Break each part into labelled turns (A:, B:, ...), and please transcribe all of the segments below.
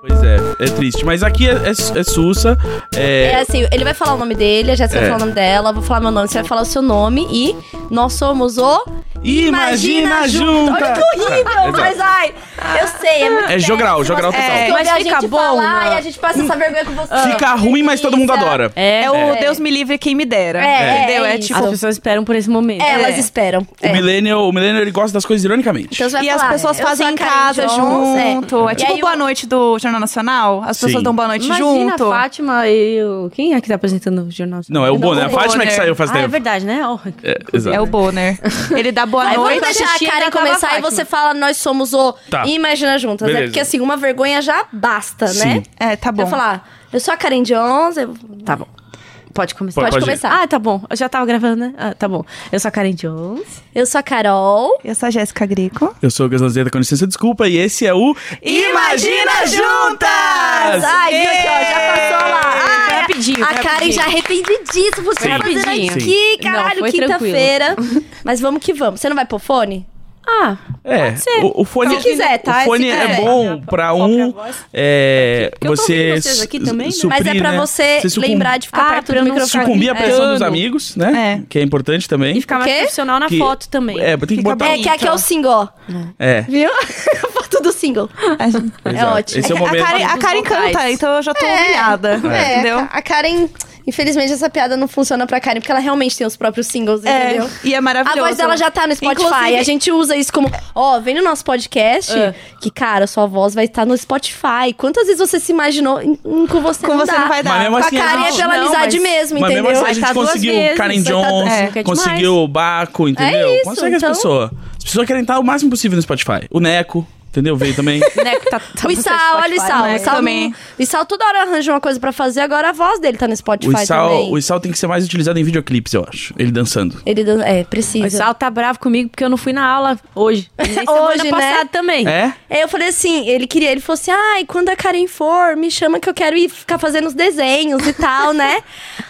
A: Pois é, é triste. Mas aqui é, é, é sussa.
B: É
A: É,
B: assim, ele vai falar o nome dele, a Jéssica
A: É.
B: vai falar o nome dela, eu vou falar meu nome, você vai falar o seu nome e nós somos o
A: Imagina, junta!
B: Olha que horrível,
A: É, Exato.
B: mas ai, eu sei, é muito
A: É jogral, jogral
B: péssimo,
A: total. É.
B: assim,
C: É,
B: que
C: mas
B: olhar a
C: fica
B: gente
C: bom,
B: falar
C: né?
B: e a gente passa essa vergonha com você.
A: Fica ruim, mas todo mundo
B: Ah, Delícia.
A: adora.
C: É, o
B: É.
C: Deus me livre quem me dera.
B: É,
C: entendeu?
B: é
C: É,
B: isso.
C: tipo.
D: As pessoas esperam por esse momento.
B: É, Elas
C: É.
B: esperam.
A: O
B: é.
A: millennial, o millennial, ele gosta das coisas ironicamente.
B: Então você vai
C: E as
B: falar,
C: pessoas
B: eu sou
C: fazem
B: a
C: em
B: Karen
C: casa
B: Jones, é.
C: junto. É,
B: E
C: tipo
B: aí
C: Boa
B: o-
C: Noite do Jornal Nacional. As pessoas
A: Sim.
C: dão boa noite
D: Imagina
C: junto.
D: a Fátima e o... Quem é que tá apresentando o jornal?
A: Não, é o
B: então
A: Bonner. A
C: o
A: Fátima é que
C: Bonner.
A: saiu faz
D: Ah, é
A: tempo.
D: verdade, né? Oh,
A: É, exato.
C: É o Bonner. Ele dá boa
B: Aí vamos
C: noite.
B: deixar a
D: assistia,
B: Karen
D: então, tava
B: começar e
D: Fátima.
B: você fala, nós somos o
A: Tá.
B: Imagina Juntas, né?
A: Beleza.
B: Porque assim, uma vergonha já basta, né?
A: Sim.
C: É, tá bom.
B: Eu falar, eu sou a Karen Jones, eu-
D: Tá bom. Pode começar.
A: Pode-
B: pode,
A: pode ir.
B: começar.
D: Ah, tá bom. Eu já tava gravando, né? Ah, tá bom. Eu sou a Karen Jones.
B: Eu sou a Carol.
C: Eu sou a Jéssica Grico.
A: Eu sou o Gazanzeta, com licença, desculpa, e esse é o...
C: Imagina
A: Juntas!
B: Ai, viu aqui, ó, já passou lá. Ai,
D: Foi É rapidinho,
B: A
D: foi
B: Karen
D: rapidinho.
B: já arrependidíssima. Você
A: Sim.
B: tá fazendo
D: Rapidinho.
B: aqui,
D: Não,
B: caralho,
D: foi
B: quinta-feira. Mas vamos que vamos. Você não vai pôr fone?
D: Ah,
A: É,
D: ser.
A: o, o fone,
B: Se quiser, tá?
A: o fone
B: Se
A: é
B: quiser.
A: bom pra um, é,
D: eu tô
A: você
D: ouvindo vocês aqui
A: su-
D: também, né?
A: suprir,
B: Mas é pra
A: né?
B: você,
A: sucum-
B: lembrar de ficar
D: Ah,
B: perto
D: pra
B: do
D: eu não
B: microfone.
A: sucumbir à
B: é.
A: pressão dos
D: Ano.
A: amigos, né?
C: É.
A: Que é importante também.
D: e ficar mais
B: O quê?
D: profissional na
A: Que-
D: foto também.
A: É, tem que
C: Fica
A: botar...
B: É, que aqui
D: então.
B: é o single, ó.
A: É,
B: Viu? A foto do single.
C: A,
A: exato.
B: ótimo.
A: Esse é o
B: A
A: momento...
C: Karen, a
D: Dos
C: Karen
D: vocais.
C: canta, então eu já tô humilhada.
B: É,
C: Entendeu?
B: a Karen... Infelizmente, essa piada não funciona pra Karen, porque ela realmente tem os próprios singles,
C: É,
B: entendeu?
C: e é
B: A
C: maravilhoso.
B: voz dela já tá no Spotify.
C: Inclusive-
B: A gente usa isso como, ó, vem no nosso podcast
D: Ah.
B: que, cara, sua voz vai estar no Spotify. Quantas vezes você se imaginou em- em- com você
C: Com
B: não
C: você
B: dá.
C: não vai
A: Mas
C: dar.
A: mesmo
B: Com a
A: assim,
B: Karen é
D: não,
B: pela
D: não,
B: amizade
D: mas-
B: mesmo,
A: Mas mesmo
B: entendeu?
A: assim, a
D: Vai
A: gente
D: tá duas
A: conseguiu
D: vezes,
A: Karen
D: vai tá-
A: Jones,
D: é, que é demais.
A: conseguiu o Baco, entendeu?
B: isso,
A: Consegue
B: então-
A: as pessoas. As pessoas querem estar o máximo possível no Spotify. O Neco, entendeu? Veio também.
D: Né, que tá- tá
B: O
D: no
B: Issal,
D: Spotify.
B: olha o Issal.
C: né?
B: O Issal,
C: Também.
B: não- o Issal toda hora arranja uma coisa pra fazer, agora a voz dele tá no Spotify
A: o, Issal,
B: também.
A: o Issal tem que ser mais utilizado em videoclipes, eu acho. Ele dançando.
B: Ele dan- É,
D: O
B: precisa.
D: Issal tá bravo comigo porque eu não fui na aula hoje. E nem semana
B: Hoje, né?
D: passada também.
A: É?
B: É, eu falei assim, ele queria, ele falou assim, ai, quando a Karen for, me chama que eu quero ir ficar fazendo os desenhos e tal, né?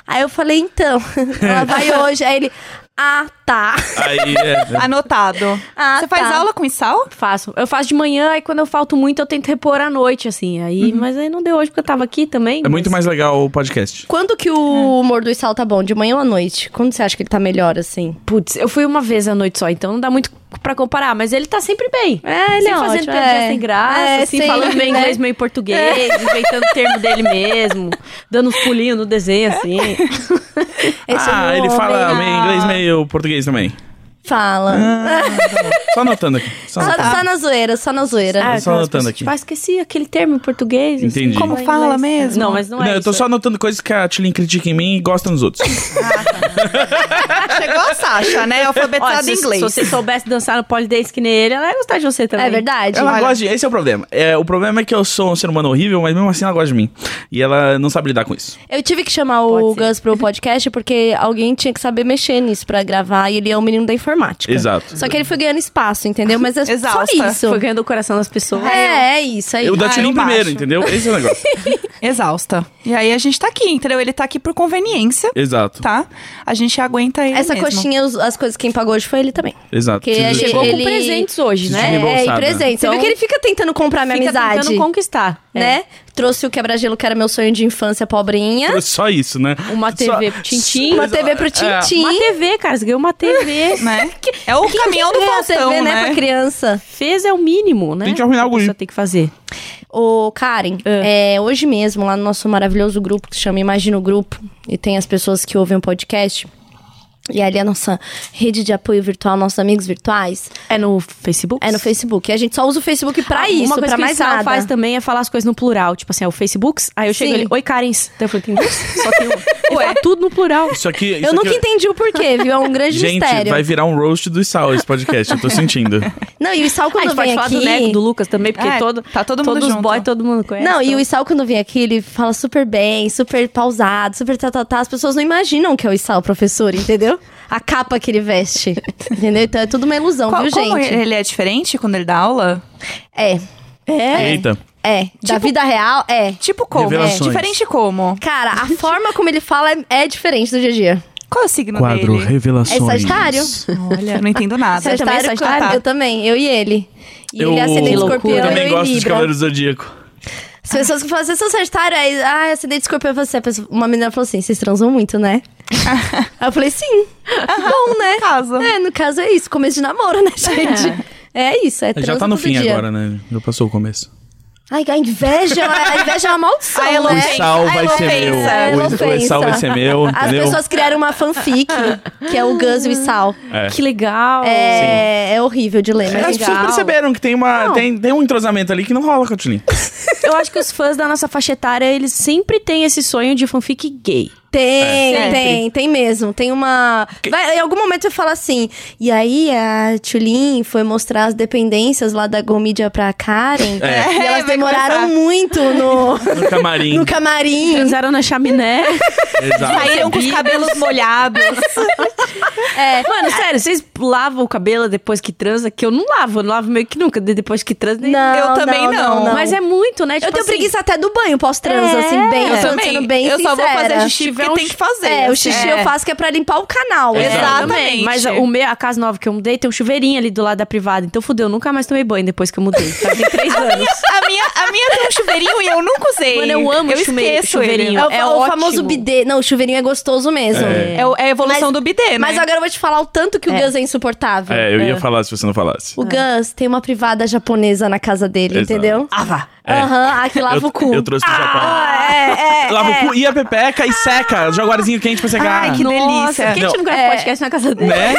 B: Aí eu falei, então, ela vai hoje. Aí ele, ah, tá.
A: Aí, é,
C: Anotado.
B: Ah,
C: Você faz
B: tá.
C: aula com sal?
D: Faço. Eu faço de manhã, aí quando eu falto muito, eu tento repor à noite, assim. Aí, Mas aí não deu hoje porque eu tava aqui também.
A: Uhum. é muito mais
D: mas-
A: legal o podcast.
B: Quando que o humor do Issal tá bom? De manhã ou à noite? Quando você acha que ele tá melhor, assim?
D: Putz, eu fui uma vez à noite só, então não dá muito pra comparar, mas ele tá sempre bem.
B: É, ele
D: Sem
B: é
D: fazendo
B: ótimo,
D: piadinha
B: é.
D: sem graça,
B: É,
D: assim,
B: sim,
D: falando meio
B: né?
D: inglês, meio português, inventando o termo dele mesmo, dando uns pulinhos no desenho, assim.
B: Esse é
A: ah,
B: o
A: ele
B: homem.
A: fala meio
B: Ah.
A: inglês, meio português também.
B: Fala.
A: Só anotando aqui. Só
B: só,
A: anotando.
B: só na zoeira, só na zoeira.
A: Ah,
D: aquelas
A: só anotando
D: pessoas,
A: aqui.
D: Tipo, ah, esqueci aquele termo em português. assim,
A: Entendi.
C: Como
D: em
C: fala
D: inglês.
C: mesmo?
D: Não, mas não é
A: Não, eu tô
D: isso.
A: só anotando coisas que a Tilin critica em mim e gosta nos outros.
C: Chegou a Sasha, né?
D: Olha,
C: Alfabetizada
D: se,
C: em
D: se
C: inglês.
D: você soubesse dançar no polidense que nem ele, ela ia gostar de você também.
B: É verdade?
A: Ela
C: Olha.
A: gosta de. Esse é o problema. É, o problema é que eu sou um ser humano horrível, mas mesmo assim ela gosta de mim. E ela não sabe lidar com isso.
B: Eu tive que chamar o
D: Pode ser.
B: Gus pro podcast porque alguém tinha que saber mexer nisso pra gravar e ele é o menino da informática.
A: Exato.
B: Só que ele foi ganhando espaço, entendeu? Mas é só
C: Exausta.
B: isso.
D: Foi ganhando o coração das pessoas.
B: É, é isso aí.
A: Eu da
C: Ah,
A: Tilin
C: eu
A: primeiro,
C: baixo.
A: entendeu? Esse é o negócio.
C: Exausta. E aí a gente tá aqui, entendeu? Ele tá aqui por conveniência,
A: Exato.
C: tá? A gente aguenta
D: Ah, é
C: ele
B: Essa
C: mesmo.
B: coxinha, os- as coisas quem pagou hoje foi ele também.
A: Exato.
B: Que ele-
D: Chegou
B: ele-
D: com presentes hoje, né?
A: Tive
B: É, e
A: bolsada.
B: presente. Você viu
D: Então,
B: que ele fica tentando comprar minha
D: Fica
B: amizade.
D: tentando conquistar. é.
B: Né? Trouxe o quebra-gelo que era meu sonho de infância pobrinha.
A: Só isso, é, né?
D: Uma TV pro Tintim.
B: Uma TV pro Tintim.
D: Uma TV, cara. Você ganhou uma TV.
C: Né? É o caminhão do
B: Quem
D: Um
B: ganha a
C: Faustão,
B: TV, né?
C: né?
B: Pra criança.
D: Fez é o mínimo, né?
A: Tem que arruinar o guri.
D: Só tem que fazer.
B: Ô, Karen,
D: É.
B: é, hoje mesmo, lá no nosso maravilhoso grupo que se chama Imagina o Grupo, e tem as pessoas que ouvem o podcast. E ali é a nossa rede de apoio virtual, nossos amigos virtuais,
D: É no Facebook?
B: é no Facebook. E a gente só usa o Facebook pra
D: Ah,
B: isso,
D: Uma coisa
B: pra
D: que
B: mais
D: o Sal
B: nada.
D: faz também é falar as coisas no plural. Tipo assim, é o Facebook. Aí eu chego
B: Sim.
D: ali, oi, Karens. Então eu falei, tem duas? Só tem um. Ué, tudo no plural.
A: Isso aqui. Isso
B: Eu nunca
A: aqui...
B: entendi o porquê, viu? É um grande
A: Gente,
B: mistério.
A: vai virar um roast do Sal esse podcast, eu tô sentindo.
B: Não, e o Sal
D: Ah, a
B: quando
D: gente pode
B: vem
D: falar
B: aqui...
D: do Neco, né, do é Lucas também, porque
C: É,
D: todo,
C: tá todo mundo
D: todos os
C: junto.
D: boys, todo mundo conhece. né?
B: Não, e o Issal, quando vem aqui, ele fala super bem, super pausado, super tá, tá, tá. As pessoas não imaginam que é o Issal, professor, entendeu? A capa que ele veste, entendeu? Então é tudo uma ilusão,
C: Qual-
B: viu,
C: como
B: gente?
C: ele é diferente quando ele dá aula?
B: É. É.
A: Eita.
B: É. da
C: Tipo-
B: vida real, é.
C: Tipo como?
A: Revelações.
C: Diferente como?
B: Cara, a forma como ele fala é, é diferente do dia a dia.
C: Qual é o signo
A: Quadro
C: dele?
A: Revelações.
B: É Sagitário?
C: Olha, não entendo nada.
D: Você também é
B: Sagitário,
D: Sagitário?
B: claro, Eu também, eu e ele. E ele é ascendente
A: eu
B: escorpião. e
A: também
B: eu em
A: gosto de
B: Libra. É,
A: Cavaleiro do Zodíaco.
B: As pessoas que falam assim, são Sagitário, aí, ah, acidente escorpião, você. A pessoa- Uma menina falou assim, vocês transam muito, né? aí eu falei, sim. Bom, né?
C: Casam.
B: É, no caso é isso, começo de namoro, né, gente? É, isso, é
A: Já
B: transa
A: tá no
B: todo
A: fim
B: dia.
A: agora, né? Já passou o começo.
B: Ai, a inveja, a inveja é uma maldição,
C: Ai, Elo,
B: né?
A: O sal
C: Ai,
A: vai ser
C: ofensa.
A: meu.
B: É,
A: O- O
B: ofensa.
A: sal vai ser meu,
B: As
A: entendeu?
B: pessoas criaram uma fanfic, que é o Gus e o Sal.
A: É.
D: Que legal.
B: É, é horrível de ler, mas
A: As
B: legal.
A: pessoas perceberam que tem, uma, tem, tem um entrosamento ali que não rola, Cotulin.
D: Eu acho que os fãs da nossa faixa etária, eles sempre têm esse sonho de fanfic gay.
B: Tem,
D: É.
B: tem, tem mesmo. Tem uma. Vai, em algum momento eu falo assim. E aí a Tulin foi mostrar as dependências lá da Gomídia pra Karen.
A: É.
B: E elas
C: vai
B: demoraram
C: começar.
B: muito no,
A: No camarim.
B: no camarim.
D: Transaram na chaminé.
A: Exato.
B: um
C: Saíram com os cabelos molhados.
B: É.
D: Mano, sério, vocês lavam o cabelo depois que transa? Que eu não lavo, eu não lavo meio que nunca. de- Depois que transa, nem...
B: Não,
C: eu também não.
D: Mas é muito, né?
B: Eu
D: Tipo
B: tenho
D: assim,
B: preguiça até do banho, posso transar
D: É.
B: assim, bem,
D: Eu
B: eu
C: também.
B: sendo bem
C: eu
B: sincera.
C: só vou fazer xixi
D: Tiver
C: porque
D: um
C: tem que fazer.
B: É, o xixi
C: É.
B: eu faço que é pra limpar o canal.
A: É.
B: Exato.
D: eu também,
C: Exatamente.
D: Mas o meu, a casa nova que eu mudei tem um chuveirinho ali do lado da privada. Então fudeu, eu nunca mais tomei banho depois que eu mudei. Fazem três anos.
C: A minha, a minha tem um chuveirinho e eu nunca usei.
D: Mano, eu amo chume-
C: esqueço
D: chuveirinho.
B: É o,
D: É
B: o famoso
D: ótimo.
B: bidê. Não, o chuveirinho é gostoso mesmo.
C: ele. É, o- é a evolução
B: Mas-
C: do bidê, né?
B: Mas agora eu vou te falar o tanto que o Gus é insuportável.
A: É, eu ia falar se você não falasse.
B: O Gus tem uma privada japonesa na casa dele,
A: Exato. É.
B: entendeu?
D: Ah, vá.
B: Aham, a que lava
A: eu,
B: o cu.
A: eu trouxe do Japão.
B: Ah, é, Ah. é,
A: Lava
B: é.
A: o cu e a pepeca e seca. Joga o arzinho quente pra secar.
C: é.
A: Né?
C: Ai, que delícia.
D: Quem
A: Não.
D: não. grava
B: É.
D: podcast na casa dele?
A: Né?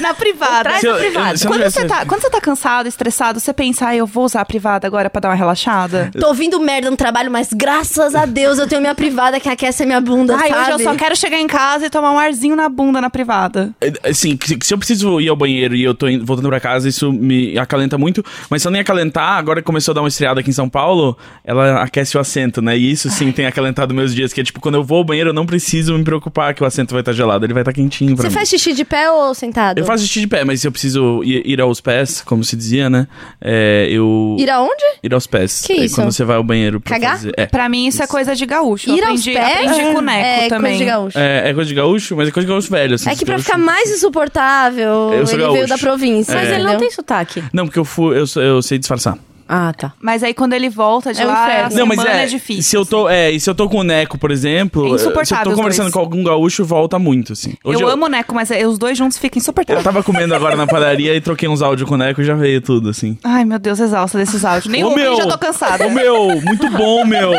C: Na privada.
A: Se eu- eu- se eu não
C: Quando
A: tivesse-
C: você, tá, quando você tá cansado, estressado, você pensa, ah, eu vou usar a privada agora pra dar uma relaxada?
B: Tô ouvindo merda no trabalho, mas graças a Deus eu tenho minha privada que aquece a minha bunda,
C: Ai,
B: sabe?
C: hoje eu só quero chegar em casa e tomar um arzinho na bunda na privada.
A: Assim, que se que se eu preciso ir ao banheiro e eu tô indo- voltando pra casa, isso me acalenta muito. Mas se eu nem acalentar, agora que começou a dar uma estreada aqui em São Paulo, ela aquece o assento, né? E isso sim tem acalentado meus dias, que é tipo, quando eu vou ao banheiro, eu não preciso me preocupar que o assento vai estar gelado, ele vai estar quentinho pra
B: Você
A: mim.
B: faz xixi de pé ou sentado?
A: Eu faço xixi de pé, mas se eu preciso ir, ir aos pés, como se dizia, né? É, eu.
B: Ir aonde?
A: Ir aos pés.
B: Que
A: É
B: isso?
A: Quando você vai ao banheiro pra
B: Cagar?
A: fazer. É.
C: Pra mim, isso, é coisa de gaúcho. Eu
B: Ir aos
C: aprendi,
B: pés?
C: aprendi com o Neco
B: é,
C: também.
B: coisa de gaúcho. É.
A: É, é coisa de gaúcho, mas é coisa de gaúcho velho. assim,
B: que pra
A: gaúcho-
B: ficar mais insuportável,
A: Eu
B: ele
A: sou
B: veio
A: gaúcho.
B: da província.
D: Mas ele
B: entendeu?
D: não tem sotaque.
A: Não, porque eu fui, eu, sou- eu sei disfarçar.
D: Ah, tá.
C: Mas aí quando ele volta de
B: É um
C: lá,
B: inferno.
C: a
A: não,
C: semana
A: mas é,
C: é, difícil.
A: Se eu tô, é, e se eu tô com o Neco, por exemplo,
C: É
A: eu- se eu
C: insuportável
A: tô
C: os
A: conversando
C: dois.
A: com algum gaúcho, volta muito, assim.
C: Eu,
A: Hoje
C: amo o Neco, mas é- os dois juntos ficam
A: Eu
C: insuportáveis.
A: tava comendo agora na padaria e troquei uns áudios com o Neco e já veio tudo, assim.
C: Ai, meu Deus, exausta desses áudios. Nem
A: Ô,
C: ouvi,
A: meu,
C: já tô cansada.
A: Ô meu, muito bom, meu.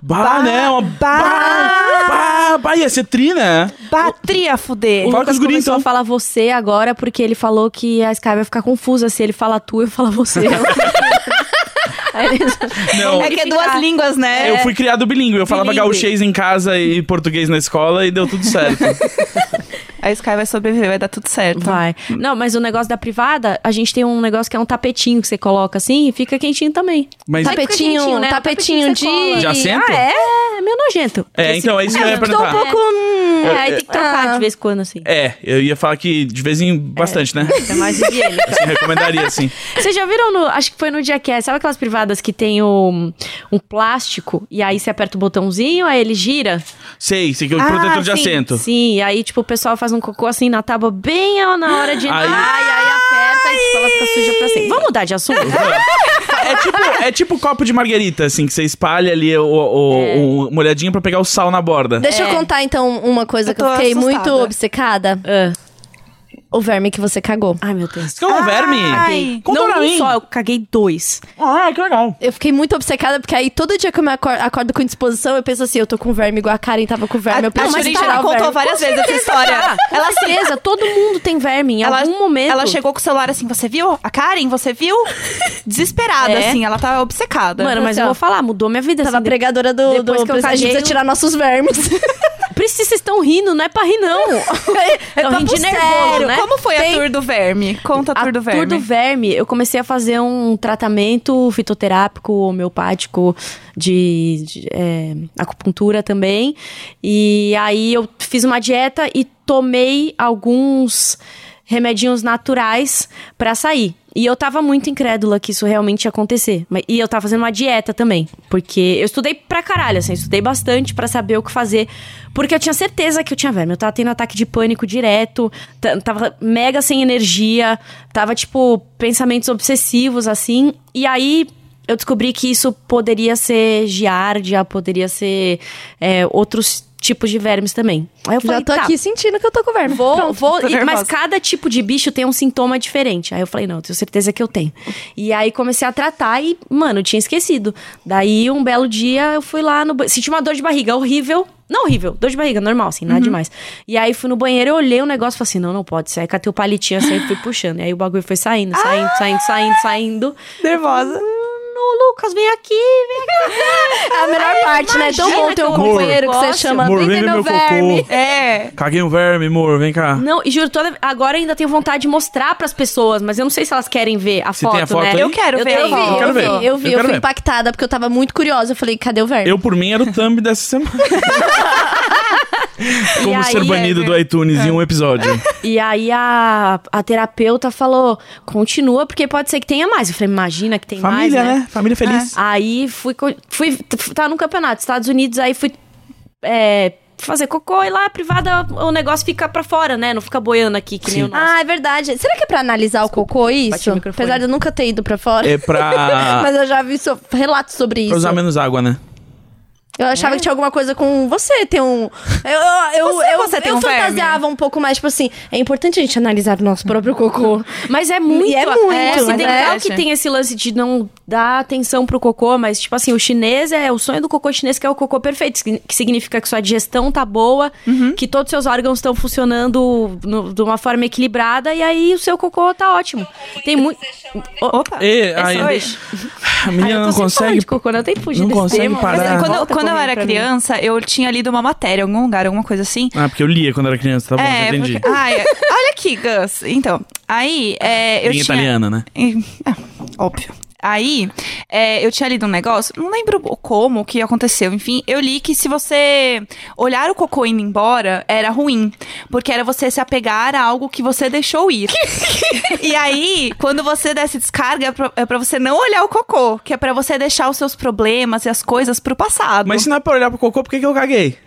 A: Bah, né? Uma bah, bah, bah, ia ser tri, né?
C: Batria fuder.
A: Fala com os
D: Lucas
A: guris,
D: começou
A: então.
D: a falar você agora porque ele falou que a Sky vai ficar confusa se ele fala tu eu falar você. Aí ele já-
A: Não.
C: É que é duas línguas, né?
A: Eu fui criado bilíngue, eu falava
D: Bilíngue.
A: gauchês em casa e português na escola e deu tudo certo.
C: A Sky vai sobreviver, vai dar tudo certo.
D: Vai. Não, mas o negócio da privada, a gente tem um negócio que é um tapetinho que você coloca assim e fica quentinho também.
A: Mas
B: Tapetinho,
D: Fica quentinho, né?
B: tapetinho,
D: Tapetinho que você
B: de...
D: cola.
A: De assento?
B: Ah, é?
D: É, meio nojento.
A: É, então, é isso que eu ia
B: Tô um
A: perguntar.
B: pouco... hum,
D: É, aí tem que trocar
B: Ah.
D: de vez em quando, assim.
A: É, eu ia falar que de vez em bastante, né?
D: É mais higiene.
A: Assim, recomendaria, assim.
D: Vocês já viram no. Acho que foi no dia que é. Sabe aquelas privadas que tem um, um plástico e aí você aperta o botãozinho, aí ele gira?
A: Sei, sei que é o
C: Ah,
A: protetor de
C: sim,
A: assento.
D: Sim, e aí, tipo, o pessoal faz um cocô assim na tábua bem ao- na hora de
A: Ai.
D: entrar, e aí aperta e tipo, ela fica suja pra sempre. Vamos mudar de assunto?
A: É tipo, é tipo copo de marguerita, assim, que você espalha ali o, o-
C: É.
A: o- uma olhadinha pra pegar o sal na borda.
B: Deixa
D: É.
B: eu contar, então, uma coisa
C: Eu
B: que eu
C: tô
B: fiquei
C: assustada.
B: muito obcecada.
D: Ah.
B: O verme que você cagou.
D: Ai, meu Deus.
C: Ah,
A: Isso é um verme.
C: Ai.
A: Conta
D: não
A: pra
D: um
A: mim.
D: só, eu caguei dois.
A: Ah, que legal.
B: Eu fiquei muito obcecada, porque aí todo dia que eu me acor- acordo, com indisposição, eu penso assim, eu tô com verme, igual a Karen tava com
D: Ah, é
B: verme. eu
C: a a
B: preciso
C: Julie
B: tirar
C: já
B: o verme.
C: contou várias vezes essa história.
D: Ela certeza, todo mundo tem verme em algum momento.
C: ela chegou com o celular assim, você viu? A Karen, você viu? Desesperada,
D: É.
C: assim, ela tá obcecada.
D: Mano, mas eu vou falar, mudou minha vida.
B: Tava
D: assim,
B: pregadora do...
D: Depois
B: do
D: que
B: a
D: eu
B: gente
D: caguei,
B: precisa
D: eu-
B: tirar nossos vermes.
D: Priscila, vocês estão rindo, não é pra rir, não. Estão rindo
B: papo
D: de nervoso,
B: sério,
D: né?
C: É Como foi
B: Tem-
C: a tour do verme? Conta a tour do verme.
D: do verme, eu comecei a fazer um tratamento fitoterápico, homeopático, de, de, é, acupuntura também. E aí eu fiz uma dieta e tomei alguns remedinhos naturais pra sair. E eu tava muito incrédula que isso realmente ia acontecer. Mas- E eu tava fazendo uma dieta também. Porque eu estudei pra caralho, assim, eu estudei bastante pra saber o que fazer. Porque eu tinha certeza que eu tinha verme. Eu tava tendo ataque de pânico direto, ta- tava mega sem energia, tava, tipo, pensamentos obsessivos, assim. E aí, eu descobri que isso poderia ser giardia, poderia ser é, outros tipos de vermes também. Aí eu
B: Já
D: falei,
B: tô
D: tá,
B: aqui sentindo que eu tô com verme.
D: Vou,
C: Pronto,
D: vou,
C: tô
D: e- mas
C: nervosa.
D: cada tipo de bicho tem um sintoma diferente. Aí eu falei, não, eu tenho certeza que eu tenho. E aí comecei a tratar e, mano, eu tinha esquecido. Daí, um belo dia, eu fui lá no banheiro. Senti uma dor de barriga horrível. Não horrível, dor de barriga, normal, assim,
A: Uhum.
D: nada demais. E aí fui no banheiro, eu olhei o negócio e falei assim: não, não pode. Aí catei o palitinho assim e fui puxando. E aí o bagulho foi saindo, saindo, saindo, saindo, saindo.
C: Nervosa.
D: No Lucas, vem aqui, vem
B: É a melhor parte, né? É tão bom ter um
D: como eu
B: companheiro que você
D: gosto.
B: chama
A: Amor,
B: Vem
A: vem
B: ver
A: ver meu
B: meu
A: cocô.
B: verme.
C: É.
A: Caguei um verme, amor, vem cá.
D: Não, e juro, toda- agora ainda tenho vontade de mostrar pras pessoas, mas eu não sei se elas querem ver a
A: Você
D: foto,
A: tem a foto
D: né?
A: aí?
C: Eu quero
D: Eu
C: ver.
D: tenho,
A: eu quero
B: Eu vi,
A: ver.
B: eu vi, eu,
A: Eu quero
B: fui
A: ver.
B: impactada porque eu tava muito curiosa. Eu falei, cadê o verme?
A: Eu, por mim, era o thumb dessa semana. Como
D: aí,
A: ser banido
C: é,
A: do iTunes em um episódio.
D: E aí a, a terapeuta falou: continua, porque pode ser que tenha mais. Eu falei, imagina que tem
A: Família,
D: mais.
A: né?
C: É.
A: Família feliz.
D: Aí fui, co- fui. t- Tava num campeonato, Estados Unidos, aí fui. é, fazer cocô e lá a privada o negócio fica pra fora, né? Não fica boiando aqui que nem o nosso.
B: Ah, é verdade. Será que é pra analisar o cocô
D: bati
B: isso?
D: o microfone.
B: Apesar de eu nunca ter ido pra fora.
A: É pra,
B: Mas eu já vi so- relatos sobre
A: pra
B: isso.
A: usar menos água, né?
B: Eu achava que tinha alguma coisa com você ter um. Eu, eu, eu,
C: Você-
B: eu,
C: você tem
B: eu
C: um verme?
B: fantasiava um pouco mais, tipo assim, é importante a gente analisar o nosso próprio cocô.
D: Mas é muito.
B: E é muito,
D: é,
B: né?
D: ocidental que
C: Verdade.
D: tem esse lance de não dar atenção pro cocô, mas, tipo assim, o chinês é o sonho do cocô chinês que é o cocô perfeito, que que significa que sua digestão tá boa,
C: Uhum.
D: que todos os seus órgãos estão funcionando no- de uma forma equilibrada, e aí o seu cocô tá ótimo. Tem muito.
C: Opa.
A: E,
C: Essa
A: aí-
C: noite.
A: A
D: Ah,
A: menina não consegue.
D: De cocô, não tem fugir
A: não
D: desse
A: consegue
D: tema,
A: parar.
D: mas
A: Ah.
C: Quando,
D: volta
C: quando eu
D: comigo
C: era
D: pra mim.
C: criança, eu tinha lido uma matéria em algum lugar, alguma coisa assim.
A: Ah, porque eu lia quando era criança, tá bom,
C: é,
A: entendi.
C: porque- ai, olha aqui, Gus. Então, aí é, eu
A: Linha
C: tinha.
A: italiana, né?
C: Ah, óbvio. Aí, é, eu tinha lido um negócio, não lembro o como, o que aconteceu, enfim. Eu li que se você olhar o cocô indo embora, era ruim. Porque era você se apegar a algo que você deixou ir. e aí, quando você desse descarga, é pra, é pra você não olhar o cocô. Que é pra você deixar os seus problemas e as coisas pro passado.
A: Mas se não é pra olhar pro cocô, por que, que eu caguei?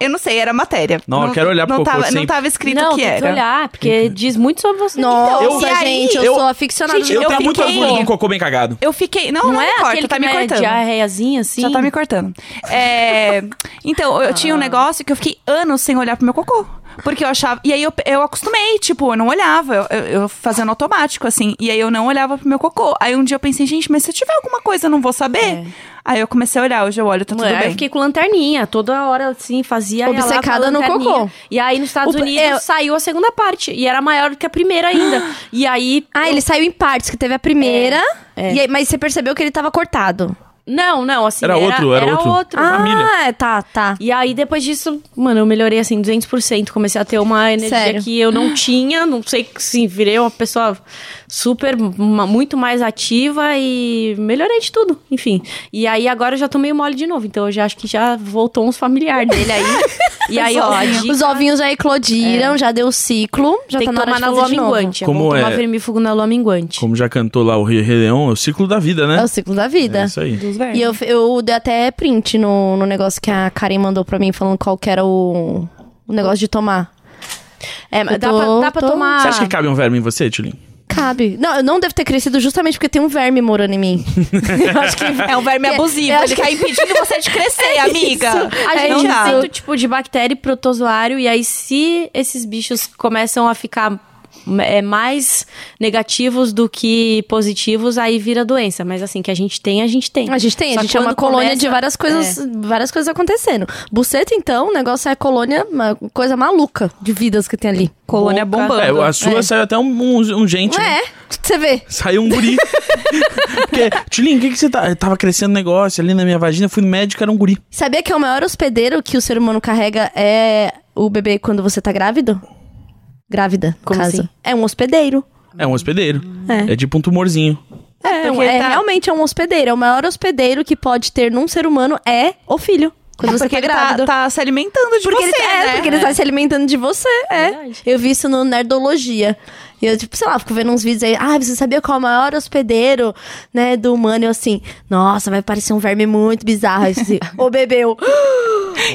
C: Eu não sei, era matéria.
A: Não, eu quero olhar pro
C: não
A: cocô
C: tava,
A: sempre.
C: Não tava escrito
D: não,
C: que
D: tem
C: era.
D: que olhar, porque diz muito sobre você.
B: Nossa,
A: Eu-
C: e aí-
B: gente, eu,
A: eu-
B: sou aficionada
C: Gente,
B: no
A: Eu,
C: eu
A: tenho muito
C: fiquei-
A: orgulho de um cocô bem cagado.
C: Eu fiquei. Não,
D: Não,
C: não,
D: é
C: me corta,
D: aquele
C: tá
D: que
C: me
D: não é
C: cortando.
B: Ah,
D: diarreiazinha, assim?
C: Já tá me cortando. É, então, eu
B: Ah.
C: tinha um negócio que eu fiquei anos sem olhar pro meu cocô. Porque eu achava. E aí eu, eu acostumei, tipo, eu não olhava. Eu, eu, eu fazendo automático, assim. E aí eu não olhava pro meu cocô. Aí um dia eu pensei, gente, mas se eu tiver alguma coisa, eu não vou saber.
B: É.
C: Aí eu comecei a olhar, hoje eu olho, tá tudo
D: Mano, aí
C: bem.
D: eu fiquei com lanterninha, toda hora assim, fazia. ia lá com a
B: Obcecada no
D: lanterninha.
B: cocô.
D: E aí nos Estados
B: O-
D: Unidos
B: é-
D: saiu a segunda parte, e era maior do que a primeira ainda. e aí.
B: Ah, ele saiu em partes, que teve a primeira. E aí- mas você percebeu que ele tava cortado.
D: Não, não, assim.
A: Era outro, era outro. Família.
B: Ah, tá, tá.
D: E aí, depois disso, mano, eu melhorei assim 200%. Comecei a ter uma energia
B: Sério?
D: que eu não tinha. Não sei, assim, virei uma pessoa super, uma- muito mais ativa e melhorei de tudo, enfim. E aí, agora eu já tô meio mole de novo. Então, eu já acho que já voltou uns familiares dele aí. e aí, ó, a dica-
B: Os ovinhos já eclodiram, já deu o ciclo. Já
D: tem
B: tá
D: que
B: na hora
D: tomar
B: de
D: na
B: fazer
D: lua
B: de novo.
D: minguante.
A: Como
D: Como é? bom
A: é?
D: Tomar vermífugo na lua minguante.
A: Como já cantou lá o Rei Rei Leão, é o ciclo da vida, né?
B: É o ciclo da vida.
A: É isso aí.
C: Dos vermes.
B: E eu, eu dei até print no, no negócio que a Karen mandou pra mim, falando qual que era o, o negócio de tomar.
D: É, mas
B: Eu
D: dá,
B: tô-
D: pra, dá pra
B: tô-
C: Ah.
D: tomar.
A: Você acha que cabe um verme em você, Tulin?
B: Cabe. Não, eu não devo ter crescido justamente porque tem um verme morando em mim. eu acho que
C: É um verme
B: É,
C: abusivo.
B: eu acho
C: Ele tá impedindo você de crescer, amiga.
D: A
B: É
C: não
D: gente
C: dá.
D: é feito tipo de bactéria e protozoário, e aí se esses bichos começam a ficar é, mais negativos do que positivos, aí vira doença. Mas assim, que a gente tem, a gente tem.
B: a gente tem,
D: Só
B: a gente é uma
D: quando
B: colônia
D: começa- é.
B: de várias coisas, várias coisas acontecendo. Buceta, então, o negócio é colônia, uma coisa maluca de vidas que tem ali.
C: Colônia bombando.
A: É, a sua saiu até um, um, um gente. né?
B: É, você vê.
A: Saiu um guri. Porque, Tulin, o que, que você tá. Eu tava crescendo negócio ali na minha vagina, fui no médico, era um guri.
B: Sabia que é o maior hospedeiro que o ser humano carrega é o bebê quando você tá grávido? Grávida, no
D: Como
B: caso.
D: assim?
B: É um hospedeiro.
A: É um hospedeiro.
B: É.
A: É, tipo um tumorzinho.
B: É,
C: porque
B: é,
C: tá-
B: realmente é um hospedeiro. É o maior hospedeiro que pode ter num ser humano é o filho. Quando você
C: porque
B: tá
C: ele tá,
B: grávido.
C: tá se alimentando de
B: Porque
C: você,
B: ele, tá- é,
C: né?
B: porque ele tá se alimentando de você, é.
D: Verdade.
B: Eu vi isso no Nerdologia. E eu, tipo, sei lá, fico vendo uns vídeos aí. Ah, você sabia qual é o maior hospedeiro, né, do humano? E eu assim, nossa, vai parecer um verme muito bizarro esse. Ô, bebeu.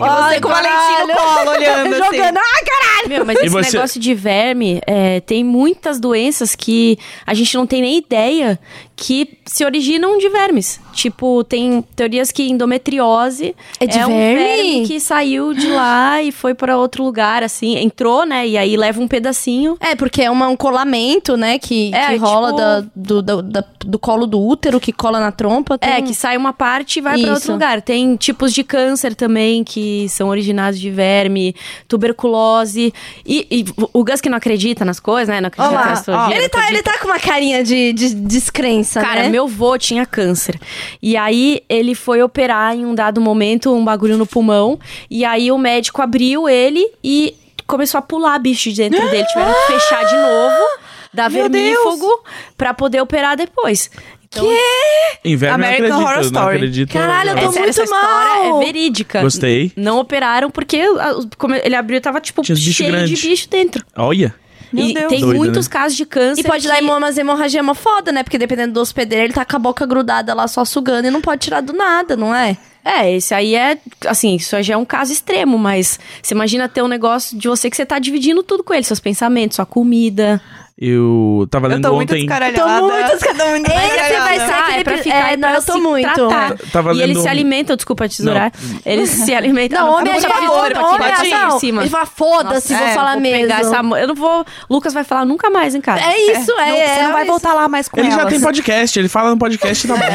B: Ai,
C: com o Valentim no
B: caralho.
C: colo, olhando, assim.
B: Jogando. Ah, caralho!
D: Meu, mas
A: E
D: esse
A: você?
D: negócio de verme, é, tem muitas doenças que a gente não tem nem ideia que se originam de vermes. Tipo, tem teorias que endometriose
B: É de
D: um
B: verme?
D: que saiu de lá e foi pra outro lugar, assim, entrou, né? E aí leva um pedacinho.
B: É, porque é uma- um colamento, né, que,
D: É,
B: que rola
D: tipo-
B: da- do, da- da- do colo do útero, que cola na trompa. tem-
D: É, que sai uma parte e vai pra
B: Hum. Isso.
D: outro lugar. Tem tipos de câncer também que são originados de verme, tuberculose. E, e o Gus que não acredita nas coisas, né? Não acredita
B: Olha
D: na
B: lá,
D: astrologia.
B: Ele
D: não
B: tá, ele tá com uma carinha de, de descrença,
D: Cara,
B: né?
D: meu avô tinha câncer. E aí ele foi operar em um dado momento um bagulho no pulmão. E aí o médico abriu ele e começou a pular bicho de dentro dele. Tiveram que fechar de novo, dar
C: Meu
D: vermífugo, pra poder operar depois. Então, que?
A: Inverno eu
C: American
A: acredito,
C: Horror
A: não
C: Story.
A: acredito.
B: Caralho, eu tô
A: não.
B: muito
D: essa história
B: mal.
D: é verídica.
A: Gostei.
D: Não operaram porque ah, os- como ele abriu tava tipo
A: Tinha os bichos
D: cheio
A: grandes.
D: de bicho dentro.
A: Olha.
C: Meu
D: e
C: Deus.
D: tem
A: Doido,
D: muitos
A: né?
D: casos de câncer.
B: E pode
D: que-
B: dar umas hemorragia mó foda, né? Porque dependendo do hospedeiro, ele tá com a boca grudada lá só sugando e não pode tirar do nada, não é?
D: É, esse aí é, assim, isso já é um caso extremo, mas você imagina ter um negócio de você que você tá dividindo tudo com ele, seus pensamentos, sua comida.
A: Eu tava
C: Eu
A: lendo
C: tô muito
A: ontem.
C: descaralhada.
B: Tô muito
C: descaralhada.
B: Esse vai ser
D: Ah,
B: aquele...
D: é pra
B: pe-
D: ficar,
B: é,
D: é,
B: não,
D: pra
B: eu tô
D: se
B: muito.
D: tratar.
A: T- tava
D: e ele
A: lendo
D: se
A: um-
D: alimenta, desculpa tesourar. Ele se alimenta.
B: Não, homem
D: eu
B: é
D: vou
B: já
D: pegar
B: homem,
D: outra aqui,
B: homem
D: bati
B: é
D: em
B: não.
D: cima.
B: Ele fala, foda-se,
D: Nossa,
B: vou
D: é,
B: falar
D: pegar
B: mesmo.
D: essa mo- eu não vou. Lucas vai falar nunca mais em casa.
B: É isso, é.
C: Não, você
B: é,
C: não vai
B: mas-
C: voltar lá mais com
A: Ele já
C: elas. É.
A: tem podcast, ele fala no podcast e tá bom.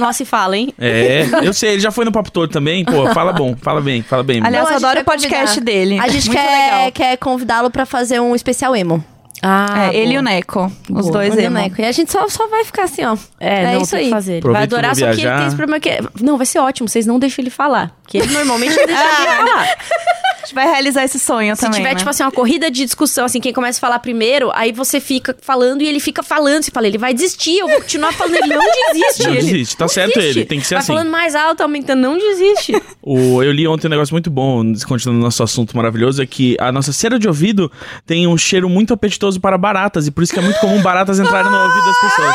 D: Nossa, e fala, hein?
A: É, eu sei, ele já foi no Papo Todo também, pô, fala bom, fala bem, fala bem.
C: Aliás,
B: Não, a
C: eu
B: gente
C: adoro
B: vai
C: o podcast
B: convidar.
C: dele.
B: A gente
C: Muito
B: quer, é,
C: legal.
B: quer convidá-lo pra fazer um especial emo.
D: Ah,
C: É, ele e o
D: boa.
C: Neco. Os
D: Boa.
C: dois
B: Ele e o
C: emo.
B: Neco. E a gente só, só vai ficar assim, ó.
D: É,
B: É
D: não,
B: isso
D: tem
B: aí.
D: que fazer. Ele vai
A: Aproveita,
D: adorar,
A: vou
D: só que ele
A: viajar.
D: tem esse problema que... é, Não, vai ser ótimo, vocês não deixam ele falar. Porque ele normalmente não deixa
B: Ah.
D: ele falar.
C: A gente vai realizar esse sonho
D: Se
C: também.
D: tiver,
C: né?
D: tipo assim, uma corrida de discussão, assim, quem começa a falar primeiro, aí você fica falando e ele fica falando. Você fala, ele vai desistir, eu vou continuar falando, ele não desiste.
A: Não
D: ele
A: desiste, tá
D: não
A: certo
D: desiste.
A: ele, tem que ser
D: vai
A: assim.
D: falando mais alto, aumentando, não desiste.
A: O, eu li ontem um negócio muito bom, continuando nosso assunto maravilhoso, é que a nossa cera de ouvido tem um cheiro muito apetitoso para baratas, e por isso que é muito comum baratas entrarem no ouvido das pessoas.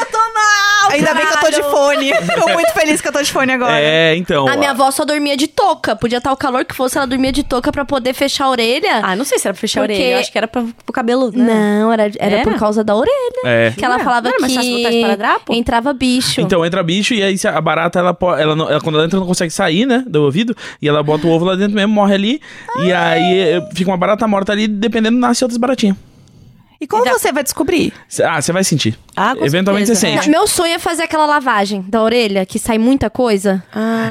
B: Eu tô mal,
C: Ainda bem que eu tô de fone. tô muito feliz que eu tô de fone
D: Ah,
C: agora.
A: É, então.
B: A minha avó só dormia de touca. Podia estar o calor que fosse, ela dormia de touca pra poder fechar a orelha.
D: Ah, não sei se era pra fechar
B: Porque-
D: a orelha, eu acho que era pra, pro cabelo, né?
B: Não, era, era
D: Era?
B: por causa da orelha.
A: É.
B: Que ela
D: Não é?
B: falava
D: Não era mais fácil botar
B: que
D: esparadrapo?
B: entrava bicho.
A: Então entra bicho e aí se a barata, ela, po- ela, não- ela- quando ela entra, não consegue sair, né? Do ouvido. E ela bota o ovo lá dentro mesmo, morre ali. E
D: Ah.
A: aí eh, fica uma barata morta ali, dependendo, nasce outras baratinhas.
C: E como você vai descobrir?
A: Cê- Ah, você vai sentir.
D: Ah, com
A: Eventualmente
D: certeza.
A: você
B: Não,
A: sente.
B: meu sonho é fazer aquela lavagem da orelha, que sai muita coisa.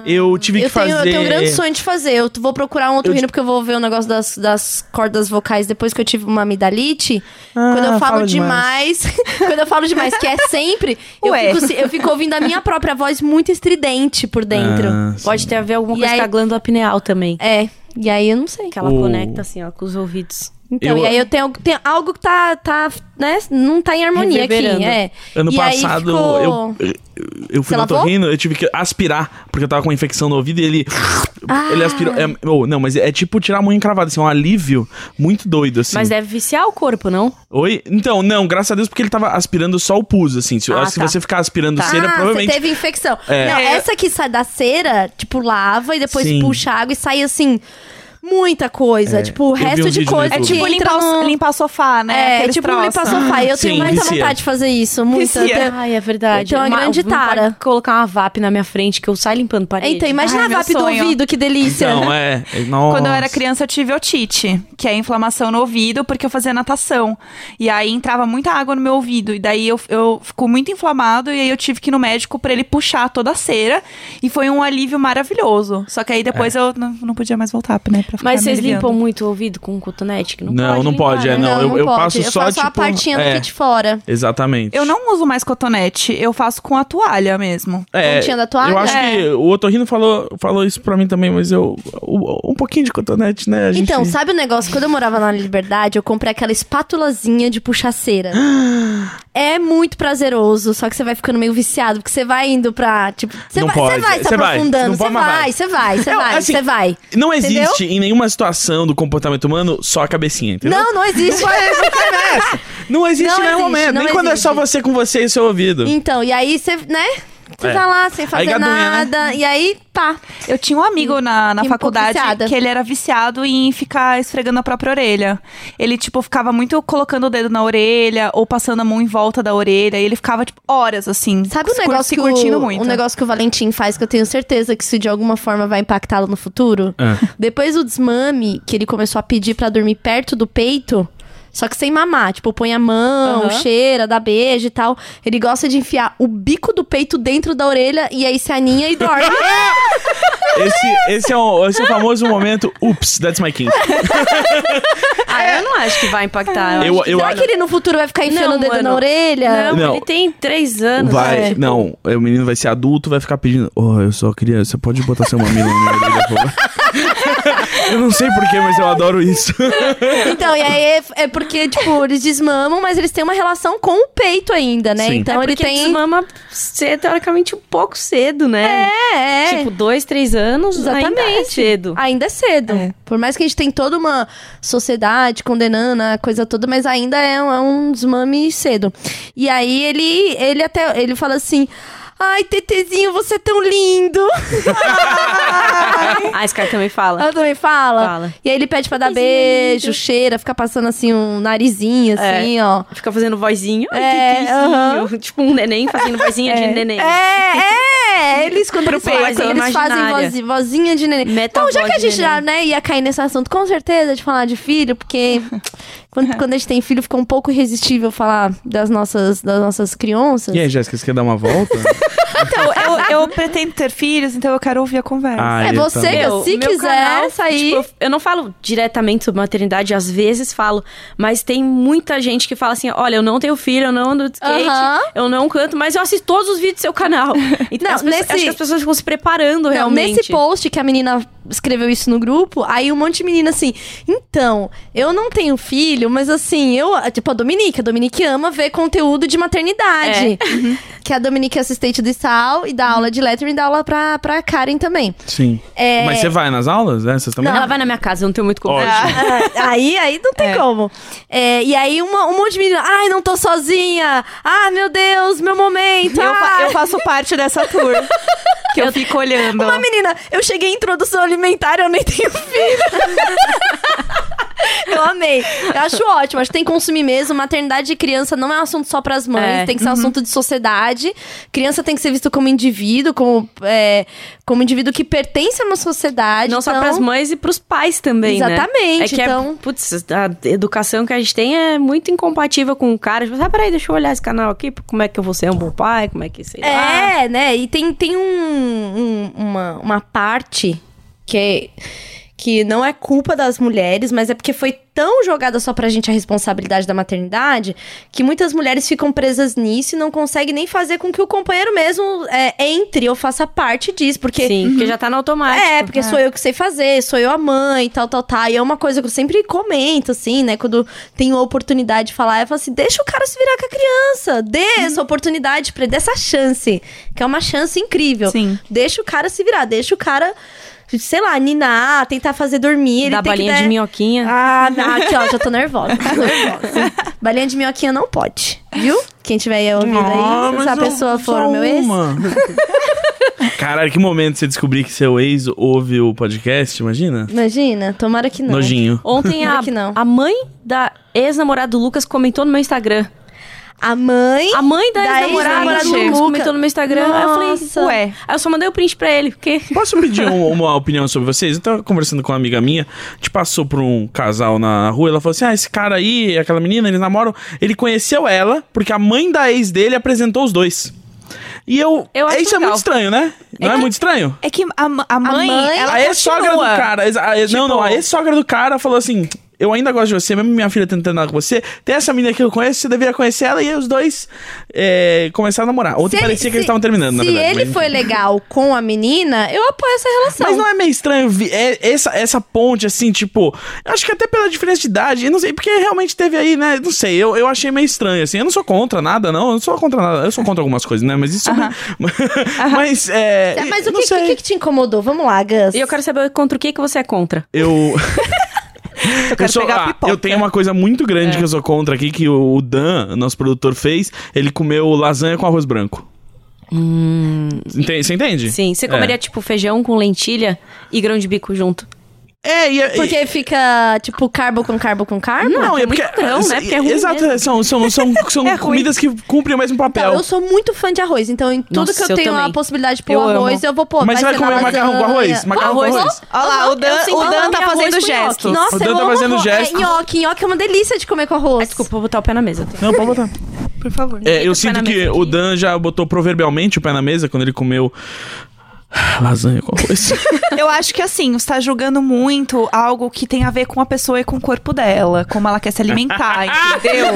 A: Eu tive
B: Eu
A: Ah, que
B: tenho, eu
A: fazer.
B: tenho um grande sonho de fazer. Eu t- vou procurar um outro
A: Eu
B: rino, porque eu vou ver o negócio das, das cordas vocais depois que eu tive uma amidalite.
A: Ah,
B: quando eu falo
A: fala
B: demais. quando eu falo demais, que é sempre, eu
C: Ué.
B: fico, se- eu fico ouvindo a minha própria voz muito estridente por dentro.
A: Ah, sim.
D: Pode ter a ver alguma
B: E
D: coisa
B: aí-
D: com a glândula pineal também.
B: É. E aí eu não sei.
D: Que ela
A: O-
D: conecta, assim, ó, com os ouvidos.
B: Então,
A: Eu-
B: e aí eu tenho, tenho algo que tá, tá, né? Não tá em harmonia aqui,
D: Reverberando.
B: é.
A: Ano
B: e
A: passado,
B: aí ficou...
A: eu, eu fui
B: Você
A: no
B: lavou?
A: torrino, eu tive que aspirar, porque eu tava com uma infecção no ouvido e ele.
B: Ah.
A: Ele aspirou. é- oh, não, mas é tipo tirar a unha encravada, assim, um alívio muito doido, assim.
D: Mas
B: é
D: deve viciar o corpo, não?
A: Oi? Então, não, graças a Deus, porque ele tava aspirando só o pus, assim. Se,
D: Ah,
A: se
D: tá.
A: você ficar aspirando
B: Ah,
A: cera, provavelmente.
B: você teve infecção.
A: É.
B: Não,
C: É.
B: essa que sai da cera, tipo, lava e depois
A: Sim.
B: puxa água e sai assim. Muita coisa. Tipo, o
A: vi
B: resto
A: um
B: de
A: vídeo no
B: coisa.
A: YouTube.
B: que
A: É tipo
B: entra no-
C: o sofá, né?
B: É,
C: Aqueles
B: tipo,
C: troços.
B: limpar sofá. E Eu tenho
A: Sim,
B: muita
A: vicia.
B: vontade de fazer isso. Muita.
C: Vicia.
B: Eu tenho-
D: Ai, é verdade.
B: Então, é
D: Uma-
B: grande
D: não pode
B: tara.
D: colocar uma VAP na minha frente que eu saio limpando parede.
B: Então, imagina
C: Ai,
B: a
C: meu
B: VAP do
C: sonho.
B: ouvido, que delícia.
A: Não, é. é- Nossa.
C: Quando eu era criança, eu tive otite, que é inflamação no ouvido, porque eu fazia natação. E aí entrava muita água no meu ouvido. E daí eu, eu fico muito inflamado. E aí eu tive que ir no médico pra ele puxar toda a cera. E foi um alívio maravilhoso. Só que aí depois eu não, não podia mais voltar, né? Pra ficar
D: Mas
C: me
D: vocês
C: aliviando.
D: limpam muito o ouvido com um cotonete? Que não,
A: Não,
D: pode
A: não
D: limpar,
A: pode, é,
D: né?
A: não. eu- eu
B: pode.
A: passo
B: eu
A: só,
B: faço a
A: tipo,
B: partinha do
A: é.
B: que de fora.
A: Exatamente.
C: Eu não uso mais cotonete, eu faço com a toalha mesmo.
A: É,
B: pontinha da toalha?
A: Eu acho
C: É.
A: que o Otorrino falou, falou isso pra mim também, mas eu. o- Um pouquinho de cotonete, né? a gente-
B: Então, sabe o negócio? Quando eu morava na Liberdade, eu comprei aquela espátulazinha de puxar cera. é muito prazeroso, só que você vai ficando meio viciado, porque você vai indo pra, tipo... Você
A: Não
B: vai, você
A: pode,
B: vai se
A: você vai,
B: aprofundando,
A: não
B: você
A: pode, mas
B: vai,
A: vai.
B: você vai, você
A: Eu,
B: vai,
A: assim,
B: você vai.
A: Não
B: Entendeu?
A: existe em nenhuma situação do comportamento humano só a cabecinha, entendeu?
B: Não, não existe.
A: Não existe
B: Não
A: em nenhum
B: existe,
A: momento.
B: não
A: Nem quando é
B: existe.
A: só você com você e seu ouvido.
B: então, e aí você, né? Você
A: É.
B: tá lá sem fazer
A: gadunha, né?
B: nada. E aí, pá.
C: Eu tinha um amigo na, na
B: E um pouco
C: faculdade
B: viciada.
C: que ele era viciado em ficar esfregando a própria orelha. Ele, tipo, ficava muito colocando o dedo na orelha ou passando a mão em volta da orelha. E ele ficava, tipo, horas assim.
B: Sabe o
C: se cur-
B: negócio
C: se
B: que
C: curtindo
B: o,
C: muito.
B: o negócio que o Valentim faz que eu tenho certeza que isso de alguma forma vai impactá-lo no futuro?
A: Ah.
B: Depois o desmame que ele começou a pedir pra dormir perto do peito, só que sem mamar, tipo, põe a mão,
C: Aham.
B: cheira, dá beijo e tal. Ele gosta de enfiar o bico do peito dentro da orelha e aí se aninha e dorme.
A: Esse, esse, é o, esse é o famoso momento. Ups, that's my king.
D: Ah, eu não acho que vai impactar.
A: Eu, eu,
B: Será que ele no futuro vai ficar enfiando
D: Não,
B: o dedo na
D: mano.
B: orelha?
D: Não,
A: Não.
D: ele tem três anos.
A: Vai,
B: é.
D: né?
A: não, é, o menino vai ser adulto, vai ficar pedindo. Oh, eu só queria. Você pode botar seu mamilo na minha orelha, por favor?" Eu não sei porquê, mas eu adoro isso.
B: Então, e aí é- é porque, tipo, eles desmamam, mas eles têm uma relação com o peito ainda, né?
A: Sim.
B: Então
D: é
B: ele
D: porque
B: tem.
D: desmama cedo, teoricamente um pouco cedo, né?
B: É, é.
D: Tipo, dois, três anos,
B: Exatamente.
D: ainda é cedo.
B: Ainda é cedo. Por mais que a gente tem toda uma sociedade condenando a coisa toda, mas ainda é um, é um desmame cedo. E aí ele, ele até ele fala assim: Ai, Tetezinho, você é tão lindo.
D: Ah, esse cara também fala.
B: Ela também fala.
D: Fala. é
B: E aí ele pede pra dar beijo, cheira, fica passando assim um narizinho, assim, ó.
D: Fica fazendo vozinha. Ai,
B: É,
D: que tetezinho. Tipo um neném fazendo vozinha de neném.
B: É, é, eles quando
D: Pro
B: eles, falam,
D: peito,
B: eles fazem
D: imaginária.
B: voz, vozinha de neném.
D: Meta
B: então, já
D: voz
B: que a
D: de
B: gente já, né, ia cair nesse assunto, com certeza, de falar de filho, porque quando, quando a gente tem filho, fica um pouco irresistível falar das nossas, das nossas crianças.
A: E aí, Jéssica, você quer dar uma volta?
C: Então, eu, eu pretendo ter filhos, então eu quero ouvir a conversa.
A: Ah,
B: É
A: eu
B: você
A: também.
B: que eu- se
D: meu
B: quiser
D: canal,
B: sair-
D: tipo, eu- eu não falo diretamente sobre maternidade, às vezes falo, mas tem muita gente que fala assim: olha, eu não tenho filho, eu não ando de skate,
B: Aham.
D: eu não canto, mas eu assisto todos os vídeos do seu canal. Então,
B: Não,
D: as pessoas-
B: nesse-
D: acho que as pessoas ficam se preparando
B: Não,
D: realmente.
B: Então, nesse post que a menina escreveu isso no grupo, aí um monte de menina assim, então, eu não tenho filho, mas assim, eu. Tipo, a Dominique, a Dominique ama ver conteúdo de maternidade. Que a Dominique é Uhum. assistente do Sal e dá aula de lettering e dá aula pra, pra Karen também.
A: Sim.
B: É-
A: Mas você vai nas aulas? Né? Vocês também?
D: Não, ela vai na minha casa, eu não tenho muito como.
A: Ótimo.
B: Ah, aí, aí não tem como. É, e aí uma, um monte de menina, ai, não tô sozinha. Ah, meu Deus, meu momento.
C: Eu, fa-
B: ah."
C: eu faço parte dessa tour. Que eu fico olhando.
B: Uma menina, eu cheguei em introdução alimentar, eu nem tenho filho. eu amei. Eu acho ótimo, acho que tem que consumir mesmo. Maternidade de criança não é um assunto só pras mães,
D: É.
B: tem que ser um assunto de sociedade. Criança tem que ser visto como indivíduo, como, é, como indivíduo que pertence a uma sociedade.
D: Não só
B: então-
D: pras mães e pros pais também, né?
B: Exatamente,
D: É que
B: então-
D: é, putz, a educação que a gente tem é muito incompatível com o cara. Tipo, ah, peraí, deixa eu olhar esse canal aqui, como é que eu vou ser um bom pai, como é que sei lá.
B: É, né? E tem, tem um, um- uma, uma parte que, que não é culpa das mulheres, mas é porque foi tão jogada só pra gente a responsabilidade da maternidade que muitas mulheres ficam presas nisso e não conseguem nem fazer com que o companheiro mesmo é, entre ou faça parte disso. Porque
D: Sim, porque já tá no automático.
B: é, porque sou eu que sei fazer, sou eu a mãe, tal, tal, tal. E é uma coisa que eu sempre comento, assim, né? Quando tenho a oportunidade de falar, eu falo assim: deixa o cara se virar com a criança. Dê essa oportunidade pra ele, dê essa chance. Que é uma chance incrível.
C: Sim.
B: Deixa o cara se virar, deixa o cara, sei lá, ninar, tentar fazer dormir. Ele
D: Dá
B: tem
D: balinha
B: que
D: de
B: dar-
D: minhoquinha.
B: Ah, não, aqui, ó, já tô nervosa. Tô nervosa. Balinha de minhoquinha não pode, viu? Quem tiver aí ouvindo aí, se essa pessoa for o meu ex.
A: Caralho, que momento você descobrir que seu ex ouve o podcast, imagina?
B: Imagina, tomara que não.
A: Nojinho.
D: Ontem a,
B: Juro que não.
D: a mãe da ex-namorada do Lucas comentou no meu Instagram.
B: A mãe.
D: A mãe da,
B: Da
D: ex-namorada do
B: ex-namorada do
D: Lucas
B: Lucas.
D: comentou no meu Instagram. Aí eu
B: Nossa.
D: falei, ué. Aí eu só mandei o print pra ele, porque.
A: Posso pedir um- uma opinião sobre vocês? Eu tava conversando com uma amiga minha, a gente passou por um casal na rua, ela falou assim: Ah, esse cara aí, aquela menina, eles namoram. Ele conheceu ela porque a mãe da ex dele apresentou os dois. E eu.
D: Eu acho
A: isso é
D: legal.
A: muito estranho, né? Não é, muito estranho?
C: É que a, ma- a mãe,
B: mãe-
C: ela
A: a ex-sogra do
C: continua.
A: cara. ex- a ex- não,
C: Tipo-
A: não, a ex-sogra do cara falou assim. eu ainda gosto de você, mesmo minha filha tentando namorar com você. Tem essa menina que eu conheço, você deveria conhecer ela, e os dois é, começaram a namorar. Ontem
B: Se ele-
A: parecia que
B: se-
A: eles estavam terminando, na
B: Se
A: verdade.
B: ele
A: mas-
B: foi legal com a menina, eu apoio essa relação.
A: Mas não é meio estranho vi- é- essa, essa ponte, assim, tipo. Eu acho que até pela diferença de idade, eu não sei, porque realmente teve aí, né? Não sei, eu, eu achei meio estranho, assim. Eu não sou contra nada, não. Eu não sou contra nada. Eu sou contra algumas coisas, né? Mas isso. mas. É,
B: Tá, Mas o
A: não
B: que,
A: sei.
B: que, que te incomodou? Vamos lá, Gus.
D: E eu quero saber contra o que, que você é contra.
A: Eu.
C: Eu quero
A: sou-
C: pegar a
A: ah,
C: pipoca.
A: eu tenho uma coisa muito grande que eu sou contra aqui, que o o Dan, nosso produtor, fez. Ele comeu lasanha com arroz branco. Enten- Você entende?
D: Sim, você comeria,
A: É.
D: tipo, feijão com lentilha e grão de bico junto. Ah,
A: É, e, e-
B: Porque fica, tipo, carbo com carbo com carbo?
A: Não, é
D: é
A: porque.
D: muito grão, né? Porque é ruim
A: Exato,
D: mesmo.
A: são, são, são, são
C: É ruim.
A: comidas que cumprem o mesmo
B: Então,
A: papel.
B: eu sou muito fã de arroz, então em tudo
D: Nossa,
B: que eu,
D: eu
B: tenho
D: também.
B: a possibilidade de pôr
C: Eu
B: arroz, eu vou pôr.
A: Mas você vai
B: ser na
A: comer macarrão com
B: lasanha.
A: arroz? Macarrão
D: Arroz.
A: com arroz?
C: Olha lá, o Dan, o Dan tá fazendo
D: gesto.
C: gestos.
B: Nossa,
A: O Dan
B: eu
A: tá
B: amo
A: fazendo
B: arroz.
A: gestos.
B: É, nhoque, nhoque é uma delícia de comer com
C: É,
B: arroz.
D: Desculpa, vou botar o pé na mesa.
A: Não, pode botar.
C: por favor.
A: É, eu
D: o pé na
A: sinto que
D: mesa
A: o
D: aqui.
A: Dan já botou proverbialmente o pé na mesa quando ele comeu lasanha com arroz.
C: Eu acho que assim, você tá julgando muito algo que tem a ver com a pessoa e com o corpo dela, como ela quer se alimentar, entendeu?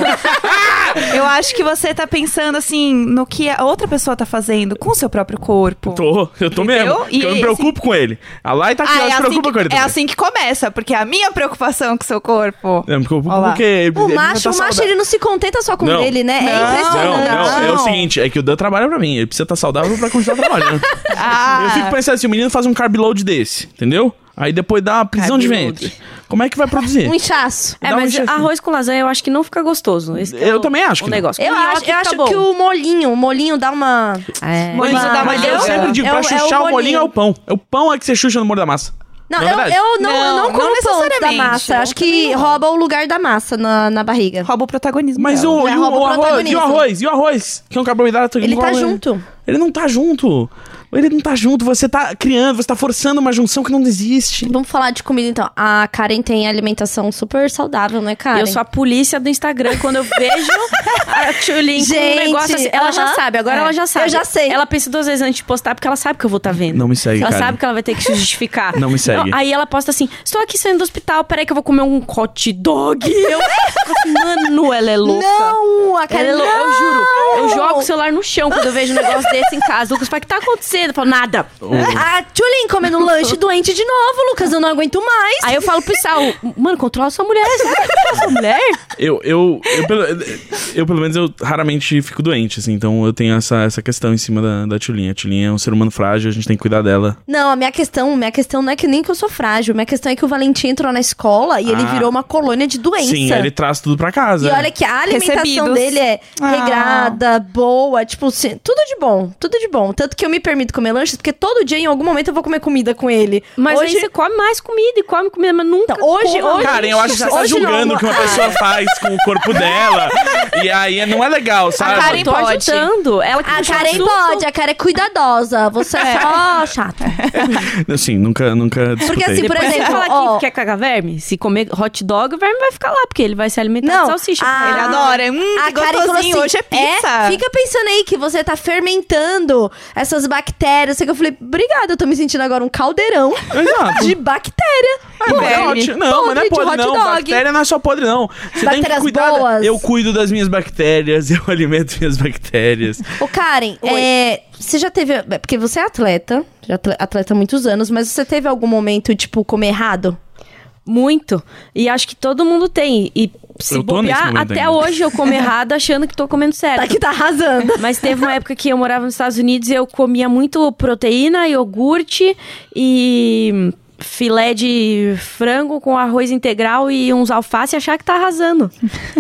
C: Eu acho que você tá pensando assim no que a outra pessoa tá fazendo com o seu próprio corpo.
A: tô, eu tô mesmo.
C: Entendeu? E
A: porque eu me
C: esse-
A: preocupo com ele. A Lai tá aqui,
C: Ah,
A: ela
C: é,
A: se
C: assim
A: preocupa com ele
C: que, é
A: também.
C: assim que começa, porque é a minha preocupação com o seu corpo.
A: É, Eu me preocupo
C: Olha lá.
A: porque... ele
B: O
A: não
B: macho,
A: tá
B: o macho,
A: saudável.
B: ele não se contenta só com
A: Não.
B: ele, né? É
C: Não,
B: impressionante.
A: Não, não, é o
C: Não.
A: seguinte, é que o Dan trabalha pra mim, ele precisa estar saudável pra continuar trabalhando.
C: Ah,
A: Eu fico pensando assim, o menino faz um carb load desse, entendeu? Aí depois dá uma prisão
C: Carb
A: de
C: load.
A: ventre. Como é que vai produzir?
B: Um inchaço.
D: É,
A: Dá um
D: mas
A: chefe-
D: arroz com lasanha eu acho que não fica gostoso. Esse que é
A: Eu
D: o-
A: também acho
D: o
A: que não.
D: negócio.
B: Eu
D: Com
B: acho,
D: nhoque
B: eu
D: fica
B: acho
D: tá bom.
B: que o molinho, o molinho dá uma...
D: É.
C: Molho
A: Mas-
C: da
A: mas
C: massa.
A: eu sempre digo,
B: É
A: pra
B: o- é
A: chuchar
B: o
A: o molinho
B: bolinho.
A: é o pão. É o pão é que você chucha no molho da massa.
B: Não,
A: Não é
B: eu,
A: verdade?
B: eu não, eu
C: Não,
B: não
C: não
B: como pão da
C: necessariamente.
B: massa.
C: Eu
B: Acho que rouba o lugar da massa na, na barriga.
C: rouba o protagonismo.
A: Mas
C: dela.
A: o,
B: é
A: e o,
B: roubo
A: o arroz,
B: protagonismo.
A: e o arroz, e o arroz, que é um carboidrato.
B: Ele
A: igual
B: tá
A: é.
B: junto.
A: Ele não tá junto. Ele não tá junto. Você tá criando, você tá forçando uma junção que não existe.
B: Vamos falar de comida então. A Karen tem alimentação super saudável, né, Karen?
D: Eu sou a polícia do Instagram. Quando eu vejo a Tchulin com um
B: Gente,
D: negócio assim, ela já
B: aham.
D: sabe. Agora
B: É.
D: ela já sabe.
B: Eu já sei.
D: Ela pensa duas vezes antes de postar, porque ela sabe que eu vou estar vendo.
A: Não me segue,
D: Ela
A: Karen.
D: sabe que ela vai ter que se justificar.
A: Não me segue.
D: aí ela posta assim, estou aqui saindo do hospital, peraí que eu vou comer um hot dog. Eu, assim, mano, ela é louca.
B: Não, a
D: Ela
B: Karen...
D: é louca,
B: não.
D: eu juro. Eu jogo o celular no chão quando eu vejo um negócio desse em casa. O Lucas fala, o que tá acontecendo? Eu falo, nada.
A: Uh.
B: A Tulin comendo lanche doente de novo, Lucas. Eu não aguento mais.
D: Aí eu falo pro Sal, mano, controla sua mulher. Você vai controlar sua mulher?
A: Eu, eu, eu, pelo, eu, pelo menos, eu raramente fico doente, assim. Então eu tenho essa, essa questão em cima da, da Tulinha. A Tulinha é um ser humano frágil, a gente tem que cuidar dela.
B: Não, a minha questão, minha questão não é que nem que eu sou frágil. Minha questão é que o Valentim entrou na escola e ele
A: Ah.
B: virou uma colônia de doença.
A: Sim, aí ele traz tudo pra
B: E
A: casa.
B: olha que a alimentação
C: Recebidos.
B: dele é
C: Ah.
B: regrada, boa, tipo, assim, tudo de bom, tudo de bom. Tanto que eu me permito comer lanches, porque todo dia, em algum momento, eu vou comer comida com ele.
D: Mas
B: hoje,
D: aí você come mais comida e come comida, mas nunca.
B: Então, hoje-
D: coma
B: hoje-
A: Karen, eu acho que você tá
B: Hoje não,
A: julgando o
B: amor.
A: que uma pessoa faz com o corpo dela. E aí não é legal, sabe?
C: Karen
D: tô
C: pode.
D: ajudando. Ela que
C: um
B: A
D: puxou o
B: Karen
D: assunto.
B: pode, a Karen é cuidadosa, você é só chata.
A: Assim, nunca, nunca disputei.
B: assim, por
D: Depois você
B: exemplo,
D: fala
B: ó-
D: que quer cagar verme, se comer hot dog, o verme vai ficar lá, porque ele vai se alimentar
B: Não,
D: de salsicha.
B: a-
C: Ele adora. Hum,
B: A
C: que
B: Karen
C: gostosinho,
B: falou assim,
C: hoje é pizza.
B: fica pensando aí que você tá fermentando essas bactérias. Sei que eu falei, obrigada, eu tô me sentindo agora um caldeirão
A: Exato.
B: de bactéria.
A: Ah, mas é
C: Verme.
A: ótimo. Não, mas não é
B: Podre de
A: podre,
B: hot
A: não.
B: dog.
A: Bactéria não é só podre, não. Você tem que
B: Bactérias
A: cuidar.
B: boas.
A: Eu cuido das minhas bactérias, eu alimento minhas bactérias.
B: Ô, Karen, é, você já teve. Porque você é atleta, já atle- atleta há muitos anos, mas você teve algum momento, tipo, comer errado?
D: Muito. E acho que todo mundo tem. E se
A: Eu tô nesse
D: bobear,
A: momento
D: até
A: ainda.
D: hoje eu como errado achando que tô comendo certo.
B: Tá que tá arrasando.
D: Mas teve uma época que eu morava nos Estados Unidos e eu comia muito proteína, iogurte e filé de frango com arroz integral e uns alface e achar que tá arrasando.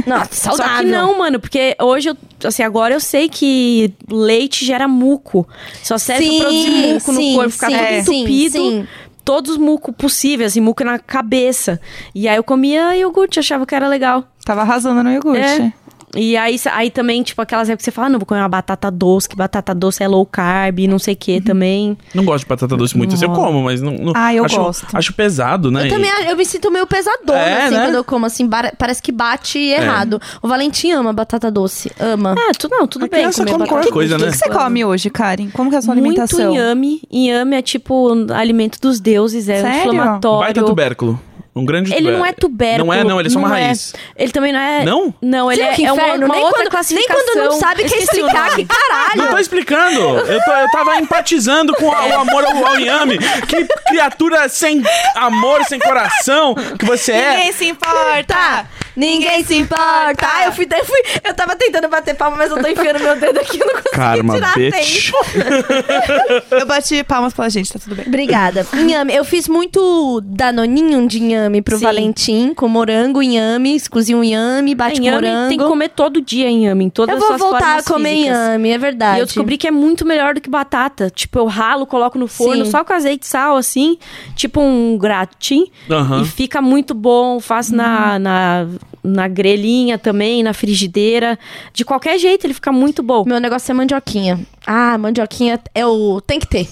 B: Nossa, saudável.
D: Só que não, mano, porque hoje eu, assim, agora eu sei que leite gera muco. Só serve
B: Sim,
D: pra produzir muco
B: sim,
D: no corpo, ficar
B: sim,
D: tudo
B: sim,
D: entupido.
B: sim.
D: Todos os mucos possíveis, assim, muco na cabeça. E aí eu comia iogurte, achava que era legal.
C: Tava arrasando no iogurte.
D: É. E aí, aí também, tipo, aquelas épocas que você fala, "Ah, não, vou comer uma batata doce, que batata doce é low carb, não sei o que
B: Uhum.
D: também.
A: Não gosto de batata doce muito. assim, Eu como, mas não. não-
C: Ah, eu
A: acho,
C: gosto.
A: Acho pesado, né?
B: Eu
A: E-
B: também a- eu me sinto meio pesadona,
A: É,
B: assim,
A: né? É.
B: quando eu como, assim, bara- parece que bate errado. O Valentim ama batata doce, ama.
D: Ah, tu, não, tudo
A: A
D: bem
A: criança
D: comer
A: come
D: batata
A: qualquer coisa,
C: O
A: né?
C: que, que você come hoje, Karen? Como que é a sua
D: Muito
C: alimentação?
D: inhame. Inhame é tipo alimento dos deuses, é
C: Sério?
D: inflamatório.
A: Baita tubérculo. Um grande
D: Ele
A: tubérculo.
D: não é tubérculo.
A: Não é, não, ele é só uma
D: é.
A: raiz.
D: Ele também não é.
A: Não?
D: Não, ele
B: Viu
D: é,
B: que
D: é uma,
B: inferno?
D: uma
B: nem
D: outra
B: quando, nem
D: classificação.
B: quando não sabe quer
D: Esqueci o
B: explicar,
D: nome.
B: que caralho!
A: Não tô explicando! Eu, tô- eu tava empatizando com o amor ao, ao Yami. Que criatura sem amor, sem coração que você é.
C: Ninguém se
D: Tá.
C: importa!
B: Ninguém se importa. Ah, eu fui, eu fui. Eu tava tentando bater palma, mas eu tô enfiando meu dedo aqui, eu não consegui
A: Karma,
B: tirar
A: bitch.
B: tempo.
C: Eu bati palmas pela gente, tá tudo bem.
B: Obrigada. Inhame. Eu fiz muito danoninho de inhame pro
C: Sim.
B: Valentim, com morango, inhame, cozinho inhame, bate com
D: Inhame,
B: morango.
D: tem que comer todo dia inhame, em todas
B: eu
D: as
B: vou
D: suas
B: voltar a
D: formas
B: comer
D: físicas.
B: inhame, é verdade.
D: E eu descobri que é muito melhor do que batata. Tipo, eu ralo, coloco no forno
B: Sim.
D: só com azeite e sal, assim. Tipo um gratin.
A: Aham.
D: E fica muito bom. Faço
B: Uhum.
D: na, na, na grelhinha também, na frigideira. De qualquer jeito, ele fica muito bom.
B: Meu negócio é mandioquinha. Ah, mandioquinha é o. Tem que ter.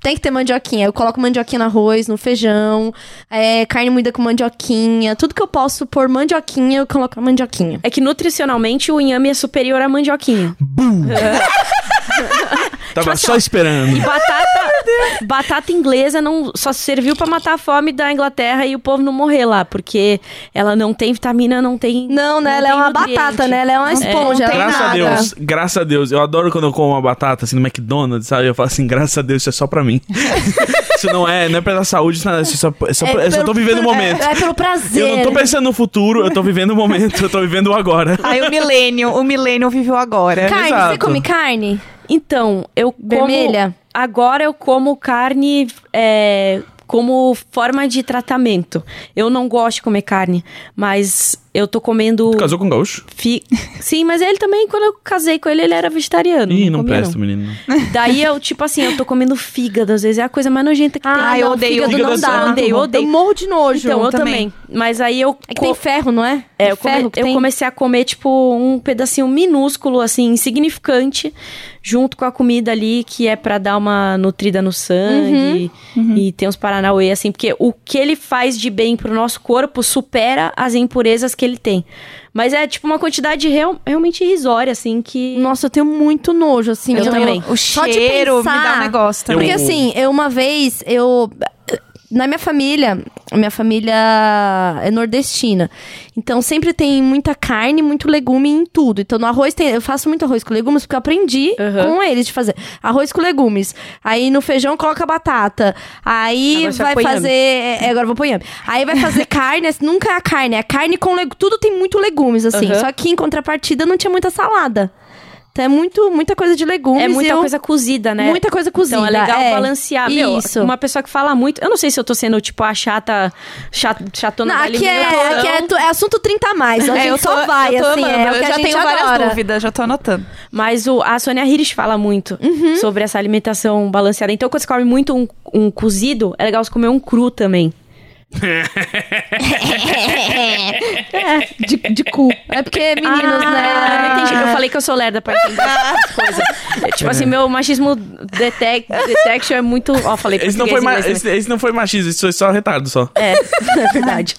B: Tem que ter mandioquinha. Eu coloco mandioquinha no arroz, no feijão, é, carne moída com mandioquinha. Tudo que eu posso pôr mandioquinha, eu coloco mandioquinha.
D: É que nutricionalmente o inhame é superior à mandioquinha.
A: Tava só esperando.
D: Batata, batata inglesa não só serviu pra matar a fome da Inglaterra e o povo não morrer lá, porque ela não tem vitamina, não tem.
B: Não, né? ela é uma
D: nutriente.
B: batata, né? Ela é uma esponja. ela
C: não tem
B: não
A: Graças a
B: nada.
A: Deus, graças a Deus. Eu adoro quando eu como uma batata assim no McDonald's, sabe? Eu falo assim, graças a Deus, isso é só pra mim. isso não é, não é pela saúde, isso não é, isso é só, é só pra- eu só tô
B: pelo-
A: vivendo o momento.
B: É, é pelo prazer.
A: Eu não tô pensando no futuro, eu tô vivendo o momento, eu tô vivendo o agora.
C: Aí o milênio, o milênio viveu agora.
B: Carne,
A: Exato.
B: você come carne?
D: Então, eu como.
B: Vermelha?
D: Agora eu como carne é, como forma de tratamento. Eu não gosto de comer carne, mas eu tô comendo.
A: Casou com um gaúcho?
D: fi- Sim, mas ele também, quando eu casei com ele, ele era vegetariano.
A: Ih, não
D: comia,
A: presta, menino.
D: Daí eu, tipo assim, eu tô comendo fígado, às vezes é a coisa mais nojenta que tem.
C: Ah, eu
B: não,
C: odeio.
B: Fígado
A: Fígado
B: não
A: é
B: dá.
A: só-
D: Eu odeio, eu odeio.
B: Eu morro de nojo.
D: então, eu
C: também.
D: também. Mas aí eu.
B: É que tem
D: co-
B: ferro, não é?
D: É, eu, come-
B: ferro que
D: eu
B: tem.
D: comecei a comer, tipo, um pedacinho minúsculo, assim, insignificante, junto com a comida ali, que é pra dar uma nutrida no sangue
B: Uhum.
D: e ter uns paranauê, assim, porque o que ele faz de bem pro nosso corpo supera as impurezas que ele tem. Mas é, tipo, uma quantidade real- realmente irrisória, assim, que.
B: Nossa, eu tenho muito nojo, assim.
D: Eu também.
C: O
B: Só de
C: cheiro me
B: pensar-
C: dá um negócio
D: né?
C: também.
B: Porque
A: Eu-
B: assim, eu uma vez, eu. Na minha família, a minha família é nordestina. Então sempre tem muita carne, muito legume em tudo. Então no arroz tem, eu faço muito arroz com legumes porque eu aprendi
D: Uhum.
B: com eles de fazer arroz com legumes. Aí no feijão coloca batata. Aí
D: Agora você
B: vai
D: vai pôr inhame.
B: fazer, é, agora eu vou pôr inhame. Aí vai fazer carne, assim, nunca é a carne, é carne com legumes, tudo tem muito legumes assim.
D: Uhum.
B: Só que em contrapartida não tinha muita salada. Então é muito, muita coisa de legumes.
D: É muita
B: e eu-
D: coisa cozida, né?
B: Muita coisa cozida.
D: Então é legal
B: é.
D: balancear.
B: Isso.
D: Meu, uma pessoa que fala muito. Eu não sei se eu tô sendo, tipo, a chata. chata chatona
B: Não,
D: da
B: aqui é,
D: alimentação.
B: aqui é, tu- é assunto 30 a mais. A gente
C: É, eu tô,
B: só vai,
C: eu tô
B: assim.
C: amando.
B: É o que
C: eu
B: a
C: já
B: gente
C: tenho
B: adora.
C: várias dúvidas, já tô anotando.
D: Mas o- a Sônia Hirsch fala muito
B: Uhum.
D: sobre essa alimentação balanceada. Então, quando você come muito um, um cozido, é legal você comer um cru também.
B: É, de, de cu. É porque meninos,
D: Ah,
B: né? Ah.
D: não entendi. Eu falei que eu sou lerda pra entender essas coisas. É, Tipo assim, meu machismo detec- detection é muito... Ó, falei
A: Esse não, foi ma-
D: português e inglês,
A: esse, esse não foi machismo, isso foi só retardo só.
D: né? É, verdade.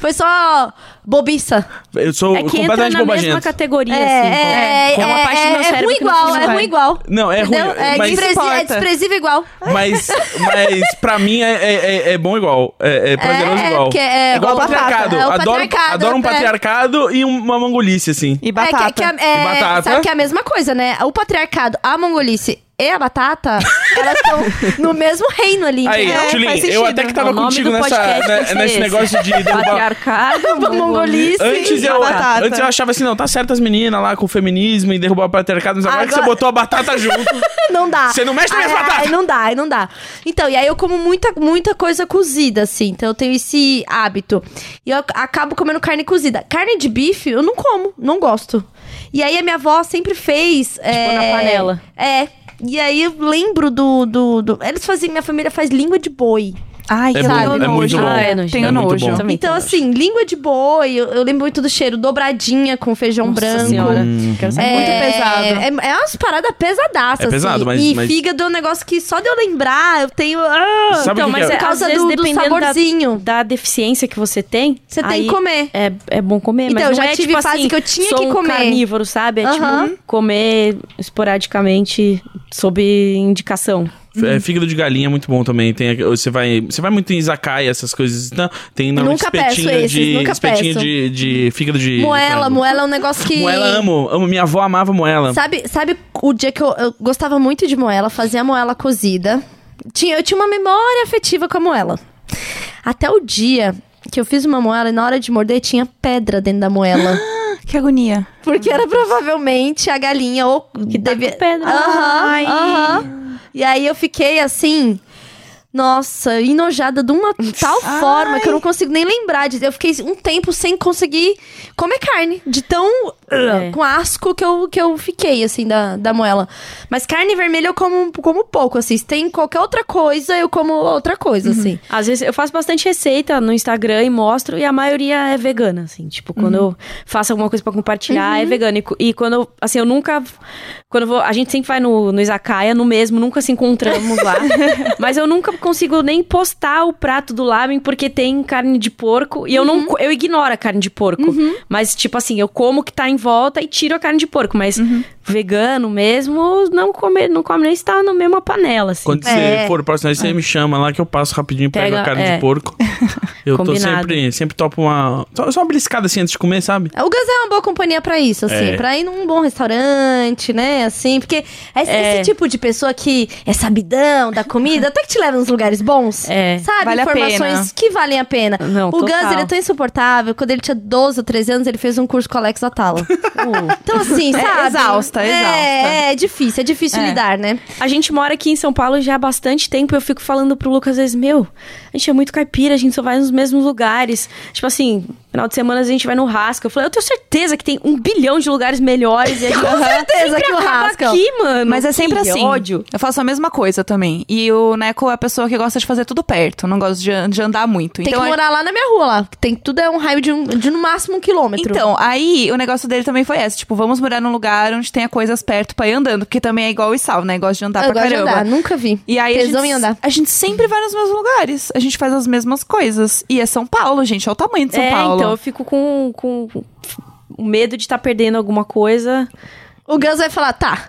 B: Foi só bobiça.
A: Eu sou
D: É que entra
A: completamente
D: na mesma
A: bobagento.
D: categoria,
B: É,
D: assim.
B: é, é,
D: com uma parte do meu
B: é, é
D: cérebro
B: ruim
D: que não
B: igual, é
D: funciona.
B: ruim igual.
A: Não, é ruim,
B: Entendeu? É,
A: mas-
B: desprezi- é
C: Importa.
B: desprezível igual.
A: Mas, mas pra mim é, é, é- é bom igual. É, é prazeroso
B: é,
A: igual.
B: porque é
A: igual ao
B: batata.
A: patriarcado.
B: É o
A: adoro,
B: patriarcado,
A: adoro um
B: é.
A: patriarcado e um, uma mongolice, assim.
B: É,
C: E
B: que-
C: batata.
B: que a- é,
A: E batata.
B: Sabe que é a mesma coisa, né? O patriarcado, a mongolice e a batata, elas estão no mesmo reino ali.
A: Aí,
B: entendeu?
A: Tulin,
B: Faz
A: eu
B: sentido.
A: até que tava
D: O nome
A: contigo
D: do
A: nessa,
D: podcast
A: né,
D: vai ser
A: nesse
D: esse.
A: negócio de derrubar.
D: Patriarcado,
B: Mongolice.
A: Antes
C: e
A: eu,
C: batata.
A: antes eu achava assim, não, tá certo as meninas lá com o feminismo e derrubar o patriarcado, mas agora, que você
B: Agora-
A: botou a batata junto.
B: Então, Não dá.
A: Você não mexe nas minhas
B: Aí-
A: batatas.
B: Aí não dá, aí não dá. Então, e aí eu como muita, muita coisa cozida, assim. Então eu tenho esse hábito. E eu ac- acabo comendo carne cozida. Carne de bife eu não como, não gosto. E aí a minha avó sempre fez. Tipo
D: na panela.
B: É. E aí eu lembro do. do, do- Eles faziam, minha família faz língua de boi.
C: Ai,
A: É
C: eu
A: bom,
C: tenho
A: é
C: nojo.
A: muito bom.
C: Ah,
D: É
C: eu
D: nojento.
C: tenho
A: É muito
C: nojo.
A: bom.
D: Também
B: então,
D: tem
B: assim, língua de boi, eu, eu lembro muito do cheiro, dobradinha com feijão
D: Nossa
B: branco.
D: Senhora.
A: Hum.
D: Quero saber.
C: É muito pesado.
B: É, é umas paradas pesadaças,
A: É pesado,
B: assim.
A: mas-
B: e
A: mas-
B: fígado é um negócio que só de eu lembrar, eu tenho... Ah!
A: Sabe
D: então,
A: o que
D: mas
A: que é?
D: é,
B: Por causa
D: às vezes,
B: do- do
D: dependendo da-
B: saborzinho.
D: Da, deficiência que você tem,
B: Você tem
D: aí
B: que comer.
D: É, é bom comer, mas
B: Então, eu
D: não
B: já
D: é,
B: tive
D: tipo
B: fase
D: assim,
B: que eu tinha
D: sou
B: que
D: um
B: comer.
D: carnívoro, sabe? É
B: Aham.
D: tipo comer esporadicamente sob indicação.
A: É, fígado de galinha é muito bom também. Tem, a- você, vai, você vai muito em izakaya, essas coisas. Não, tem não,
B: Nunca peço
A: espetinho,
B: esses,
A: de,
B: nunca
A: espetinho
B: peço.
A: De, de fígado de.
B: Moela,
A: frango.
B: moela é um negócio que.
A: Moela amo, amo. Minha avó amava moela.
B: Sabe, sabe o dia que eu, eu gostava muito de moela, fazia moela cozida. Tinha, eu tinha uma memória afetiva com a moela. Até o dia que eu fiz uma moela e na hora de morder tinha pedra dentro da moela.
C: Que agonia.
B: Porque era provavelmente a galinha ou que
D: tá
B: devia.
D: pedra.
B: Aham,
C: Ai.
B: aham. E aí eu fiquei assim. Nossa, enojada de uma tal forma que eu não consigo nem lembrar. de- Eu fiquei um tempo sem conseguir comer carne. De tão. eh,
D: É.
B: com asco que eu, que eu fiquei, assim, da, da moela. Mas carne vermelha eu como, como pouco, assim. Se tem qualquer outra coisa, eu como outra coisa, assim.
D: Às vezes eu faço bastante receita no Instagram e mostro, e a maioria é vegana, assim. Tipo, quando eu faço alguma coisa pra compartilhar, é vegana. E, co- e quando eu, assim, eu nunca. Quando eu vou. A gente sempre vai no, no Izakaya, no mesmo, nunca se encontramos lá. Mas eu nunca consigo nem postar o prato do lamen porque tem carne de porco. E eu não. co- Eu ignoro a carne de porco. Mas, tipo assim, eu como o que tá em volta e tiro a carne de porco. Mas vegano mesmo, não come, não come nem está na mesma panela, assim.
A: Quando
B: É.
A: você for próximo, aí você me chama lá que eu passo rapidinho e pego
D: Pega,
A: a carne
D: é.
A: de porco. Eu tô
D: Combinado.
A: sempre, sempre topo uma. Só, só uma beliscada assim antes de comer, sabe?
B: O Gus é uma boa companhia pra isso, assim,
A: É.
B: pra ir num bom restaurante, né? Assim, porque esse,
D: É.
B: esse tipo de pessoa que é sabidão da comida, até que te leva nos lugares bons,
D: É.
B: sabe?
C: Vale a
B: Informações
C: pena.
B: que valem a pena.
D: Não,
B: o Gus,
D: total.
B: ele é tão insuportável. Quando ele tinha 12 ou 13 anos, ele fez um curso com o Alex Atala.
D: Tipo,
B: então, assim,
C: É
B: sabe?
C: exausta, é exausta.
B: É, é difícil, é difícil
C: É.
B: lidar, né?
D: A gente mora aqui em São Paulo já há bastante tempo e eu fico falando pro Lucas às vezes, meu, a gente é muito caipira, a gente só vai nos mesmos lugares. Tipo assim, final de semana a gente vai no Rasca. Eu falei, eu tenho certeza que tem um bilhão de lugares melhores e a gente
B: Com certeza que o
D: acaba
B: Rascal.
D: aqui, mano.
C: Mas é sempre
D: Que
C: assim.
D: ódio.
C: Eu faço a mesma coisa também. E o Neco é a pessoa que gosta de fazer tudo perto. Não gosta de, an- de andar muito.
B: Tem
C: então,
B: que
C: é-
B: morar lá na minha rua, lá. que Tem tudo é um raio de, um- de no máximo um quilômetro.
C: Então, aí o negócio dele também foi esse. Tipo, vamos morar num lugar onde tenha coisas perto pra ir andando. Porque também é igual o Sal, né? Gosta de andar
B: eu
C: pra
B: gosto de
C: caramba.
B: andar, nunca vi.
C: E aí a
B: Tesão
C: gente,
B: em andar.
C: a gente sempre vai nos mesmos lugares. A gente faz as mesmas coisas. E é São Paulo, gente. Olha o tamanho de São
D: é,
C: Paulo.
D: então eu fico com, com o medo de estar perdendo alguma coisa.
B: O Gus vai falar, tá.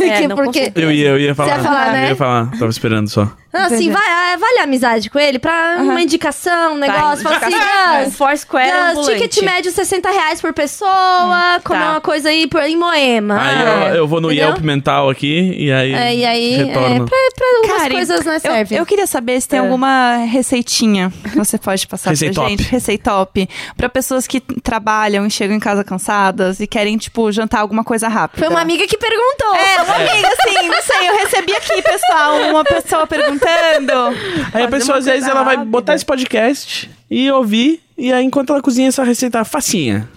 D: É,
B: Que-
D: não
B: porque.
A: Eu ia, eu ia falar.
B: ia falar, né?
A: Eu ia falar, tava esperando só.
B: Não, assim,
C: Entendi.
B: vai, ah, vale a amizade com ele pra uma indicação, um
D: Tá,
B: negócio. Fala assim,
D: um
B: Gus,
D: Foursquare
B: Gus,
D: ambulante.
B: ticket médio 60 reais por pessoa, comer
D: Tá.
B: uma coisa aí por, em Moema.
A: Aí
B: Ah,
A: eu, eu vou no
B: entendeu?
A: Yelp mental aqui e aí.
B: É, e aí, é,
A: retorno.
B: pra, pra algumas
C: Karen,
B: coisas não
C: eu-
B: serve.
C: Eu, queria saber se tem
D: né, É.
C: alguma receitinha que você pode passar pra
A: Receitop.
C: gente. Receitop. Pra pessoas que t- trabalham e chegam em casa cansadas e querem, tipo, jantar alguma coisa rápida.
D: Tá.
B: Foi uma amiga que perguntou.
C: É, uma amiga, assim, não sei, eu recebi aqui, pessoal, uma pessoa perguntando.
A: Aí a
C: Fazer
A: pessoa,
C: uma
A: às vezes,
C: coisa
A: ela vai
C: rápida.
A: botar esse podcast e ouvir, e aí enquanto ela cozinha essa receita facinha.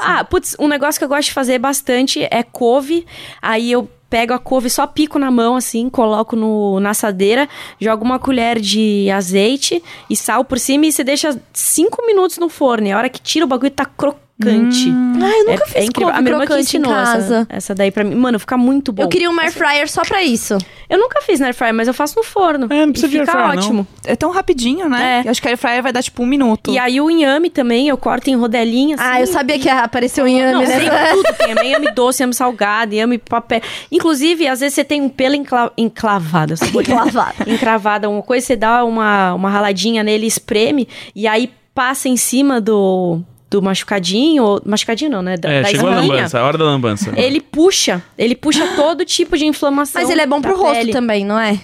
D: Ah,
B: Assim.
D: putz, um negócio que eu gosto de fazer bastante é couve. Aí eu pego a couve, só pico na mão, assim, coloco no, na assadeira, jogo uma colher de azeite e sal por cima e você deixa cinco minutos no forno. E a hora que tira o bagulho tá crocante.
B: Ai, Hum, eu nunca
D: é,
B: fiz
D: é incrível.
B: couve
D: a minha irmã que
B: crocante em
D: ensinou
B: casa.
D: essa, essa daí pra mim. Mano, fica muito bom.
B: Eu queria um air fryer só pra isso.
D: Eu nunca fiz na airfryer, mas eu faço no forno.
A: É, não precisa
D: e
A: de
D: fica
A: air fryer, não.
D: ótimo.
C: É tão rapidinho, né? Eu acho que a air fryer vai dar, tipo, um minuto.
D: É. E aí o inhame também, eu corto em rodelinhas. assim,
B: Ah, eu sabia que apareceu um
D: Não,
B: inhame,
D: tem
B: né?
D: tudo. Tem ama- inhame doce, inhame salgado, inhame papel. Inclusive, às vezes você tem um pelo encla... enclavado. essa coisa.
B: Enclavado.
D: encravado, alguma coisa, você dá uma, uma raladinha nele, espreme, e aí passa em cima do, do machucadinho, ou, machucadinho não, né? Da,
A: É,
D: da
A: chegou a
D: espinha.
A: lambança, a hora da lambança.
D: Ele puxa, ele puxa todo tipo de inflamação.
B: Mas ele é bom
D: da
B: pro rosto
D: pele.
B: também, não é?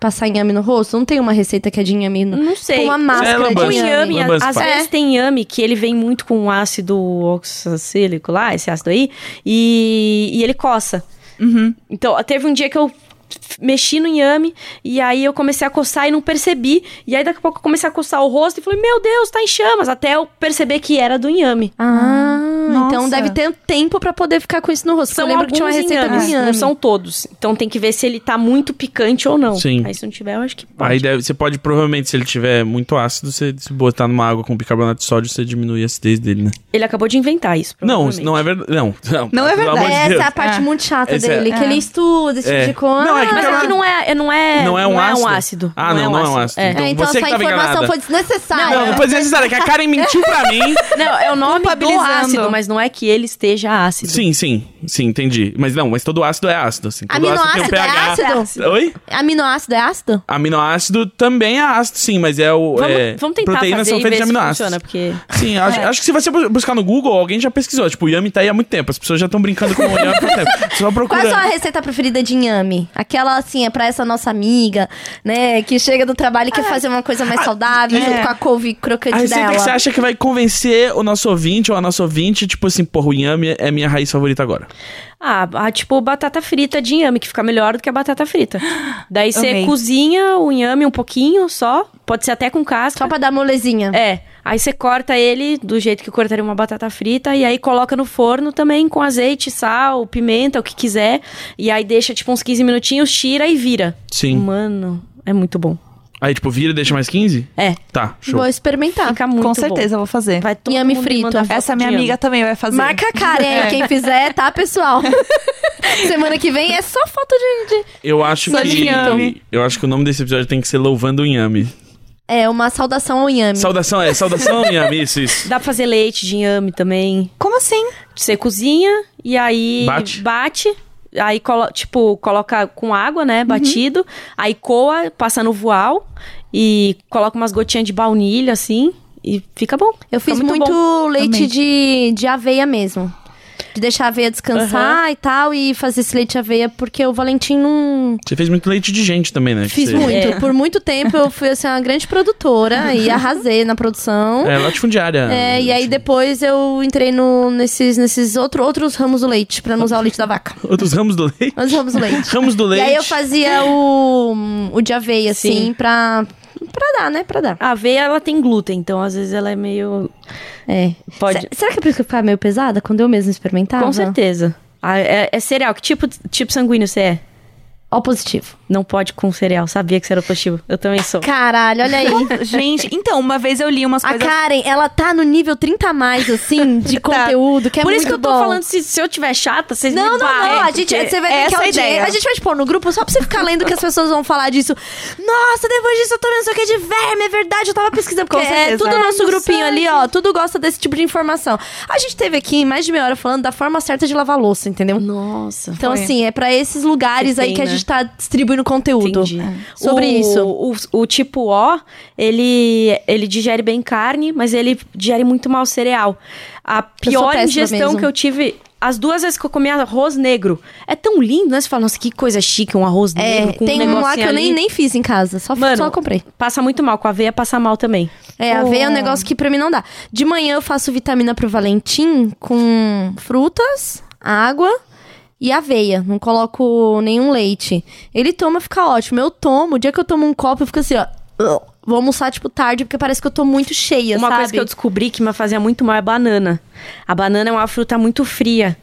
B: Passar inhame no rosto? Não tem uma receita que é de inhame no...
D: Não sei.
B: Com uma
A: É,
B: máscara
A: lambança.
D: O
B: de inhame.
D: inhame, a-
A: Lambança
D: às
A: fala.
D: vezes tem inhame que ele vem muito com ácido oxacílico lá, esse ácido aí, e, e ele coça.
B: Uhum.
D: Então, teve um dia que eu mexi no inhame e aí eu comecei a coçar e não percebi. E aí daqui a pouco eu comecei a coçar o rosto e falei, meu Deus, tá em chamas, até eu perceber que era do inhame.
B: Ah, então
C: Nossa.
B: deve ter tempo pra poder ficar com isso no rosto. porque
D: São
B: eu lembro que tinha uma
D: alguns
B: receita
D: inhames,
B: do inhame.
D: não são todos. Então tem que ver se ele tá muito picante ou não.
A: Sim.
D: Aí se não tiver, eu acho que pode.
A: Aí deve- você pode, provavelmente, se ele tiver muito ácido, você se botar numa água com bicarbonato de sódio, você diminui a acidez dele, né?
D: Ele acabou de inventar isso,
A: Não,
D: provavelmente.
A: isso não é verdade. Não, não,
C: Não é
A: pelo amor de
C: verdade.
B: Essa
A: Deus.
B: é a parte
C: É.
B: muito chata
A: Essa é-
B: dele, que
C: É.
B: ele estuda, esse
A: É.
B: tipo de coisa.
A: Não, é que
D: Mas
A: aquela-
D: aqui não é, não é,
A: Não é um ácido? Ah, não, não é um ácido.
D: É.
A: Então,
B: É, então
A: você
B: essa
A: que tava
B: informação
A: enganada.
B: foi desnecessária.
A: é Não, não foi desnecessário, que a Karen mentiu pra mim.
D: Não, é o nome do
C: Culpabilizando.
D: ácido, mas não não é que ele esteja ácido.
A: Sim, sim, sim, entendi. Mas não, mas todo ácido é ácido, assim. Todo ácido tem um
B: Aminoácido é
A: pH.
B: ácido?
A: Oi?
B: Aminoácido é ácido?
A: Aminoácido também é ácido, sim, mas é o.
D: Vamos,
A: é,
D: vamos tentar
A: proteínas
D: fazer
A: são
D: e ver
A: feitas de
D: se
A: aminoácidos.
D: funciona, porque...
A: Sim, acho, acho que se você bu- buscar no Google, alguém já pesquisou. Tipo, o Yami tá aí há muito tempo. As pessoas já estão brincando com o Yami há muito tempo. Só
B: Qual é a sua
A: procura.
B: receita preferida de inhame? Aquela, assim, é pra essa nossa amiga, né? Que chega do trabalho
D: Ah.
B: e quer fazer uma coisa
A: Ah,
B: mais saudável, junto com a couve
A: A
B: crocante
A: receita
B: dela.
A: que você acha que vai convencer o nosso ouvinte ou a nossa ouvinte, tipo assim, porra, o Yami é minha raiz favorita agora.
D: Ah, ah, tipo batata frita de inhame, que fica melhor do que a batata frita. Daí você
C: Amei.
D: cozinha o inhame um pouquinho só, pode ser até com casca.
B: Só pra dar molezinha.
D: É, aí você corta ele do jeito que cortaria uma batata frita e aí coloca no forno também com azeite, sal, pimenta, o que quiser. E aí deixa tipo uns 15 minutinhos, tira e vira.
A: Sim.
D: Mano, é muito bom.
A: Aí, tipo, vira e deixa mais 15?
D: É,
A: Tá, show.
B: Vou experimentar.
D: fica muito bom.
C: Com certeza eu vou fazer.
D: Vai todo
B: Inhame
D: mundo me
B: frito.
D: mandar foto
C: Essa minha
D: de
C: amiga também vai fazer. É.
B: Marca a cara, hein?
D: É.
B: Quem fizer, tá, pessoal? Semana que vem é só foto de... de-
A: Eu acho
C: Só de
A: que.
C: Yami.
A: Eu acho que o nome desse episódio tem que ser Louvando o Yami.
B: É, uma saudação ao inhame.
A: Saudação, é. Saudação, Yami, isso, isso.
D: inhame. Dá pra fazer leite de inhame também.
C: Como assim?
D: Você cozinha e aí
A: Bate.
D: bate, aí colo- tipo coloca com água, né, batido, aí coa, passa no voal e coloca umas gotinhas de baunilha assim e fica bom.
B: Eu
D: Fica
B: fiz muito,
D: Tá bom.
B: leite
C: Amei.
B: de, de aveia mesmo. De deixar a aveia descansar e tal, e fazer esse leite de aveia, porque o Valentim não.
A: Você fez muito leite de gente também, né? que
B: Fiz
A: você-
B: muito.
D: É.
B: Por muito tempo eu fui assim, uma grande produtora e arrasei na produção.
A: É, latifundiária.
B: Hum? É, e aí
A: Tipo,
B: depois eu entrei no, nesses, nesses outro, outros ramos do leite, pra não usar o leite da vaca.
A: Outros ramos do leite.
B: Outros ramos do leite.
A: Ramos do
B: E
A: leite.
B: aí eu fazia o, o de aveia, assim,
D: Sim.
B: pra. Pra dar, né? Pra dar.
D: A aveia ela tem glúten, então às vezes ela é meio
B: É.
D: Pode-
B: Se- será que é por isso que eu ficava meio pesada quando eu mesma experimentava?
D: com certeza. Ah, é, é cereal. Que tipo, tipo sanguíneo você é?
B: Ó, positivo.
D: Não pode com cereal. Sabia que você era positivo. Eu também sou.
B: Caralho, olha aí.
C: Gente, então, uma vez eu li umas
B: A
C: coisas.
B: Karen, ela tá no nível 30 a mais, assim, de conteúdo, que é
D: Tá. Por isso
B: muito
D: que eu tô
B: bom.
D: falando, se, se eu tiver chata, vocês
B: Não,
D: me
B: não, não.
D: barrem,
B: A gente,
D: porque
B: você vai ter
C: essa
B: que
C: é a
B: audiência-
C: ideia.
B: A gente vai te pôr no grupo só pra você ficar lendo que as pessoas vão falar disso. Nossa, depois disso eu tô vendo isso aqui de verme, é verdade. Eu tava pesquisando. Porque
C: Com
B: é
C: certeza.
B: tudo nosso
C: Não
B: grupinho
C: sei.
B: ali, ó. Tudo gosta desse tipo de informação. A gente teve aqui mais de meia hora falando da forma certa de lavar louça, entendeu?
D: Nossa.
B: Então,
C: Foi.
B: assim, é pra esses lugares
D: Que
B: aí
D: tem,
B: que a
D: né?
B: gente tá distribuindo conteúdo.
D: Entendi.
B: É. Sobre
D: O-
B: isso.
D: O, o tipo O, ele, ele digere bem carne, mas ele digere muito mal cereal. A pior
B: péssima
D: ingestão
B: mesmo.
D: que eu tive. As duas vezes que eu comi arroz negro. É tão lindo, né? Você fala, nossa, que coisa chique, um arroz
B: É,
D: negro com
B: tem
D: um
B: um,
D: negocinho
B: lá que eu nem,
D: ali.
B: nem fiz em casa, só,
D: Mano,
B: só comprei.
D: Passa muito mal, com a aveia passa mal também.
B: É, a
D: Oh.
B: aveia é um negócio que pra mim não dá. De manhã eu faço vitamina pro Valentim com frutas, água e aveia. Não coloco nenhum leite. Ele toma, fica ótimo. Eu tomo, o dia que eu tomo um copo, eu fico assim, ó. Vou almoçar, tipo, tarde, porque parece que eu tô muito cheia,
D: Uma
B: sabe?
D: coisa que eu descobri que me fazia muito mal é banana. A banana é uma fruta muito fria.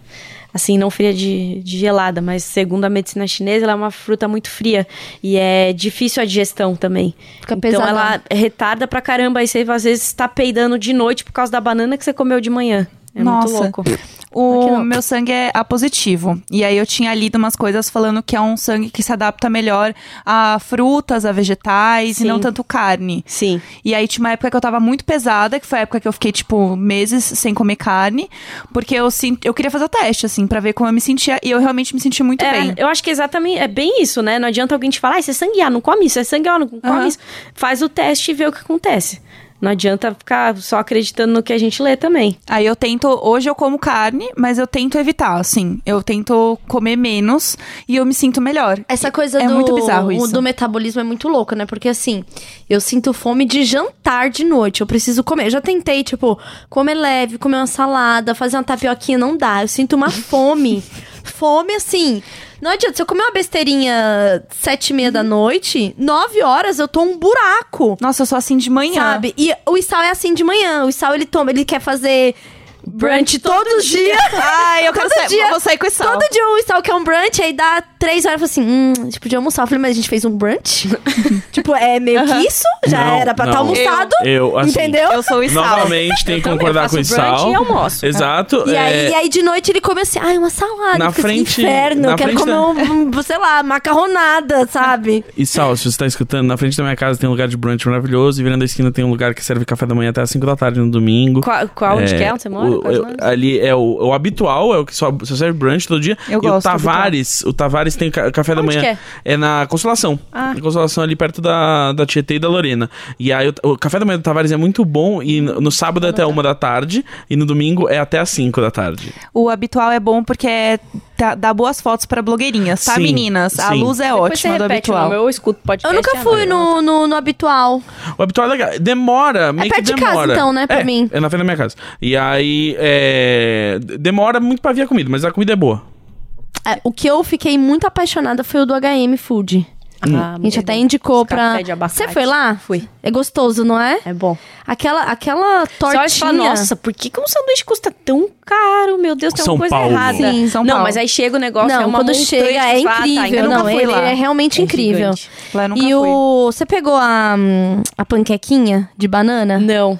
D: Assim, não fria de, de gelada, mas segundo a medicina chinesa, ela é uma fruta muito fria. E é difícil a digestão também.
B: Fica
D: então
B: pesadão.
D: ela retarda pra caramba. Aí você às vezes tá peidando de noite por causa da banana que você comeu de manhã. É
C: Nossa.
D: muito louco.
B: Aqui
C: O
B: não.
C: meu sangue é A positivo. E aí eu tinha lido umas coisas falando que é um sangue que se adapta melhor a frutas, a vegetais
D: Sim.
C: e não tanto carne.
D: Sim.
C: E aí tinha uma época que eu tava muito pesada, que foi a época que eu fiquei, tipo, meses sem comer carne. Porque eu, senti, eu queria fazer o teste, assim, pra ver como eu me sentia. E eu realmente me senti muito
D: É,
C: bem.
D: eu acho que exatamente é bem isso, né? Não adianta alguém te falar, ah, isso é sangue A, não come isso, é sangue A, não come
C: Aham.
D: isso. Faz o teste e vê o que acontece. Não adianta ficar só acreditando no que a gente lê também.
C: Aí eu tento, hoje eu como carne, mas eu tento evitar, assim. Eu tento comer menos e eu me sinto melhor.
B: Essa coisa
C: É
B: do,
C: muito bizarro
B: o-
C: isso.
B: do metabolismo é muito louca, né? Porque assim, eu sinto fome de jantar de noite. Eu preciso comer. Eu já tentei, tipo, comer leve, comer uma salada, fazer uma tapioquinha, não dá. Eu sinto uma fome. fome, assim. Não adianta, se eu comer uma besteirinha sete e meia da noite, nove horas eu tô um buraco.
C: Nossa, eu sou assim de manhã.
B: Sabe? E o Isal é assim de manhã. O Isal, ele toma, ele quer fazer brunch todo, dia.
C: Ai, eu quero
B: Todo
C: sair,
B: dia.
C: vou sair com esse sal.
B: Todo dia o Isal quer um brunch, aí dá três horas e fala assim: hum, a gente podia almoçar. Eu falei, mas a gente fez um brunch? tipo, é meio que isso? Já
A: Não,
B: era pra estar
A: não.
B: almoçado.
A: Eu, assim,
B: entendeu?
C: Eu sou o sal.
A: Novamente, tem que concordar
D: faço
A: com o
D: brunch
A: Sal.
D: e almoço.
A: Exato.
B: E,
A: é,
B: aí, e aí de noite ele come assim, ai, uma salada,
A: Na
B: fica assim,
A: frente-
B: inferno,
A: na
B: eu quero
A: frente
B: comer
A: da-
B: um, um, sei lá, macarronada, sabe?
A: E Sal, se você tá escutando, na frente da minha casa tem um lugar de brunch maravilhoso e virando a esquina tem um lugar que serve café da manhã até as 5 da tarde no domingo.
D: Qual, qual onde que é onde você mora?
A: o- eu- ali é o, o habitual, é o que só, só serve brunch todo dia.
C: Eu
A: e o
C: gosto do
A: Tavares, o Tavares tem ca- café da
B: Onde
A: manhã.
B: que é? Ah.
A: na Consolação. Na Consolação ali perto da, da Tietê e da Lorena. E aí o, o café da manhã do Tavares é muito bom e no, no sábado é até uma da tarde e no domingo é até às 5 da tarde.
C: O habitual é bom porque é- tá- dá boas fotos pra blogueirinhas, tá,
A: Sim,
C: meninas? A
A: sim.
C: luz é
E: Depois você
C: ótima do
E: repete o
C: habitual.
E: nome, eu escuto podcast.
B: Eu nunca
E: e
B: fui
E: anoto.
A: Hum.
B: no, no, no habitual.
A: O habitual é legal. Demora, meio
B: perto
A: que
B: de casa,
A: demora.
B: então, né, pra
A: é,
B: mim.
A: É na frente da minha casa. E aí, é, d- demora muito pra vir a comida, mas a comida é boa.
B: É, O que eu fiquei muito apaixonada foi o do HM Food. A gente até indicou
D: Esse café
B: pra.
D: de abacate.
B: Você foi lá?
D: Fui.
B: É gostoso, não é?
D: É bom.
B: Aquela, aquela
D: Só
B: tortinha.
D: olha e fala, nossa, por que, que um sanduíche custa tão caro? Meu Deus, tem
A: São
D: alguma coisa
A: Paulo.
D: errada.
B: Sim,
C: São
D: não,
C: Paulo.
D: mas aí chega o negócio, é
B: não,
D: uma
B: quando
D: montanha,
B: chega é
D: você fala, tá, ainda
B: incrível.
D: nunca
B: não,
D: fui
B: ele
D: lá.
B: é realmente
D: É
B: incrível.
D: gigante.
C: Lá eu nunca
B: E
C: fui.
B: o. Você pegou a, hum, a panquequinha de banana?
D: Não.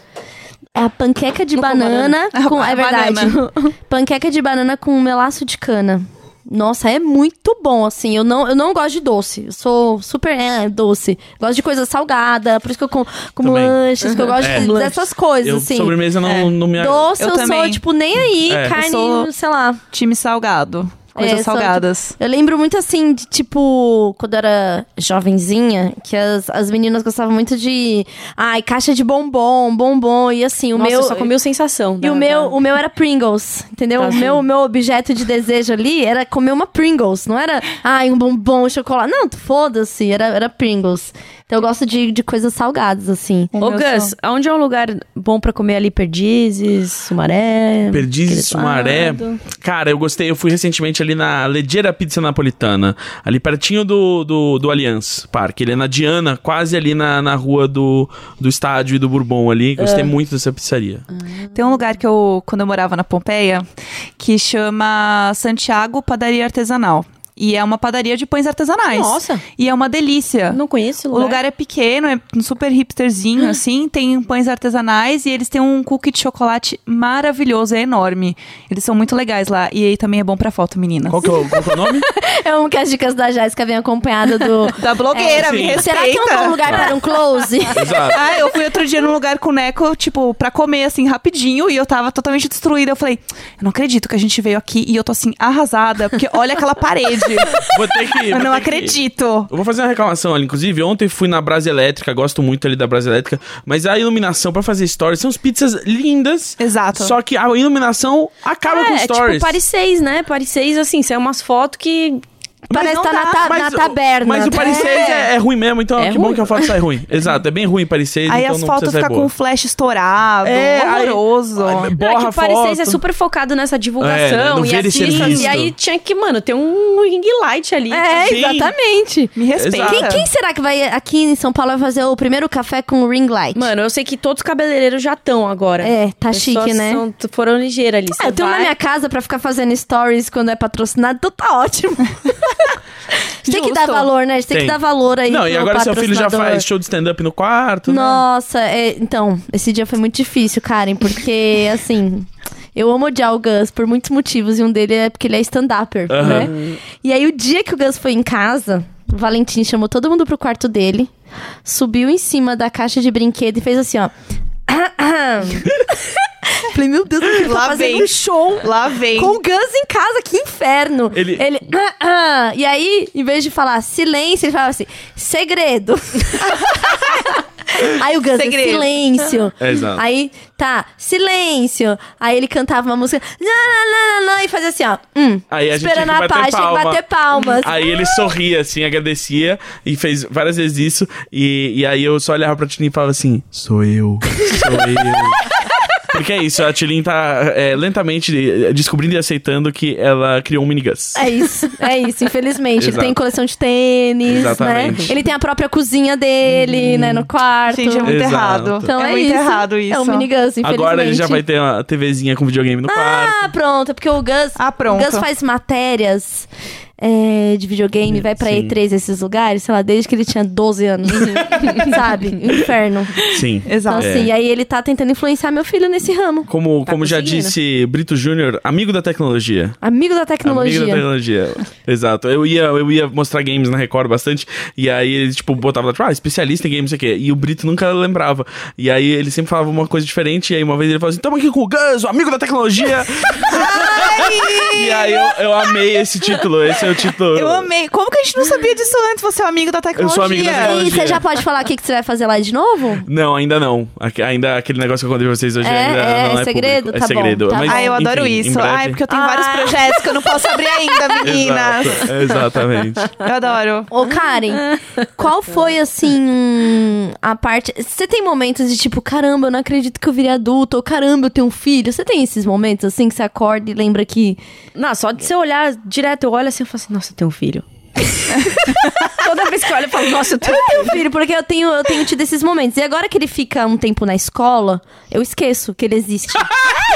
B: É a panqueca de banana, com.
C: A
B: É verdade. panqueca de banana com um melaço de cana. Nossa, é muito bom, assim. Eu não, eu não gosto de doce. Eu sou super é, doce. Gosto de coisa salgada, por isso que eu com, como
A: Também.
B: lanches, que eu gosto
A: É.
B: de- dessas coisas,
A: Eu,
B: assim.
A: Sobremesa não, não me
B: Doce,
C: Eu
B: eu, sou,
C: também.
B: tipo, nem aí,
A: É.
B: carne,
C: Eu sou-
B: sei lá.
C: Time salgado. Coisas
B: É, só,
C: salgadas.
B: Eu lembro muito assim, de tipo, quando eu era jovenzinha, que as, as meninas gostavam muito de. Ai, caixa de bombom, bombom. E assim, o
D: Nossa,
B: meu.
D: eu só comi o sensação.
B: E
D: da-
B: o meu, o meu era Pringles, entendeu?
D: Tá
B: o meu, o meu objeto de desejo ali era comer uma Pringles, não era, ai, um bombom, um chocolate. Não, foda-se, era, era Pringles. Então eu gosto de, de coisas salgadas, assim.
D: Ô, Gus, aonde é um lugar bom pra comer ali perdizes, sumaré?
A: Perdiz e
D: Hum, aquele
A: Sumaré.
D: lado?
A: Cara, eu gostei. Eu fui recentemente ali na Leggera Pizza Napolitana. Ali pertinho do, do, do Allianz Parque. Ele é na Diana, quase ali na, na rua do, do estádio e do Bourbon ali. Gostei muito dessa pizzaria.
C: Tem um lugar que eu, quando eu morava na Pompeia, que chama Santiago Padaria Artesanal. E é uma padaria de pães artesanais.
D: Nossa.
C: E é uma delícia.
D: Não conheço o
C: O
B: né?
D: lugar.
C: lugar é pequeno, é um super hipsterzinho, assim. Tem pães artesanais e eles têm um cookie de chocolate maravilhoso, é enorme. Eles são muito legais lá. E aí também é bom pra foto, meninas.
A: Qual que é o, qual que é o nome?
B: Eu amo que as dicas da Jéssica vem acompanhada do.
C: Da blogueira,
A: É,
C: me
A: sim.
C: respeita.
B: Será que é um bom lugar para um close?
A: Exato.
C: Ah, eu fui outro dia num lugar com o Neco, tipo, pra comer, assim, rapidinho, e eu tava totalmente destruída. Eu falei, eu não acredito que a gente veio aqui e eu tô, assim, arrasada, porque olha aquela parede.
A: Vou ter que.
C: eu
A: vou
C: não
A: ter que-
C: acredito.
A: Eu vou fazer uma reclamação ali, inclusive. Ontem fui na Brasa Elétrica, gosto muito ali da Brasa Elétrica, mas a iluminação pra fazer stories são as pizzas lindas.
C: Exato.
A: Só que a iluminação acaba com
D: é,
A: stories.
D: tipo Paris 6, né? Paris 6, assim, são umas fotos que...
B: Parece
C: não
B: estar na,
C: dá,
B: ta- na
A: Mas o-
B: taberna.
A: Mas o Paris 6 é, é ruim mesmo, então
D: É
A: que bom
D: ruim.
A: que a foto sai ruim. Exato, é bem ruim o Paris 6,
C: Aí
A: então
C: as
A: não
C: fotos
A: precisa sair
C: ficam com
A: boa.
C: o flash estourado,
A: É, aí-
C: horroroso.
A: Ai,
D: Não, é que
A: borra
D: o Paris 6 é
A: foto.
D: super focado nessa
A: É,
D: divulgação
A: no
D: e
A: ver e ser
D: artistas.
A: visto.
D: E aí tinha que, mano, ter um ring light ali.
B: É,
A: Sim.
B: exatamente.
C: me respeita.
A: Exato.
D: Ah, é.
B: Quem, quem será que vai aqui em São Paulo vai fazer o primeiro café com ring light?
D: Mano, eu sei que todos os cabeleireiros já estão agora.
B: É, tá
D: Pessoas
B: chique, né?
D: são- foram ligeiras ali.
B: Ah, eu tenho um na minha casa pra ficar fazendo stories quando é patrocinado, então tá ótimo. tem que
C: Justo.
B: dar valor, né? A gente tem,
A: Tem.
B: que dar valor aí.
A: Não, e
B: pro
A: agora seu filho já
B: patrocinador.
A: faz show de stand-up no quarto, né?
B: Nossa, é, então, esse dia foi muito difícil, Karen, porque, assim, eu amo odiar o Gus por muitos motivos, e um dele é porque ele é stand-upper,
A: Aham.
B: né? E aí, o dia que o Gus foi em casa, o Valentim chamou todo mundo pro quarto dele, subiu em cima da caixa de brinquedo e fez assim, ó... Falei, meu Deus, ele
C: Lá
B: tá fazendo
C: vem.
B: um show
C: Lá vem.
B: com o Guns em casa, que inferno. "Ah,
A: Ele-
B: e aí, em vez de falar silêncio, ele falava assim, segredo. aí o Guns,
C: Segredo.
B: silêncio.
A: É, exato.
B: Aí, tá, silêncio. Aí ele cantava uma música, lá, lá, lá, lá, lá, e fazia assim, ó. hum,
A: Aí a gente
B: esperando
A: tinha que
B: a
A: bater
B: paz, tinha que
A: palma.
B: bater palmas.
A: Aí ele sorria, assim, agradecia e fez várias vezes isso. E, e aí eu só olhava pra Tilin e falava assim: sou eu, sou eu. Porque é isso, a Tilin tá é, lentamente eh, descobrindo e aceitando que ela criou um minigus.
B: É isso, é isso, infelizmente. ele
A: Exato.
B: tem coleção de tênis,
A: Exatamente. Uhum.
B: né? Ele tem a própria cozinha dele, né, no quarto.
C: Gente, é muito
A: Exato.
C: errado.
B: então
C: é,
B: é,
C: muito
B: isso.
C: errado isso.
B: É um minigus, infelizmente.
A: Agora ele já vai ter uma TVzinha com videogame no quarto.
B: Ah, pronto, porque o é Gus,
C: Ah, pronto.
B: o Gus faz matérias é, de videogame, vai pra
A: Sim.
B: E3, esses lugares, sei lá, desde que ele tinha 12 anos. sabe? Inferno.
A: Sim.
B: Então,
C: Exato.
B: assim, aí ele tá tentando influenciar meu filho nesse ramo.
A: Como,
D: Tá
A: como já
D: conseguindo.
A: disse Brito Júnior, amigo da tecnologia.
B: Amigo da tecnologia.
A: Amigo da tecnologia. Exato. Eu ia, eu ia mostrar games na Record bastante. E aí ele, tipo, botava lá, tipo, ah, especialista em games, não sei o quê. E o Brito nunca lembrava. E aí ele sempre falava uma coisa diferente. E aí uma vez ele falou assim: tamo aqui com o Gus, o amigo da tecnologia. e aí eu, eu amei esse título. Esse é o título.
C: Eu amei. Como que a gente não sabia disso antes? Você é um amigo da tecnologia.
A: sou amigo da tecnologia.
B: E você já pode falar o que, que você vai fazer lá de novo?
A: Não, ainda não. Aque- Ainda aquele negócio que eu contei pra vocês hoje
B: É,
A: ainda
B: é,
A: não é
B: segredo?
A: público.
B: Tá
A: é
B: bom,
A: segredo.
B: tá bom.
C: Ah, eu
A: enfim,
C: adoro
A: em
C: isso.
A: breve-
C: Ai, porque eu tenho
B: Ah.
C: vários projetos que eu não posso abrir ainda, meninas.
A: Exato, Exatamente.
C: Eu adoro.
B: Ô, Karen, qual foi, assim, a parte... Você tem momentos de tipo, caramba, eu não acredito que eu virei adulto, ou caramba, eu tenho um filho. Você tem esses momentos, assim, que você acorda e lembra que...
D: Não, só de você olhar direto, eu olho assim e falo assim, nossa, eu tenho um filho. Toda vez que eu olho, eu falo, nossa, eu tenho um
B: Meu filho, porque eu tenho, eu tenho tido esses momentos. E agora que ele fica um tempo na escola, eu esqueço que ele existe.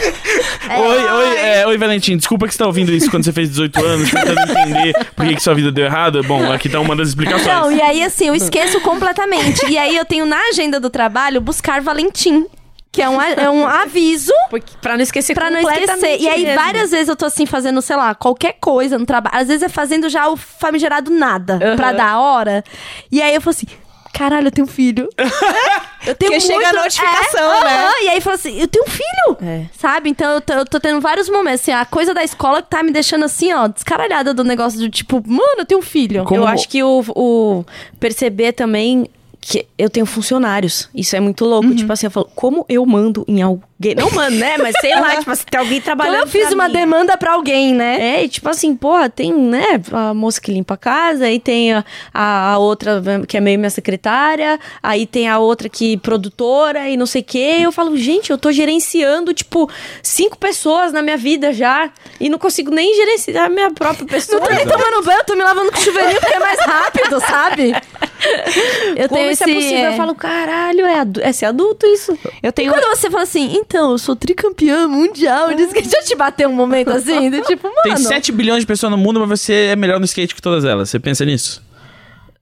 A: Oi, oi, é, oi, Valentim. Desculpa que você tá ouvindo isso quando você fez 18 anos, tentando entender por que, que sua vida deu errado. Bom, aqui tá uma das explicações.
B: Não, e aí, assim, eu esqueço completamente. E aí, eu tenho na agenda do trabalho buscar Valentim. Que é um, a- é um aviso
D: Porque, pra não esquecer
B: Pra não esquecer. E aí, várias vezes eu tô assim, fazendo, sei lá, qualquer coisa no trabalho. Às vezes é fazendo já o famigerado nada pra dar a hora. E aí eu falo assim. Caralho, eu tenho um filho. Eu tenho
C: Porque
B: muito...
C: chega a notificação,
B: É,
C: né?
B: aham, E aí fala assim, eu tenho um filho.
D: É.
B: Sabe? Então eu tô, eu tô tendo vários momentos. Assim, a coisa da escola que tá me deixando assim, ó, descaralhada do negócio do tipo, mano, eu tenho um filho.
A: Como-
D: Eu acho que o, o perceber também que eu tenho funcionários. Isso é muito louco.
B: Uhum.
D: Tipo assim, eu falo, como eu mando em alguém? Não mando, né? Mas sei lá, tipo assim, tem alguém
B: Como
D: trabalhando.
B: Então eu fiz
D: pra
B: uma
D: mim.
B: demanda pra alguém, né?
D: É, e tipo assim, porra, tem, né, a moça que limpa a casa, aí tem a, a- a outra que é meio minha secretária, aí tem a outra que é produtora e não sei o quê. Eu falo, gente, eu tô gerenciando, tipo, cinco pessoas na minha vida já e não consigo nem gerenciar a minha própria pessoa.
B: Não tô nem tomando banho, eu tô me lavando com chuveirinho porque é mais rápido, sabe? Eu
D: Como
B: tenho
D: isso
B: esse,
D: é possível?
B: é.
D: Eu falo, caralho, é, adu é ser adulto isso.
C: Eu
B: E
C: tenho.
B: quando você fala assim, então, eu sou tricampeã mundial, diz que já te bateu um momento assim, do tipo, mano.
A: Tem 7 bilhões de pessoas no mundo, mas você é melhor no skate que todas elas. Você pensa nisso?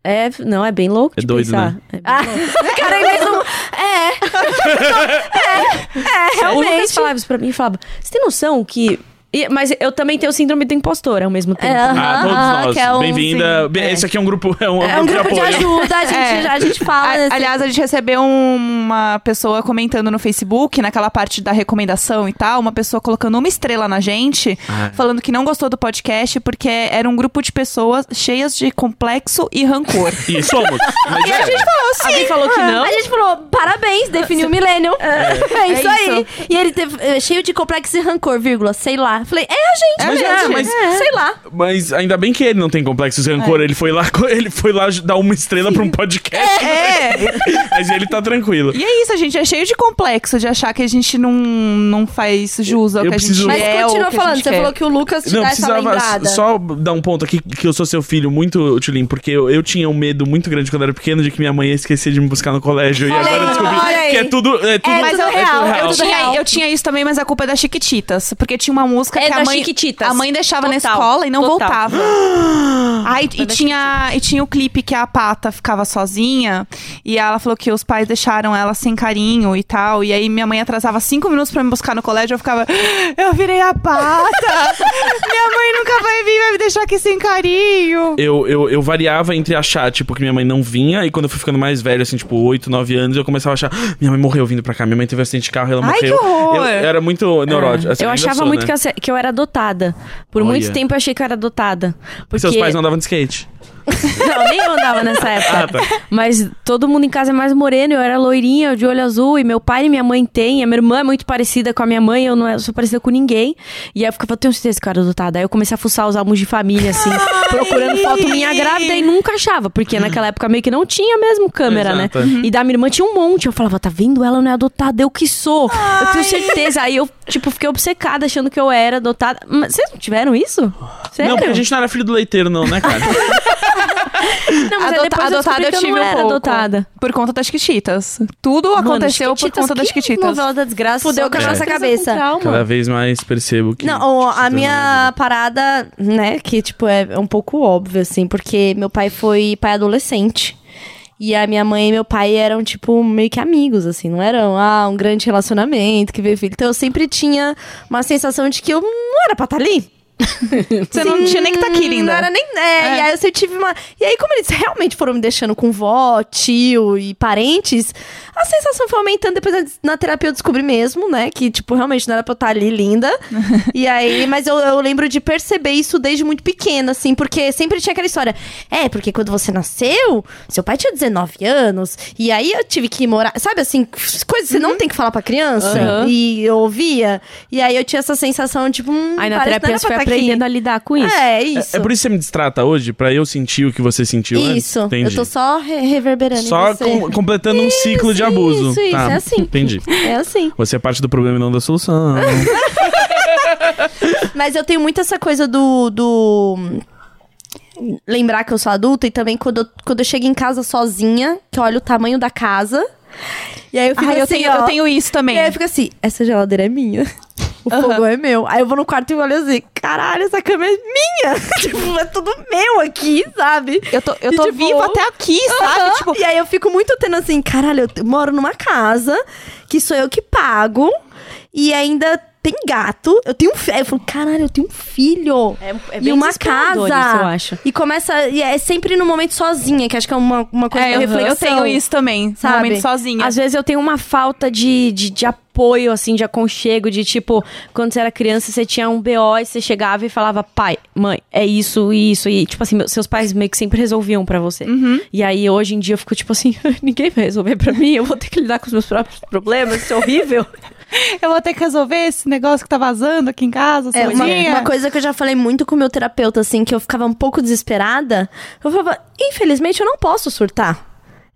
D: É, não, é bem louco
A: É
D: de
A: doido,
D: pensar.
A: né?
D: É,
B: Ah, cara, ele fez um. É. é. É,
D: O Lucas
B: realmente.
D: falava isso pra mim e falava, você tem noção que... e- mas eu também tenho síndrome do impostor ao mesmo tempo.
B: É, aham.
A: Ah,
B: Ah,
A: todos
B: que é
A: nós.
B: um-
A: Bem-vinda.
B: sim,
A: Bem,
D: é.
A: Esse aqui é um grupo, é um,
B: É um grupo de
A: apoio.
B: ajuda, a gente,
C: É.
B: a gente fala.
C: A-
B: assim.
C: aliás, a gente recebeu um- uma pessoa comentando no Facebook, naquela parte da recomendação e tal, uma pessoa colocando uma estrela na gente,
A: Ah.
C: falando que não gostou do podcast porque era um grupo de pessoas cheias de complexo e rancor.
A: E somos. Mas
C: e
A: é.
C: a gente
B: tá-
C: falou Ah, sim.
D: Alguém falou que não?
B: A gente falou, parabéns, definiu o milênio. É, isso
C: É
B: aí. E ele teve eh, cheio de complexo e rancor, vírgula, sei lá. Falei, é a gente,
A: Mas
B: né?
A: é, mas-
B: sei lá.
A: Mas ainda bem que ele não tem complexos de
B: É.
A: rancor. Ele, foi lá, co- ele foi lá dar uma estrela pra um podcast.
C: É.
A: Mas ele tá tranquilo.
C: E é isso, a gente é cheio de complexo de achar que a gente não, não faz jus ao
A: Eu
C: que a
A: preciso-
C: gente
B: Mas
C: é. ou
B: continua
C: que a
B: falando,
C: gente
B: você
C: quer.
B: falou que o Lucas te
A: Não,
B: dá essa
A: precisava
B: lembrada.
A: só dar um ponto aqui que eu sou seu filho muito, Tulin, porque eu, eu tinha um medo muito grande quando eu era pequeno de que minha mãe ia esquecer de me buscar no colégio. e
B: Olha
A: agora
B: aí,
A: eu descobri
B: olha aí.
A: que é tudo. É tudo
C: mas
B: tudo
C: eu-
B: real,
A: é tudo
C: Eu
A: real.
C: tinha,
B: real.
C: eu tinha isso também, mas a culpa é das Chiquititas. Porque tinha uma música
D: É
C: que a
D: das
C: mãe,
D: Chiquititas.
C: a mãe deixava na
D: Total,
C: escola e não
D: total.
C: voltava. Aí, e, tinha, e tinha o clipe que a Pata ficava sozinha e ela falou que os pais deixaram ela sem carinho e tal. E aí minha mãe atrasava cinco minutos pra me buscar no colégio. Eu ficava, eu virei a Pata! minha mãe nunca vai vir, vai me deixar aqui sem carinho.
A: Eu, eu, eu variava entre achar, tipo, que minha mãe não vinha, e quando eu fui ficando mais velho, assim, tipo, 8, 9 anos, eu começava a achar, "Ah, minha mãe morreu vindo pra cá, minha mãe teve um acidente de carro e ela
C: Ai,
A: morreu.
C: que horror!
A: Eu, eu era muito neurótico. assim,
D: É. eu
A: ainda
D: achava
A: sou,
D: muito
A: né?
D: que, eu, se- que eu era adotada. Por
A: Olha.
D: muito tempo eu achei que eu era adotada. Porque...
A: Seus pais não andavam de skate.
D: Não, nem eu andava nessa época. Mas todo mundo em casa é mais moreno, eu era loirinha, de olho azul, e meu pai e minha mãe têm. A minha irmã é muito parecida com a minha mãe, eu não sou parecida com ninguém. E aí eu ficava, tenho certeza que eu era adotada. Aí eu comecei a fuçar os álbuns de família, assim, procurando foto minha grávida e nunca achava. Porque naquela época meio que não tinha mesmo câmera,
A: Exato, é.
D: né? E da minha irmã tinha um monte. Eu falava, tá vendo? Ela não é adotada, eu que sou. Eu tenho certeza. Aí eu, tipo, fiquei obcecada achando que eu era adotada. Mas vocês não tiveram isso? Sério?
A: Não, porque a gente não era filho do leiteiro, não, né, cara?
D: Não, mas aí
C: Adotada
D: depois eu
C: adotada
D: descobri
C: eu,
D: que eu
C: tive
D: não
C: um
D: era
C: pouco.
D: adotada.
C: Por conta das Quichitas. Tudo
D: Mano,
C: aconteceu por
D: Chiquititas,
C: conta das
D: que
C: Quichitas.
D: Novela da desgraça.
B: Fudeu
D: só
B: com a
D: que
B: nossa
D: coisa com
B: cabeça.
D: trauma.
A: Cada vez mais percebo que.
B: Não, o- a
A: Chiquititas
B: minha parada, né, que, tipo, é é um pouco óbvio, assim, porque meu pai foi pai adolescente. E a minha mãe e meu pai eram, tipo, meio que amigos, assim, não eram, ah, um grande relacionamento que veio filho. Então eu sempre tinha uma sensação de que eu não era pra estar ali.
C: Você não tinha nem que tá aqui, linda.
B: Não era nem. É, E aí eu sempre tive uma. E aí, como eles realmente foram me deixando com vó, tio e parentes, a sensação foi aumentando. Depois na, na terapia eu descobri mesmo, né? Que, tipo, realmente não era pra eu estar ali linda. e aí, mas eu, eu lembro de perceber isso desde muito pequena, assim, porque sempre tinha aquela história. É, porque quando você nasceu, seu pai tinha 19 anos, e aí eu tive que morar. Sabe assim, coisas que você não tem que falar pra criança.
D: Uhum. Aham.
B: E eu ouvia. E aí eu tinha essa sensação, tipo, hum,
D: Aí na
B: parece que não
D: terapia
B: era
D: você
B: pra
D: foi
B: tá aqui.
D: aprendendo a lidar com isso.
B: É,
A: É-
B: isso.
A: É, por isso que você me distrata hoje? Pra eu sentir o que você sentiu antes?
B: Isso,
A: Entendi.
B: eu tô só re- reverberando. em
A: Só
B: você.
A: com- completando um ciclo de abuso.
B: isso, isso,
A: Tá,
B: é assim.
A: Entendi.
B: É assim.
A: Você é parte do problema e não da solução.
B: Mas eu tenho muito essa coisa do. do... Lembrar que eu sou adulta e também quando eu, quando eu chego em casa sozinha, que eu olho o tamanho da casa. E aí eu fico
C: Ai, eu,
B: assim,
C: tenho,
B: ó,
C: eu tenho isso também.
B: E aí eu fico assim, essa geladeira é minha. O fogão é meu. Aí eu vou no quarto e olho assim, caralho, essa cama é minha. tipo, é tudo meu aqui, sabe?
C: Eu tô, eu
B: E,
C: tô
B: tipo,
C: viva até aqui, sabe?
B: Aham.
C: Tipo,
B: e aí eu fico muito tendo assim, caralho, eu te- moro numa casa que sou eu que pago e ainda tem gato. Eu tenho um filho. Eu falo, caralho, eu tenho um filho.
D: É- é
B: e
D: bem
B: uma casa.
D: desesperador isso, eu acho.
B: E começa. E é sempre no momento sozinha, que acho que é uma, uma coisa
C: é,
B: da
C: eu,
B: reflexão.
C: eu tenho isso também.
B: sabe?
C: Momento sozinha.
D: Às vezes eu tenho uma falta de, de, de apoio, assim, de aconchego, de tipo, quando você era criança, você tinha um BO e você chegava e falava, pai, mãe, é isso e isso. E, tipo assim, meus- seus pais meio que sempre resolviam pra você. E aí, hoje em dia, eu fico tipo assim, ninguém vai resolver pra mim, eu vou ter que lidar com os meus próprios problemas, isso é horrível.
C: Eu vou ter que resolver esse negócio que tá vazando aqui em casa,
B: É, uma,
C: sozinha.
B: uma coisa que eu já falei muito com o meu terapeuta, assim, que eu ficava um pouco desesperada. Eu falava, infelizmente eu não posso surtar.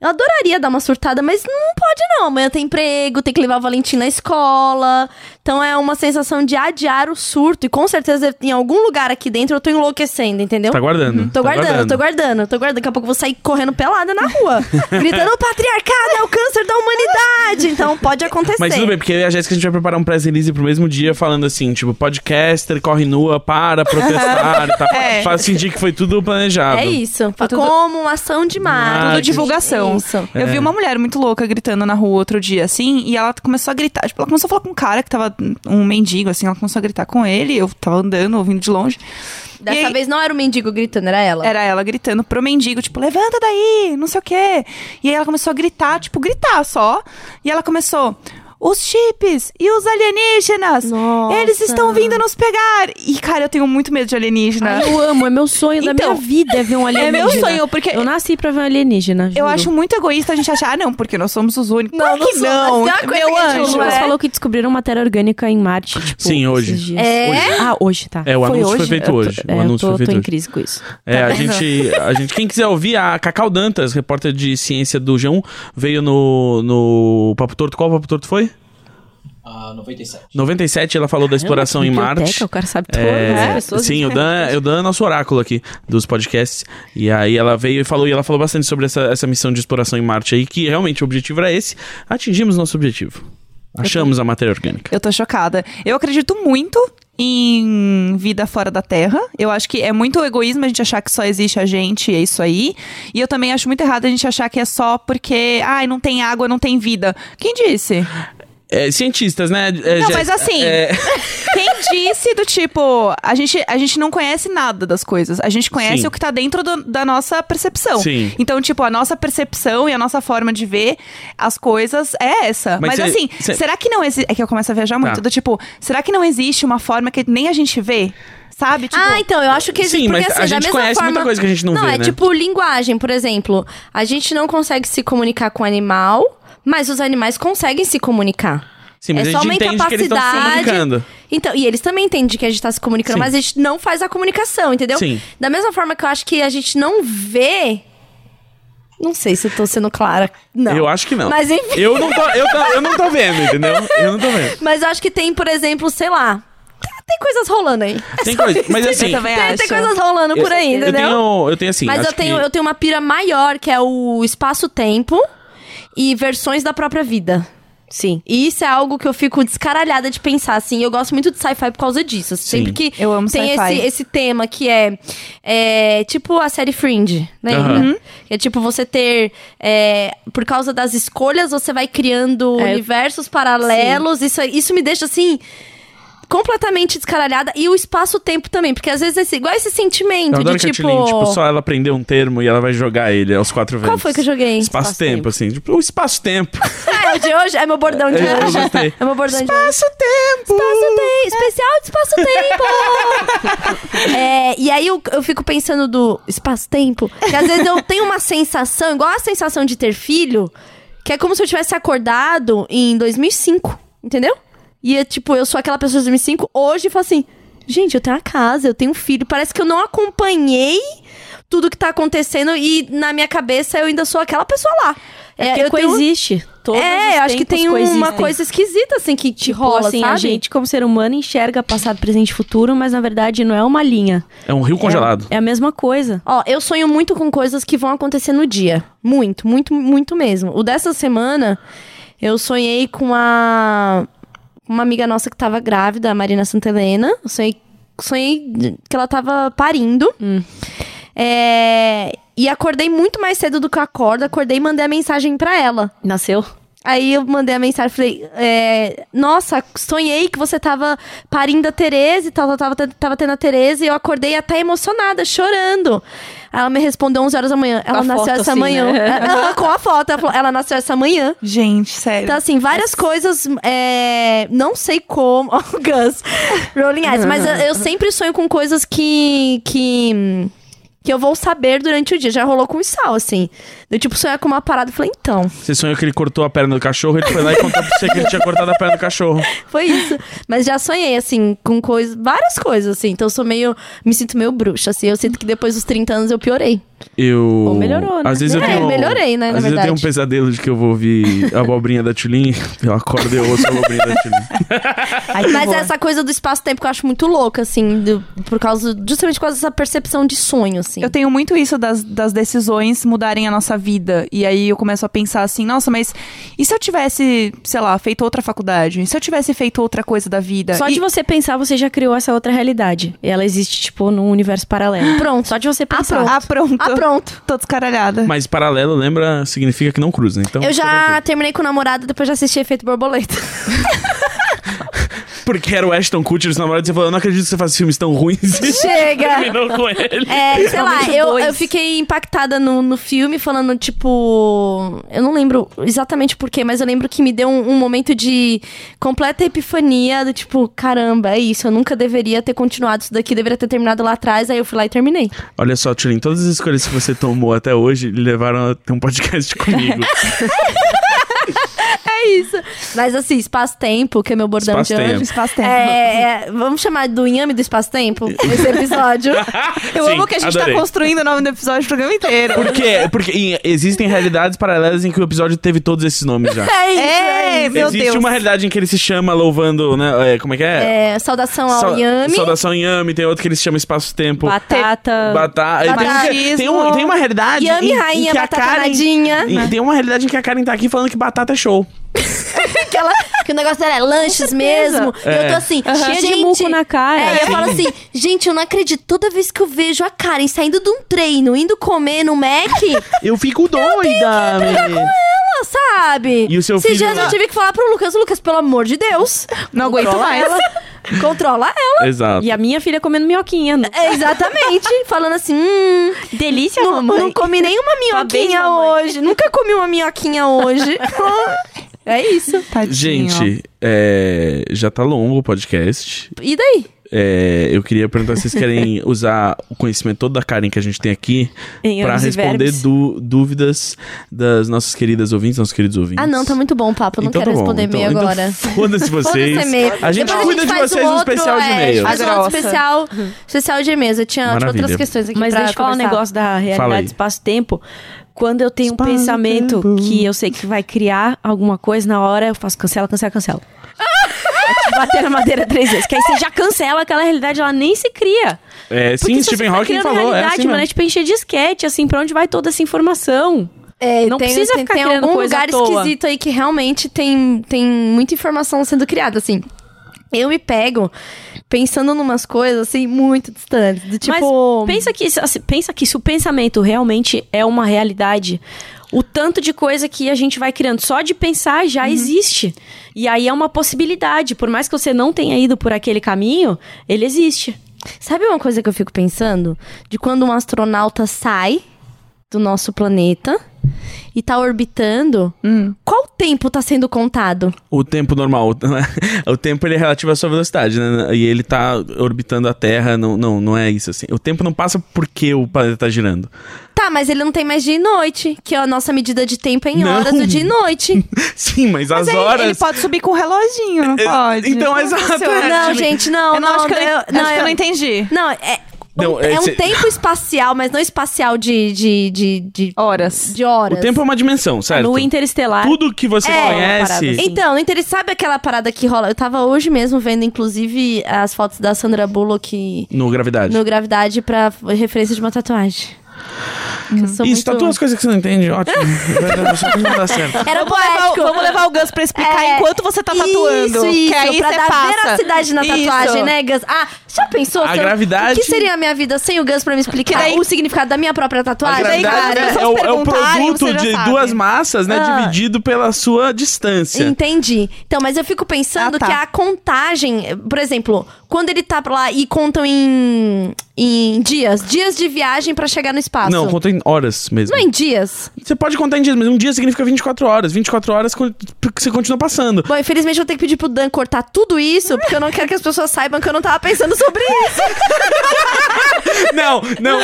B: Eu adoraria dar uma surtada, mas não pode não. Amanhã tem emprego, tem que levar o Valentim na escola. Então é uma sensação de adiar o surto. E com certeza em algum lugar aqui dentro eu tô enlouquecendo, entendeu?
A: Tá guardando. tá
B: Tô guardando, tô guardando, tô guardando. Daqui a pouco eu vou sair correndo pelada na rua. gritando, o patriarcado é o câncer da humanidade. Então pode acontecer.
A: Mas tudo bem, porque eu e a Jéssica a gente vai preparar um press release pro mesmo dia falando assim, tipo, podcaster, corre nua, para protestar e tal.
C: É.
A: Faz sentir que foi tudo planejado.
B: É isso.
C: Foi tudo-
B: Como uma ação Ah, de marketing.
A: Marketing.
C: Tudo divulgação.
B: Isso.
C: Eu vi uma mulher muito louca gritando na rua outro dia, assim, e ela começou a gritar. Tipo, ela começou a falar com um cara que tava um mendigo, assim, ela começou a gritar com ele, eu tava andando, ouvindo de longe.
B: Dessa
C: E aí-
B: vez não era o mendigo gritando, era ela.
C: Era ela gritando pro mendigo, tipo, levanta daí, não sei o quê. E aí ela começou a gritar, tipo, gritar só. E ela começou. Os chips e os alienígenas!
B: Nossa.
C: Eles estão vindo nos pegar! E, cara, eu tenho muito medo de alienígena.
D: eu amo, é meu sonho da
C: Então,
D: minha vida é ver um alienígena.
C: meu sonho, porque-
D: Eu nasci pra ver um alienígena,
C: Eu
D: juro.
C: acho muito egoísta a gente achar, ah, não, porque nós somos os únicos.
B: Não,
C: Claro
B: não
C: que
B: somos. Tem uma coisa
C: meu
B: que a gente
C: anjo.
B: não
D: Você
B: é.
D: falou que descobriram matéria orgânica em Marte, tipo,
A: Sim, hoje.
D: esses dias.
B: É?
D: Ah, hoje, tá.
A: É, o anúncio foi feito
D: Eu tô-
A: hoje. O
D: é,
A: anúncio
D: eu
A: foi
D: tô,
A: feito
D: tô em
A: hoje.
D: crise com isso.
A: É, a gente, a gente. Quem quiser ouvir, a Cacau Dantas, repórter de ciência do G1, veio no, no Papo Torto. Qual Papo Torto foi?
E: Ah, 97.
A: 97, ela falou da exploração em
D: Biblioteca,
A: Marte.
D: O cara sabe todas
A: É,
B: né?
D: as pessoas.
A: sim, o Dan, o Dan é nosso oráculo aqui dos podcasts. E aí ela veio e falou, e ela falou bastante sobre essa, essa missão de exploração em Marte aí, que realmente o objetivo era esse. Atingimos nosso objetivo. Achamos a matéria orgânica.
C: Eu tô chocada. Eu acredito muito em vida fora da Terra. Eu acho que é muito egoísmo a gente achar que só existe a gente e é isso aí. E eu também acho muito errado a gente achar que é só porque, ai, não tem água, não tem vida. Quem disse?
A: É, cientistas, né? É,
C: Não,
A: Jé-
C: mas assim,
A: é,
C: quem disse do tipo, a gente, a gente não conhece nada das coisas, a gente conhece
A: Sim.
C: o que tá dentro do- da nossa percepção.
A: Sim.
C: Então, tipo, a nossa percepção e a nossa forma de ver as coisas é essa.
A: Mas
C: Mas,
A: cê-
C: assim,
A: cê- Tá.
C: será que não existe. É que eu começo a viajar muito, do tipo, será que não existe uma forma que nem a gente vê? Sabe? Tipo,
B: ah, então, eu acho que existe.
A: Sim,
B: porque,
A: mas
B: assim,
A: a
B: da
A: gente
B: mesma
A: conhece
B: forma...
A: muita coisa que a gente não vê,
B: é
A: né?
B: tipo linguagem, por exemplo. A gente não consegue se comunicar com animal, mas os animais conseguem se comunicar.
A: sim, mas a
B: é só
A: gente
B: uma
A: entende que eles estão se
B: incapacidade.
A: comunicando.
B: Então, e eles também entendem que a gente tá se comunicando,
A: Sim.
B: mas a gente não faz a comunicação, entendeu?
A: Sim.
B: Da mesma forma que eu acho que a gente não vê. Não sei se eu tô sendo clara. Não.
A: Eu acho que não.
B: Mas enfim.
A: Eu não, tô, eu, tô- eu não tô vendo, entendeu? Eu não tô vendo.
B: Mas eu acho que tem, por exemplo, sei lá. Tem coisas rolando aí. É
A: Tem
B: só
A: coisa-
B: isso.
A: mas assim-
C: Eu também
B: tem,
C: acho.
B: tem coisas rolando por aí,
A: eu, eu
B: entendeu?
A: tenho, eu tenho assim.
B: Mas
A: acho
B: eu tenho,
A: que-
B: eu tenho uma pira maior, que é o espaço-tempo e versões da própria vida.
D: Sim.
B: E isso é algo que eu fico descaralhada de pensar, assim. Eu gosto muito de sci-fi por causa disso. Sempre
A: Sim.
B: que
C: Eu amo
B: tem
C: sci-fi.
B: esse, esse tema que é, é tipo a série Fringe, lembra?
A: Aham.
B: Que é tipo você ter. é, por causa das escolhas, você vai criando
D: É, eu-
B: universos paralelos. Isso, isso me deixa assim. Completamente descaralhada. E o espaço-tempo também. Porque às vezes é esse- igual esse
A: Eu
B: sentimento
A: adoro
B: de
A: que a
B: tipo.
A: Tilin, tipo, só ela aprendeu um termo e ela vai jogar ele aos quatro
B: Qual
A: vezes.
B: foi que eu joguei?
A: Espaço-tempo, assim. Tipo, o espaço-tempo.
B: É, o de hoje é meu bordão de
A: Eu
B: hoje.
A: gostei.
B: É meu bordão de hoje.
A: Espaço-tempo!
B: Espaço-tempo! Especial de espaço-tempo! É, e aí eu, eu fico pensando do espaço-tempo, que às vezes eu tenho uma sensação, igual a sensação de ter filho, que é como se eu tivesse acordado em 2005, entendeu? E é tipo, eu sou aquela pessoa de 2005, hoje eu falo assim, gente, eu tenho uma casa, eu tenho um filho, parece que eu não acompanhei tudo que tá acontecendo e na minha cabeça eu ainda sou aquela pessoa lá. É,
D: É, porque
B: eu tenho-
D: coexiste. Todos
B: é,
D: os
B: eu acho que
D: tempos
B: tem uma
D: coexistem.
B: coisa esquisita, assim, que te
D: Tipo,
B: rola,
D: assim,
B: sabe?
D: a gente como ser humano enxerga passado, presente e futuro, mas na verdade não é uma linha.
A: É um rio congelado.
D: É, é a mesma coisa.
B: Ó, eu sonho muito com coisas que vão acontecer no dia. Muito, muito, muito mesmo. O dessa semana, eu sonhei com uma, uma amiga nossa que tava grávida, a Marina Santelena. Eu sonhei, sonhei que ela tava parindo.
D: Hum.
B: É, e acordei muito mais cedo do que eu acordo. Acordei e mandei a mensagem pra ela.
D: Nasceu.
B: Aí eu mandei a mensagem, falei, é, nossa, sonhei que você tava parindo a Tereza e tal, tal, tava, te- tava tendo a Tereza, e eu acordei até emocionada, chorando. Aí Ela me respondeu 11 horas da manhã, ela
C: a
B: nasceu
C: foto,
B: essa
C: assim,
B: manhã.
C: né?
B: Ela- Com a foto, ela, falou, ela nasceu essa manhã.
C: Gente, sério.
B: Então, assim, várias coisas, é, não sei como, Ó, o Gus, Rolling Eyes, mas eu, eu sempre sonho com coisas que, que, que eu vou saber durante o dia. Já rolou com o Sal, assim. Eu, tipo, sonhar com uma parada, eu falei, então...
A: Você sonhou que ele cortou a perna do cachorro, ele foi lá e contou pra você que ele tinha cortado a perna do cachorro.
B: Foi isso. Mas já sonhei, assim, com coisas, várias coisas, assim. Então eu sou meio. Me sinto meio bruxa, assim. Eu sinto que depois dos 30 anos eu piorei.
A: Eu.
D: Ou melhorou, né?
A: Às vezes eu
B: É,
A: tenho.
B: melhorei, né,
A: Às
B: na
A: vezes eu tenho um
B: verdade.
A: pesadelo de que eu vou ouvir a abobrinha da Tulin. Eu acordo e eu ouço a abobrinha da Tulin.
D: Ai, que
B: Mas
D: horror.
B: essa coisa do espaço-tempo que eu acho muito louca, assim. do- por causa. Justamente por causa dessa percepção de sonho, assim.
C: Eu tenho muito isso das, das decisões mudarem a nossa vida. E aí eu começo a pensar assim, nossa, mas e se eu tivesse, sei lá, feito outra faculdade? E se eu tivesse feito outra coisa da vida?
D: Só
C: E-
D: de você pensar, você já criou essa outra realidade. E ela existe, tipo, num universo paralelo.
B: Pronto.
D: Só de você pensar.
C: Ah, pronto.
B: Ah, pronto.
C: Tô descaralhada.
A: Mas paralelo, lembra, significa que não cruza. Então,
B: Eu
A: tá
B: já
A: tranquilo.
B: terminei com o namorado, depois já assisti Efeito Borboleta.
A: Porque era o Ashton Kutcher, os namorados, você falou, eu não acredito que você faz filmes tão ruins.
B: Chega!
A: Terminou com ele.
B: É, sei lá,
C: Principalmente
B: eu,
C: dois.
B: eu fiquei impactada no, no filme, falando, tipo. Eu não lembro exatamente porquê, mas eu lembro que me deu um, um momento de completa epifania, do tipo, caramba, é isso, eu nunca deveria ter continuado isso daqui, deveria ter terminado lá atrás, aí eu fui lá e terminei.
A: Olha só, Tulin, todas as escolhas que você tomou até hoje levaram a ter um podcast comigo.
B: É isso. Mas assim, espaço-tempo, que é meu bordão de
A: Espaço-tempo.
B: hoje.
C: Espaço-tempo.
B: É, é, vamos chamar do inhame do espaço-tempo esse episódio.
C: Eu
A: Sim,
C: amo que a gente
A: adorei.
C: tá construindo o nome do episódio o programa inteiro.
A: Por quê? Porque em- existem realidades paralelas em que o episódio teve todos esses nomes já.
B: É isso.
C: É, meu
A: Existe
C: Deus.
A: uma realidade em que ele se chama louvando, né? é, como é que é?
B: É, saudação ao
A: Sau-
B: inhame.
A: Saudação Yami, tem outro que ele se chama Espaço-Tempo.
D: Batata.
A: Batata. Tem, um que-
C: Batatismo.
A: tem, um- tem uma realidade.
B: Yami,
A: em- em
B: rainha,
A: que a
B: batata
A: Karen-
B: nadinha.
A: em- Tem uma realidade em que a Karen tá aqui falando que batata é show.
B: que, ela- que o negócio era lanches mesmo. E eu tô assim,
D: Cheia de
B: gente,
D: muco na
A: Ah,
D: cara.
B: É, e eu
D: Sim.
B: falo assim, gente, eu não acredito. Toda vez que eu vejo a Karen saindo de um treino, indo comer no Mac,
A: Eu fico doida, menina.
B: ela sabe.
A: E o seu
B: Esses
A: filho
B: dias
A: lá?
B: eu tive que falar pro Lucas, Lucas, pelo amor de Deus.
C: Não aguento
B: controla
C: mais.
B: Ela, controla ela.
A: Exato.
D: E a minha filha comendo minhoquinha.
B: É, exatamente. Falando assim, hum,
D: Delícia,
B: não,
D: mamãe.
B: não comi
A: Tá
B: nenhuma
D: Parabéns,
B: minhoquinha
D: mamãe.
B: hoje. Nunca comi uma minhoquinha hoje. é isso.
C: Tadinho.
A: Gente, é, já tá longo o podcast.
B: E daí?
A: É, eu queria perguntar se vocês querem usar o conhecimento todo da Karen que a gente tem aqui
D: Em
A: pra
D: ambos e
A: responder
D: verbos.
A: du- dúvidas das nossas queridas ouvintes, nossos queridos ouvintes.
B: Ah, não, tá muito bom o papo. Eu não
A: Então
B: quero
A: tá bom.
B: responder e-mail
A: Então-
B: agora.
A: Então, Foda-se vocês.
B: Foda-se e-mail.
A: a gente
B: Depois
A: cuida de
B: faz
A: vocês
B: um
A: no
B: outro,
A: especial de
B: é,
A: e-mail.
B: a gente faz um
C: Grossa.
B: especial, especial de e-mails. Eu tinha, tinha
A: Maravilha.
B: outras questões aqui
D: Mas
B: pra
D: deixa eu falar um
B: conversar.
D: negócio da
A: Fala aí.
D: realidade espaço-tempo. Quando eu tenho um pensamento que eu sei que vai criar alguma coisa, na hora eu faço cancela, cancela, cancela. É tipo Bater na madeira três vezes. Que aí você já cancela aquela realidade, ela nem se cria.
A: É,
D: Porque
A: sim,
D: se você
A: Stephen
D: tá
A: Hawking
D: criando
A: falou. É
D: realidade,
A: assim
D: mano, é
A: mesmo.
D: tipo encher disquete, assim, pra onde vai toda essa informação?
B: É,
D: Não precisa ficar
B: tem
D: criando
B: algum
D: coisa
B: lugar
D: à toa.
B: esquisito aí que realmente tem, tem muita informação sendo criada, assim. Eu me pego pensando numas coisas, assim, muito distantes. Do tipo.
D: Mas pensa que, isso- assim, pensa que se o pensamento realmente é uma realidade, o tanto de coisa que a gente vai criando só de pensar
A: Uhum.
D: já existe. E aí é uma possibilidade. Por mais que você não tenha ido por aquele caminho, ele existe.
B: Sabe uma coisa que eu fico pensando? De quando um astronauta sai do nosso planeta e tá orbitando, qual tempo tá sendo contado?
A: O tempo normal. né? o tempo ele é relativo à sua velocidade, né? E ele tá orbitando a Terra. Não, não, não é isso assim. O tempo não passa porque o planeta tá girando.
B: Tá, mas ele não tem mais dia e noite, que é a nossa medida de tempo é em
A: Não.
B: horas do dia e noite.
A: Sim, mas,
C: Mas
A: as
C: aí
A: horas.
C: ele pode subir com o reloginho, não
A: É,
C: pode?
A: então,
C: Como
A: exato,
C: funciona?
A: é,
B: não,
A: tipo,
B: gente, não,
C: eu não, acho que eu,
B: eu-
C: não, acho que eu não entendi.
B: Não, é.
A: Não,
B: um-
A: é
B: é, um
A: cê-
B: tempo espacial, mas não espacial de, de, de, de,
C: Horas.
B: de horas.
A: O tempo é uma dimensão, certo?
D: No Interestelar.
A: Tudo que você
B: É,
A: conhece.
C: assim.
D: parada.
B: Então, interessante. Sabe aquela parada que rola? Eu tava hoje mesmo vendo, inclusive, as fotos da Sandra Bullock
A: No gravidade.
B: no Gravidade pra referência de uma tatuagem. Que eu sou
A: Isso, tá
B: muito-
A: duas coisas que você não entende. Ótimo. Só que não dá certo.
B: Era
C: Vamos levar, o-
B: poético.
C: vamos levar o Gus pra explicar
B: É,
C: enquanto você tá tatuando.
B: Isso, isso.
C: que aí
B: pra
C: você
B: dar
C: passa.
B: veracidade na tatuagem,
C: Isso.
B: né, Gus? Ah, já pensou?
A: A
B: se eu-
A: gravidade-
B: O que seria a minha vida sem o Gus pra me explicar
C: Que daí-
B: o significado da minha própria
A: A
B: tatuagem?
A: gravidade
C: cara,
A: é,
C: as
A: é o,
C: pessoas
A: é o
C: perguntarem, você
A: produto
C: já
A: de
C: sabe.
A: duas massas, né?
B: Ah.
A: Dividido pela sua distância.
B: Entendi. Então, mas eu fico pensando
C: Ah, tá.
B: que a contagem, por exemplo, quando ele tá lá e contam em, em dias, dias de viagem pra chegar no espaço.
A: Não, conta em horas mesmo.
B: Não é em dias.
A: Você pode contar em dias, mas um dia significa 24 horas. 24 horas co- porque você continua passando.
B: Bom, infelizmente eu tenho que pedir pro Dan cortar tudo isso, porque eu não quero que as pessoas saibam que eu não tava pensando sobre isso.
A: não, não.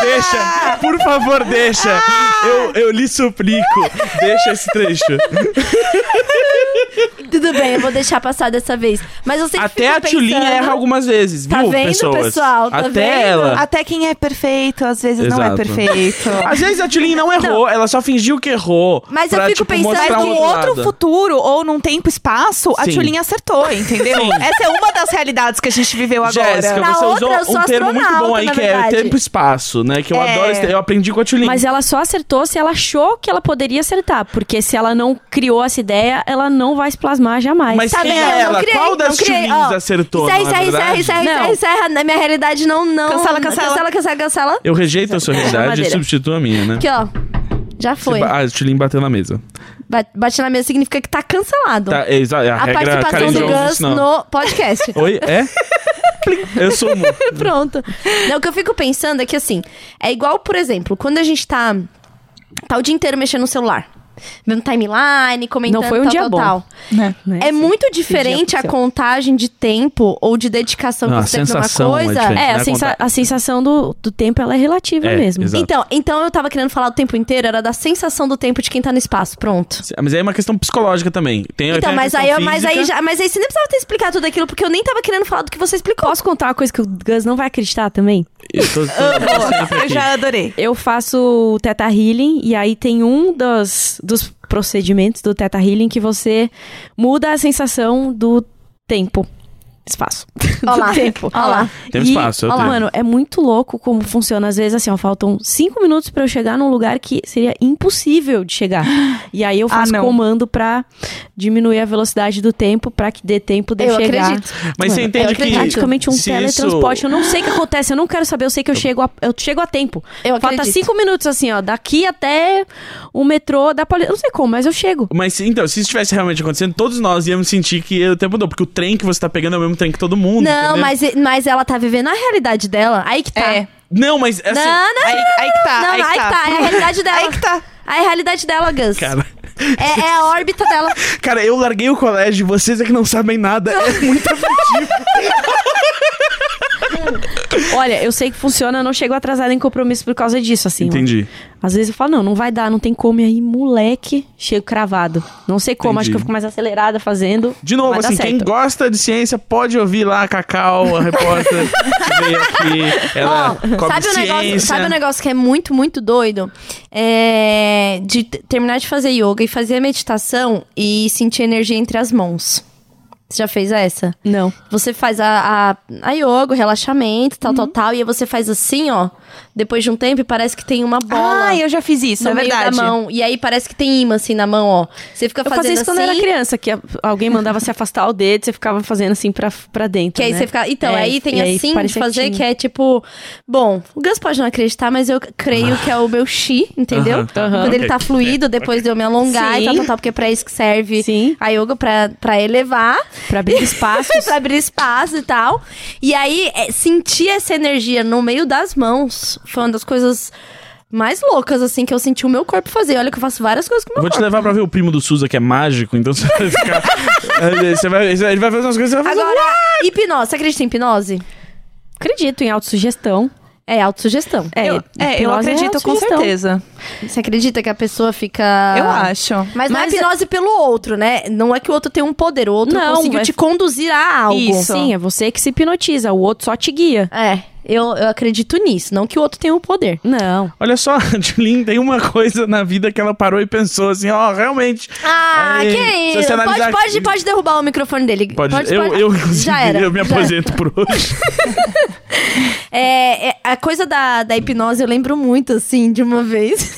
A: deixa. Por favor, deixa. Eu, eu lhe suplico. Deixa esse trecho.
B: tudo bem, eu vou deixar passar dessa vez. Mas eu sei que
A: Até a
B: fico pensando...
A: Tchulin erra algumas vezes,
B: Tá
A: viu,
B: vendo,
A: pessoas?
B: pessoal? Tá
A: Até
B: vendo?
A: ela.
C: Até quem é perfeito, às vezes não
A: Exato.
C: é perfeito.
A: Às vezes a Tulin não errou, ela só fingiu que errou.
B: Mas eu
A: pra,
B: fico
A: tipo,
B: pensando
A: mostrar
C: Mas
A: um
C: num
A: outro,
C: outro
A: lado.
C: futuro ou num tempo e espaço, a
A: Sim.
C: Tchulin acertou, entendeu?
A: Sim.
C: Essa é uma das realidades que a gente viveu agora.
A: Jéssica,
B: Na
A: você
B: outra,
A: usou
B: eu sou
A: um termo muito bom
B: astronauta,
A: aí
B: na
A: que é
B: verdade.
A: tempo e espaço, né? Que eu
C: É.
A: adoro esse Eu aprendi com a Tulin.
D: Mas ela só acertou se ela achou que ela poderia acertar. Porque se ela não criou essa ideia, ela não vai se plasmar jamais.
A: Mas
B: Tá
A: quem
B: vendo?
A: é
B: Eu não
A: ela?
B: criei,
A: Qual das
B: não criei,
A: Tulins
B: ó.
A: acertou?
B: Encerra,
A: não é
B: encerra, encerra,
A: verdade?
B: encerra, encerra,
D: Não.
B: encerra. Na minha realidade, não, não.
C: Cancela, cancela.
B: Cancela, cancela, cancela.
A: Eu rejeito a sua
B: é
A: realidade e
D: madeira.
A: substituo a minha, né?
B: Aqui, ó. Já foi.
A: Você ba- Ah, a Tulin bateu na mesa.
B: Ba- Bate na mesa significa que tá cancelado.
A: Tá, é, exa- é a,
B: a
A: regra Karen
B: participação do
A: Jones,
B: Gus
A: não.
B: no podcast.
A: Oi, é? Plim, eu sumo.
B: Pronto. Não, o que eu fico pensando é que, assim, é igual, por exemplo, quando a gente tá, tá o dia inteiro mexendo no celular. Vendo timeline, comentando
D: Não foi um
B: tal,
D: dia
B: tal,
D: bom.
B: tal.
C: Né?
D: Né?
B: É muito diferente a
D: aconteceu.
B: contagem de tempo ou de dedicação
A: Não, a
B: que você tem pra uma
A: sensação é
B: coisa.
A: diferente.
D: É, a,
A: né,
D: sensa-
A: contar.
D: a sensação do, do tempo ela é relativa
A: É,
D: mesmo.
A: exato.
B: Então, então eu tava querendo falar o tempo inteiro, era da sensação do tempo de quem tá no espaço, pronto.
A: Mas aí é uma questão psicológica também. Tem, tem
B: Então,
A: a
B: mas aí,
A: questão
B: mas aí
A: física.
B: já, mas aí você nem precisava ter explicado tudo aquilo, porque eu nem tava querendo falar do que você explicou.
D: Posso contar uma coisa que o Gus não vai acreditar também?
A: Eu tô- tô sempre
C: Eu
A: aqui.
C: já adorei.
D: Eu faço o Teta Healing e aí tem um dos, dos procedimentos do Teta Healing que você muda a sensação do tempo. Espaço.
B: Ó lá,
D: do tempo.
B: ó lá.
A: Tem um
D: E,
A: espaço, eu
D: ó lá,
A: tenho.
D: Mano, é muito louco como funciona. Às vezes, assim, ó, faltam cinco minutos pra eu chegar num lugar que seria impossível de chegar. E aí eu
C: Ah,
D: faço
C: não.
D: comando pra diminuir a velocidade do tempo pra que dê tempo de eu
B: Eu
D: chegar.
B: acredito.
A: Mas você
D: Mano,
A: entende
B: É, eu
A: que.
D: praticamente um
A: se
D: teletransporte.
A: isso- Tá
D: Eu não sei o que acontece, eu não quero saber, eu sei que eu chego a, eu chego a tempo.
B: Eu
D: Falta
B: acredito.
D: cinco minutos, assim, ó, daqui até o metrô da Paulista. Eu não sei como, mas eu chego.
A: Mas se- então, se isso estivesse realmente acontecendo, todos nós íamos sentir que o tempo mudou, porque o trem que você tá pegando é o mesmo trem que todo mundo. entendeu?
B: Não, mas, mas ela tá vivendo a realidade dela. Aí que tá.
C: É.
A: Não, mas assim.
B: Não, não,
C: Aí, aí que tá.
B: não,
C: aí que tá.
B: É a realidade dela.
C: Aí que tá.
B: Aí é a realidade dela, Gus.
A: Cara,
B: É, é a órbita dela.
A: cara, eu larguei o colégio, vocês é que não sabem nada. É muito afetivo.
D: Olha, eu sei que funciona, eu não chego atrasada em compromisso por causa disso, assim. ó.
A: Entendi.
D: Às vezes eu falo, não, não vai dar, não tem como. E aí, moleque, chego cravado. Não sei como, acho
A: Entendi.
D: que eu fico mais acelerada fazendo.
A: De novo,
D: mas dá
A: assim, quem
D: certo.
A: gosta de ciência pode ouvir lá a Cacau, a repórter que veio aqui.
C: É,
A: Ela
B: Ó,
A: cobre
B: sabe, o
A: ciência.
B: negócio, sabe um negócio que é muito, muito doido? É de t- terminar de fazer yoga e fazer a meditação e sentir energia entre as mãos. Você já fez essa?
D: Não.
B: Você faz a, a, a yoga, o relaxamento, tal, tal,
C: Uhum.
B: tal. E aí você faz assim, ó. Depois de um tempo, e parece que tem uma bola.
C: Ah, eu já fiz isso,
B: no
C: é
B: meio
C: verdade.
B: da mão. E aí parece que tem imã, assim, na mão, ó. Você fica
D: Eu
B: fazendo
D: fazia isso
B: assim.
D: quando eu era criança, que a- alguém mandava se afastar o dedo, você ficava fazendo assim pra, pra dentro.
B: Que aí
D: né?
B: você fica. Então,
D: É,
B: aí tem
D: e aí
B: assim de
D: parece
B: fazer
D: tinha.
B: que é tipo. Bom, o Gus pode não acreditar, mas eu creio que é o meu chi, entendeu?
A: Aham, tá.
B: Quando ele
A: Ok.
B: tá fluido, depois de eu me alongar e
D: Sim.
B: tal, tal, tal, porque é pra isso que serve
D: Sim.
B: a yoga, pra, pra elevar.
D: Pra abrir espaço.
B: pra abrir espaço e tal. E aí, é, sentir essa energia no meio das mãos foi uma das coisas mais loucas, assim, que eu senti o meu corpo fazer. Olha que eu faço várias coisas com o meu
A: Vou te
B: corpo.
A: levar pra ver o primo do Suza, que é mágico, então você vai ficar. Aí você vai- ele vai fazer umas coisas, você vai fazer.
B: Agora, hipnose. Você acredita em hipnose?
D: Acredito em autossugestão.
B: É autossugestão.
D: É,
C: Eu, é, eu
D: hipnose é
C: acredito com
D: autossugestão.
C: certeza.
B: Você acredita que a pessoa fica...
C: Eu acho.
B: Mas, não é
D: Mas-
B: hipnose pelo outro, né? Não é que o outro tem um poder, o outro
D: Não,
B: conseguiu
D: mas-
B: te conduzir a algo.
C: Isso.
D: Sim, é você que se hipnotiza, o outro só te guia.
B: É, eu, eu acredito nisso. Não que o outro tenha um poder.
D: Não.
A: Olha só, a Julin tem uma coisa na vida que ela parou e pensou assim, ó, realmente.
B: Ah,
A: Aí,
B: que
A: se
B: isso?
A: você analisar-
B: Pode, pode, pode derrubar o microfone dele.
A: Pode, eu, eu, inclusive,
B: Já era.
A: eu me
B: já era.
A: aposento por hoje.
B: É, é, a coisa da, da hipnose eu lembro muito, assim, de uma vez.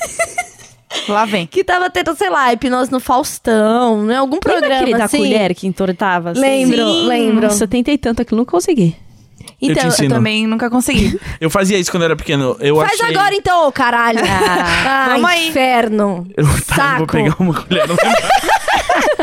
C: Lá vem.
B: que tava tendo, sei lá, hipnose no Faustão, né? Algum
D: Lembra
B: programa,
D: aquele da
B: assim.
D: colher que entortava? assim?
B: Lembro,
D: Sim.
B: lembro.
D: Nossa, eu tentei tanto aquilo, não consegui.
A: Eu te
B: Então,
A: ensino.
C: Também nunca consegui.
A: Eu fazia isso quando eu era pequeno. Eu
B: faz
A: achei...
B: agora então, ô caralho. Ah,
C: vamos aí.
B: inferno.
A: Eu, tá, eu
B: Saco.
A: vou pegar uma colher. Não lembro.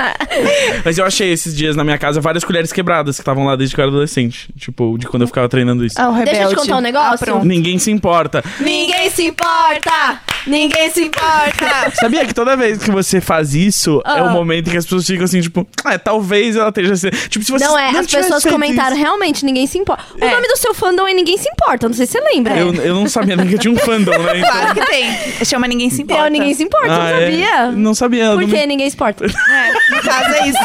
A: Mas eu achei esses dias na minha casa várias colheres quebradas que estavam lá desde que eu era adolescente. Tipo, de quando eu ficava treinando isso.
C: Ah, o
B: Deixa eu te
C: rebelde.
B: contar um negócio?
C: Ah, pronto.
A: Ninguém se importa.
B: Ninguém se importa! Ninguém se importa!
A: Sabia que toda vez que você faz isso, é
B: Ah.
A: o momento em que as pessoas ficam assim, tipo, ah, talvez ela esteja sendo. Tipo, se você.
B: Não é, as
A: tivesse
B: pessoas
A: feito
B: comentaram,
A: isso-
B: realmente, ninguém se importa. O nome do seu fandom é Ninguém Se Importa, não sei se você lembra. É.
A: Eu, eu não sabia nem que eu tinha um fandom, né? Então...
C: Claro que tem. Chama Ninguém Se Importa.
B: Eu, ninguém se importa,
A: Ah,
B: não
A: é?
B: sabia?
A: Não sabia. eu
B: Por
A: não
B: que
A: me-
B: ninguém se importa?
C: É, no caso é isso.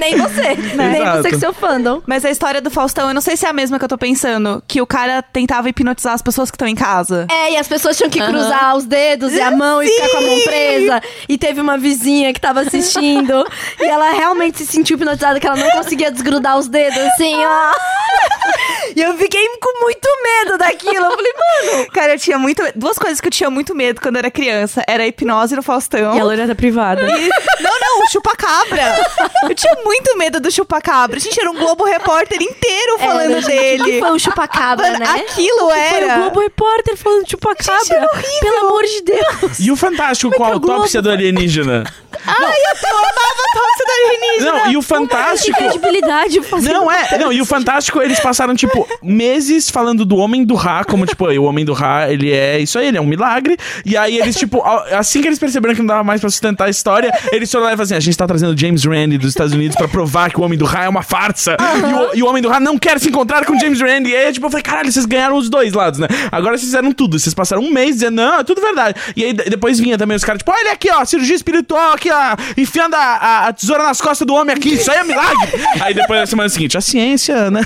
B: Nem você. Nem
A: Exato.
B: você que é seu fandom.
C: Mas a história do Faustão, eu não sei se é a mesma que eu tô pensando. Que o cara tentava hipnotizar as pessoas que estão em casa.
B: É, e as pessoas tinham que cruzar os dedos e a mão e ficar com a mão presa. E teve uma vizinha que tava assistindo. e ela realmente se sentiu hipnotizada que ela não conseguia desgrudar os dedos, assim, ó.
C: É,
B: e eu fiquei com muito medo daquilo. Eu falei, mano.
C: Cara, eu tinha muito. Duas coisas que eu tinha muito medo quando eu era criança: era a hipnose no Faustão.
D: E a loira da privada.
C: E- Não, não, o chupa-cabra. Eu tinha muito medo do chupa-cabra. Gente, era um Globo Repórter inteiro falando
B: Era, gente,
C: dele.
B: o que foi o chupacabra,
C: Mano,
B: né?
C: Aquilo um era.
D: Foi o Globo Repórter falando tipo a cabra. Pelo amor de Deus.
A: E o Fantástico com a
D: Globo
A: autópsia do alienígena?
C: Eu amava a Tópsia da alienígena.
A: Não, e o
D: Que
A: Fantástico.
B: Tipo,
D: credibilidade fazer.
A: Não, é. Não, e o Fantástico, eles passaram, tipo, meses falando do Homem do Ra, como, tipo, o Homem do Ra, ele é isso aí, ele é um milagre. E aí eles, tipo, a- assim que eles perceberam que não dava mais pra sustentar a história, eles foram lá e falaram assim: a gente tá trazendo James Randi dos Estados Unidos pra provar que o Homem do Ra é uma farsa. E, o, e o Homem do Ra Ah, não quer se encontrar com James Randi. E aí, tipo, eu falei: caralho, vocês ganharam os dois lados, né? Agora vocês fizeram tudo. Vocês passaram um mês dizendo, não, é tudo verdade. E aí de- depois vinha também os caras, tipo, olha aqui, ó, cirurgia espiritual, aqui, ó, enfiando a, a- a tesoura nas costas do homem aqui, isso aí é milagre. aí depois na semana seguinte, a ciência, né?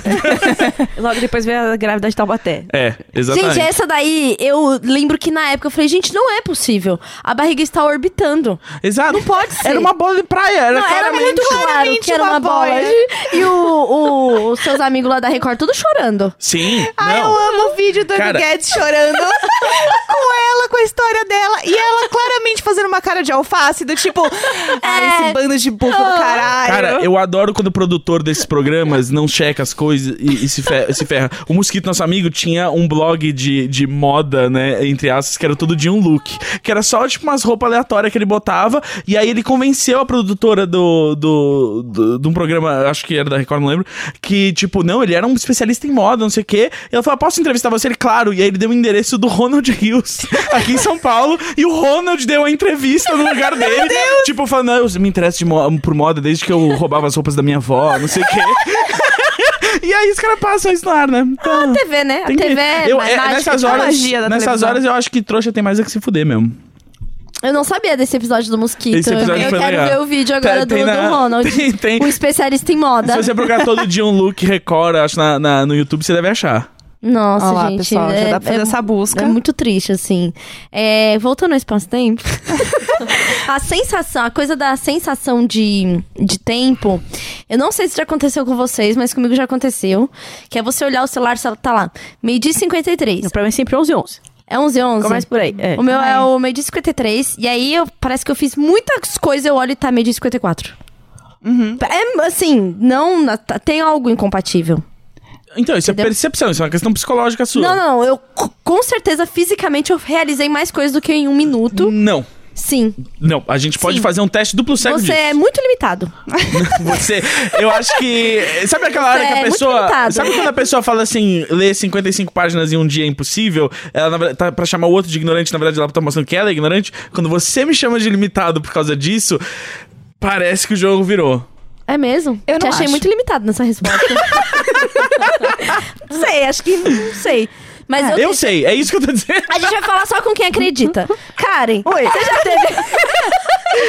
D: Logo depois veio a grávida de Taubaté.
A: É, exatamente.
B: Gente, essa daí, eu lembro que na época eu falei, gente, não é possível. A barriga está orbitando.
A: Exato. Não
B: pode ser.
A: Era uma bola de praia, era
B: Não, era
A: claramente.
B: muito claro
C: claramente
B: que era
C: uma
B: uma bola.
C: boia.
B: E o, o- os seus amigos lá da Record tudo chorando.
A: Sim,
C: Ai,
A: não.
C: eu amo o vídeo do
A: Cara-
C: Amy Guedes chorando com ela, com a história dela. E ela claramente fazendo uma cara de alface, do tipo, ah, esse bando de burro do caralho.
A: Cara, eu adoro quando o produtor desses programas não checa as coisas e, e se, fe- se ferra. O Mosquito, nosso amigo, tinha um blog de, de moda, né? Entre aspas, que era todo de um look. Que era só, tipo, umas roupas aleatórias que ele botava. E aí ele convenceu a produtora do, do, do- de um programa, acho que era da Record, não lembro. Que, tipo, não, ele era um especialista em moda, não sei o quê. E ela falou, "Ah, posso entrevistar você? Ele, claro. E aí ele deu o endereço do Ronald Rios, aqui em São Paulo. E o Ronald deu a entrevista no lugar dele. Tipo, falando, não, eu me interesso de mo- por moda desde que eu roubava as roupas da minha avó, não sei o quê. e aí os caras passam isso no ar, né? Então,
B: A TV, né? A
A: tem que-
B: TV é,
A: eu,
B: ma-
A: é,
B: mágica.
A: nessas
C: a
A: horas,
C: magia da
A: nessas
C: televisão.
A: horas eu acho que trouxa tem mais a que se fuder mesmo.
B: Eu não sabia desse episódio do Mosquito.
A: Esse episódio
B: eu
A: foi
B: quero
A: legal. Tá,
B: ver o vídeo agora
A: Tem- tem
B: do,
A: na-
B: do Ronald.
A: tem- tem-
B: O especialista em
A: Se
B: moda.
A: você procurar todo dia um look Record, acho, na, na- no YouTube, você deve achar.
B: Nossa,
C: Olha lá,
B: gente.
C: pessoal, já dá pra fazer essa busca.
B: É muito triste, assim. É, voltando ao espaço-tempo. A sensação, a coisa da sensação de, de tempo, eu não sei se já aconteceu com vocês, mas comigo já aconteceu. Que é você olhar o celular, se ela tá lá, meio-dia e 53.
D: Pra mim é sempre 11 11.
B: É 11 h 11
D: Começa por aí. É.
B: O meu é o meio-dia e 53. E aí eu, parece que eu fiz muitas coisas, eu olho e tá meio-dia e 54. É assim, não. tá- Tem algo incompatível.
A: Então, isso é
B: Entendeu?
A: percepção, isso é uma questão psicológica sua.
B: Não, não, eu c- com certeza fisicamente eu realizei mais coisas do que em um minuto.
A: Não,
B: Sim.
A: não. A gente pode
C: Sim.
A: fazer um teste duplo cego
B: Você
A: disso.
B: é muito limitado.
A: Você, eu acho que. Sabe aquela hora
B: Você
A: que
B: é
A: a
B: muito
A: pessoa.
B: limitado.
A: Sabe quando a pessoa fala assim, ler 55 páginas em um dia é impossível? Ela, na verdade, tá pra chamar o outro de ignorante, na verdade, ela tá mostrando que ela é ignorante. Quando você me chama de limitado por causa disso, parece que o jogo virou.
B: É mesmo?
C: Eu
B: Te
C: não
B: achei
C: acho.
B: muito limitado nessa resposta. Não sei, acho que não sei. Mas eu,
A: Eu sei, é isso que eu tô dizendo.
B: a gente vai falar só com quem acredita. Karen, você já teve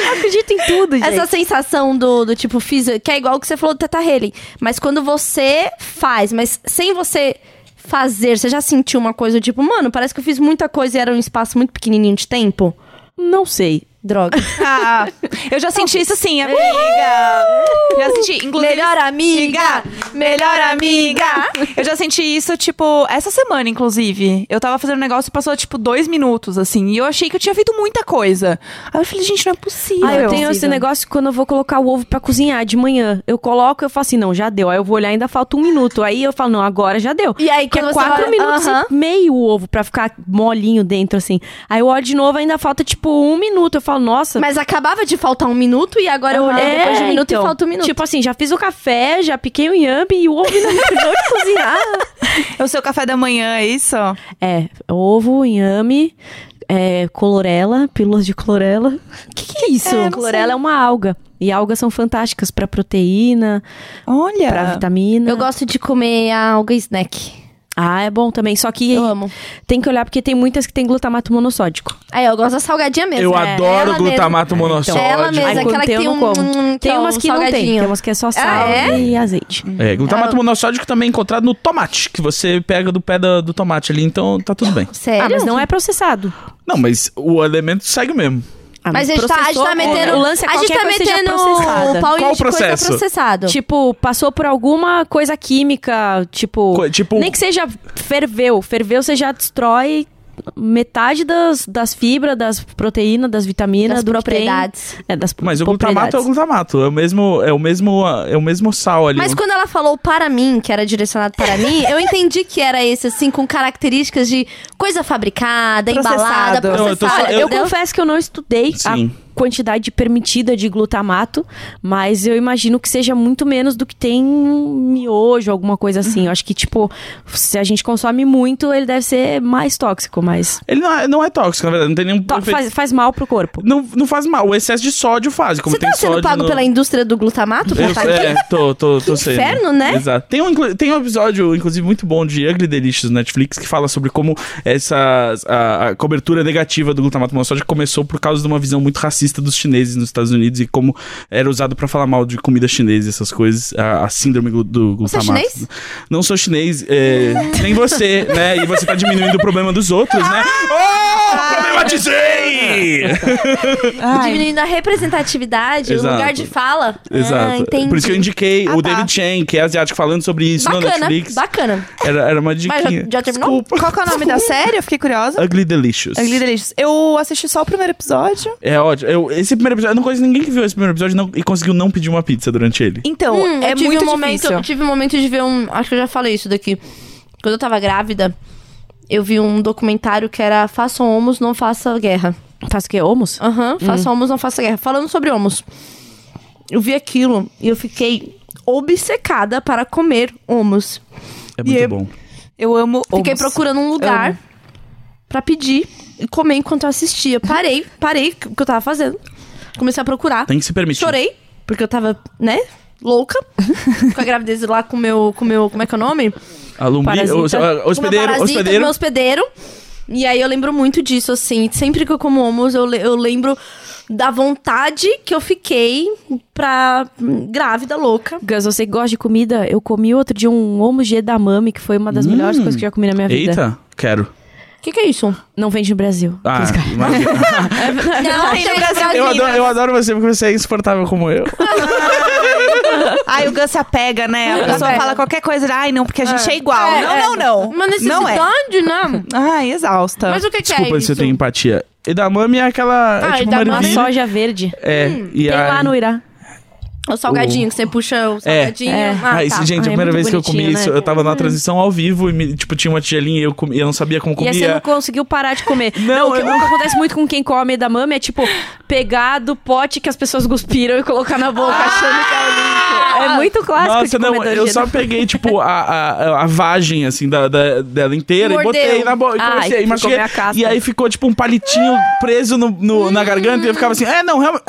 D: Eu acredito em tudo, gente.
B: essa sensação do, do tipo físico, que é igual o que você falou do Teta Healing. Mas quando você faz, mas sem você fazer, você já sentiu uma coisa tipo, mano, parece que eu fiz muita coisa e era um espaço muito pequenininho de tempo?
D: Não sei.
B: Droga.
C: Ah, eu já senti isso sim, amiga. Já senti, inclusive.
B: Melhor amiga!
C: Melhor amiga! Eu já senti isso, tipo, essa semana, inclusive. Eu tava fazendo um negócio e passou, tipo, dois minutos, assim. E eu achei que eu tinha feito muita coisa. Aí eu falei, gente, não é possível.
D: Ah, eu tenho esse
B: Possível.
D: negócio quando eu vou colocar o ovo pra cozinhar de manhã. Eu coloco, eu falo assim, não, já deu. Aí eu vou olhar, ainda falta um minuto. Aí eu falo, não, agora já deu.
B: E aí,
D: que
B: quando
D: é
B: você
D: quatro
B: olha-
D: minutos
B: Aham.
D: e meio o ovo pra ficar molinho dentro, assim. Aí eu olho de novo, ainda falta tipo um minuto. Eu falo, nossa.
B: Mas acabava de faltar um minuto e agora eu olhei
D: é,
B: depois de um minuto
D: então.
B: e falta um minuto.
D: Tipo assim, já fiz o café, já piquei o inhame e o ovo ainda não terminou de cozinhar.
C: É o seu café da manhã, é isso?
D: É, ovo, inhame, é, colorela, pílulas de colorela. O que, que é isso?
C: É, não
D: colorela
C: sei.
D: é uma alga. E algas são fantásticas pra proteína,
C: Olha.
D: pra vitamina.
B: eu gosto de comer alga e snack.
D: Ah, é bom também. Só que
B: Eu amo.
D: tem que olhar porque tem muitas que tem glutamato monossódico.
B: Aí, eu gosto da salgadinha mesmo.
A: Eu
B: é
A: adoro
B: ela
A: glutamato
B: Mesmo.
A: monossódico.
B: É ela
D: Aí
B: mesma,
D: quando
B: aquela que
D: eu
B: tem
D: não
B: um...
D: como.
B: um-
D: Tem
B: é
D: umas
B: um
D: que não tem,
B: salgadinho.
D: tem umas que é só sal
B: Ah, é?
D: e azeite.
A: É, glutamato
B: Ah.
A: monossódico também é encontrado no tomate, que você pega do pé da- do tomate ali, então tá tudo bem.
B: Sério?
D: Ah, mas não é processado.
A: Não, mas o elemento segue o mesmo.
D: Ah,
B: Mas a gente, tá, a gente
D: processou,
B: tá metendo.
D: O lance é
B: a gente
D: qualquer
B: tá
D: coisa
B: metendo
D: seja processada.
B: o pau
A: Qual
B: em de coisa
A: processo?
B: processado.
D: Tipo, passou por alguma coisa química, tipo,
A: Co- tipo-
D: nem que seja ferveu, ferveu você já destrói metade das, das fibras, das proteínas, das vitaminas,
B: Das
D: do que tem.
B: propriedades.
D: é, das
A: Mas o glutamato
D: propriedades.
A: é o glutamato, é o mesmo, é o mesmo, é o mesmo sal ali.
B: Mas
A: O-
B: quando ela falou para mim, que era direcionado para mim, eu entendi que era esse, assim, com características de coisa fabricada, embalada,
C: Processado.
A: Não, eu tô só-
B: processada.
D: Olha, eu,
B: entendeu?
D: confesso que eu não estudei
A: Sim.
D: a quantidade permitida de glutamato, mas eu imagino que seja muito menos do que tem em miojo, alguma coisa assim. Eu acho que, tipo, se a gente consome muito, ele deve ser mais tóxico, mas
A: Ele não é, não é tóxico, na verdade, não tem nenhum
B: Tá,
D: to-
A: efeito-
D: faz, faz mal pro corpo.
A: Não, não faz mal, o excesso de sódio faz, como
B: Você
A: tem
B: tá
A: sódio
B: sendo pago
A: no-
B: pela indústria do glutamato pra
A: eu,
B: estar aqui?
A: é, tô, tô, tô sendo.
B: inferno, né?
A: Exato. Tem um, inclu- tem um episódio, inclusive, muito bom de Ugly Delicious no Netflix que fala sobre como essa a, a cobertura negativa do glutamato monossódico começou por causa de uma visão muito racista dos chineses nos Estados Unidos e como era usado pra falar mal de comida chinesa e essas coisas, a, a síndrome glu- do
B: Você é
A: glutamato.
B: chinês?
A: Não sou chinês, é, nem você, né? E você tá diminuindo o problema dos outros, né? Oh,
B: Ah.
A: problematizei!
B: Diminuindo a representatividade,
A: Exato.
B: o lugar de fala. Ah,
A: Exato.
B: entendi.
A: Por isso que eu indiquei
C: Ah,
A: o
C: tá.
A: David Chen, que é asiático, falando sobre isso na
B: Bacana,
A: Netflix.
B: bacana.
A: Era, era uma dica.
B: Mas já, já terminou?
A: Desculpa.
C: Qual que é o nome da série? Eu fiquei curiosa.
A: Ugly Delicious.
C: Ugly Delicious. Eu assisti só o primeiro episódio.
A: É ótimo. Eu, esse primeiro episódio, eu não conheço ninguém que viu esse primeiro episódio não- e conseguiu não pedir uma pizza durante ele.
C: Então,
B: Hum,
C: é
B: eu tive
C: muito
B: um momento,
C: difícil.
B: Eu tive um momento de ver um. Acho que eu já falei isso daqui. Quando eu tava grávida, eu vi um documentário que era Faça Homos, não faça guerra.
D: Faz o quê? Homos?
B: Aham, faça homos, não faça guerra. Falando sobre homos. Eu vi aquilo e eu fiquei obcecada para comer homos.
A: É muito
C: é-
A: bom.
C: Eu amo
B: Fiquei
C: ovos.
B: procurando um lugar
C: Amo.
B: pra pedir e comer enquanto eu assistia. Parei, parei o que eu tava fazendo. Comecei a procurar.
A: Tem que se permitir.
B: Chorei, porque eu tava, né, louca. com a gravidez lá com o meu, com o meu, como é que é o nome?
A: A lumbi-
D: Parasita.
A: o- a-
B: Com o meu
A: hospedeiro,
B: parasita,
A: hospedeiro.
B: Meu hospedeiro. E aí eu lembro muito disso, assim. Sempre que eu como homus, eu, le- eu lembro da vontade que eu fiquei pra hum, grávida louca.
D: Gus, você que gosta de comida,
A: Hum.
D: eu comi outro dia um homo de edamame, que foi uma das melhores coisas que eu já comi na minha vida.
A: Eita, quero.
B: que, que é isso?
D: Não vende no Brasil.
A: Ah, imagina.
B: Não, é,
C: tem no Brasil.
A: eu, adoro, eu adoro você porque você é insuportável como eu.
C: Ai, o Gansa pega, né? A pessoa
B: pega.
C: fala qualquer coisa. Ai, não, porque a gente é, igual.
B: Hum, É,
C: não,
B: é.
C: não, não.
B: Uma
C: não é.
B: necessidade, né?
C: Ai, exausta.
B: Mas o que, que é
A: Desculpa
B: isso?
A: se eu tenho empatia. Edamame é aquela. é
B: Ah,
A: tipo
B: edamame.
D: Uma
A: ervilha.
D: soja verde.
A: É, e
D: Tem
A: a-
D: lá no Irá.
B: O salgadinho, que você puxa o
A: É.
B: salgadinho.
D: É.
B: Ah,
A: Ai,
B: tá.
A: Gente, a
D: Ai, é
A: primeira
D: muito
A: vez que eu comi
D: bonitinho,
A: isso,
D: né?
A: eu tava na transição ao vivo e, me- tipo, tinha uma tigelinha e eu, comi, eu não sabia como
D: E aí você
A: comia.
D: não conseguiu parar de comer.
A: Não,
D: o que,
A: eu
D: o que acontece muito com quem come edamame é, tipo, pegar do pote que as pessoas cuspiram e colocar na boca achando que é limpo. É muito clássico
A: Ah! Nossa,
D: de
A: não,
D: comedor de
A: eu só
D: edamame.
A: peguei, tipo, a, a, a vagem, assim, da, da- dela inteira
B: Mordeu.
A: e botei na boca e
D: Ai,
A: comecei, e
D: fui
A: machuquei.
D: comer a casca.
A: E aí ficou, tipo, um palitinho preso no, no- na garganta e eu ficava assim, é, não, realmente...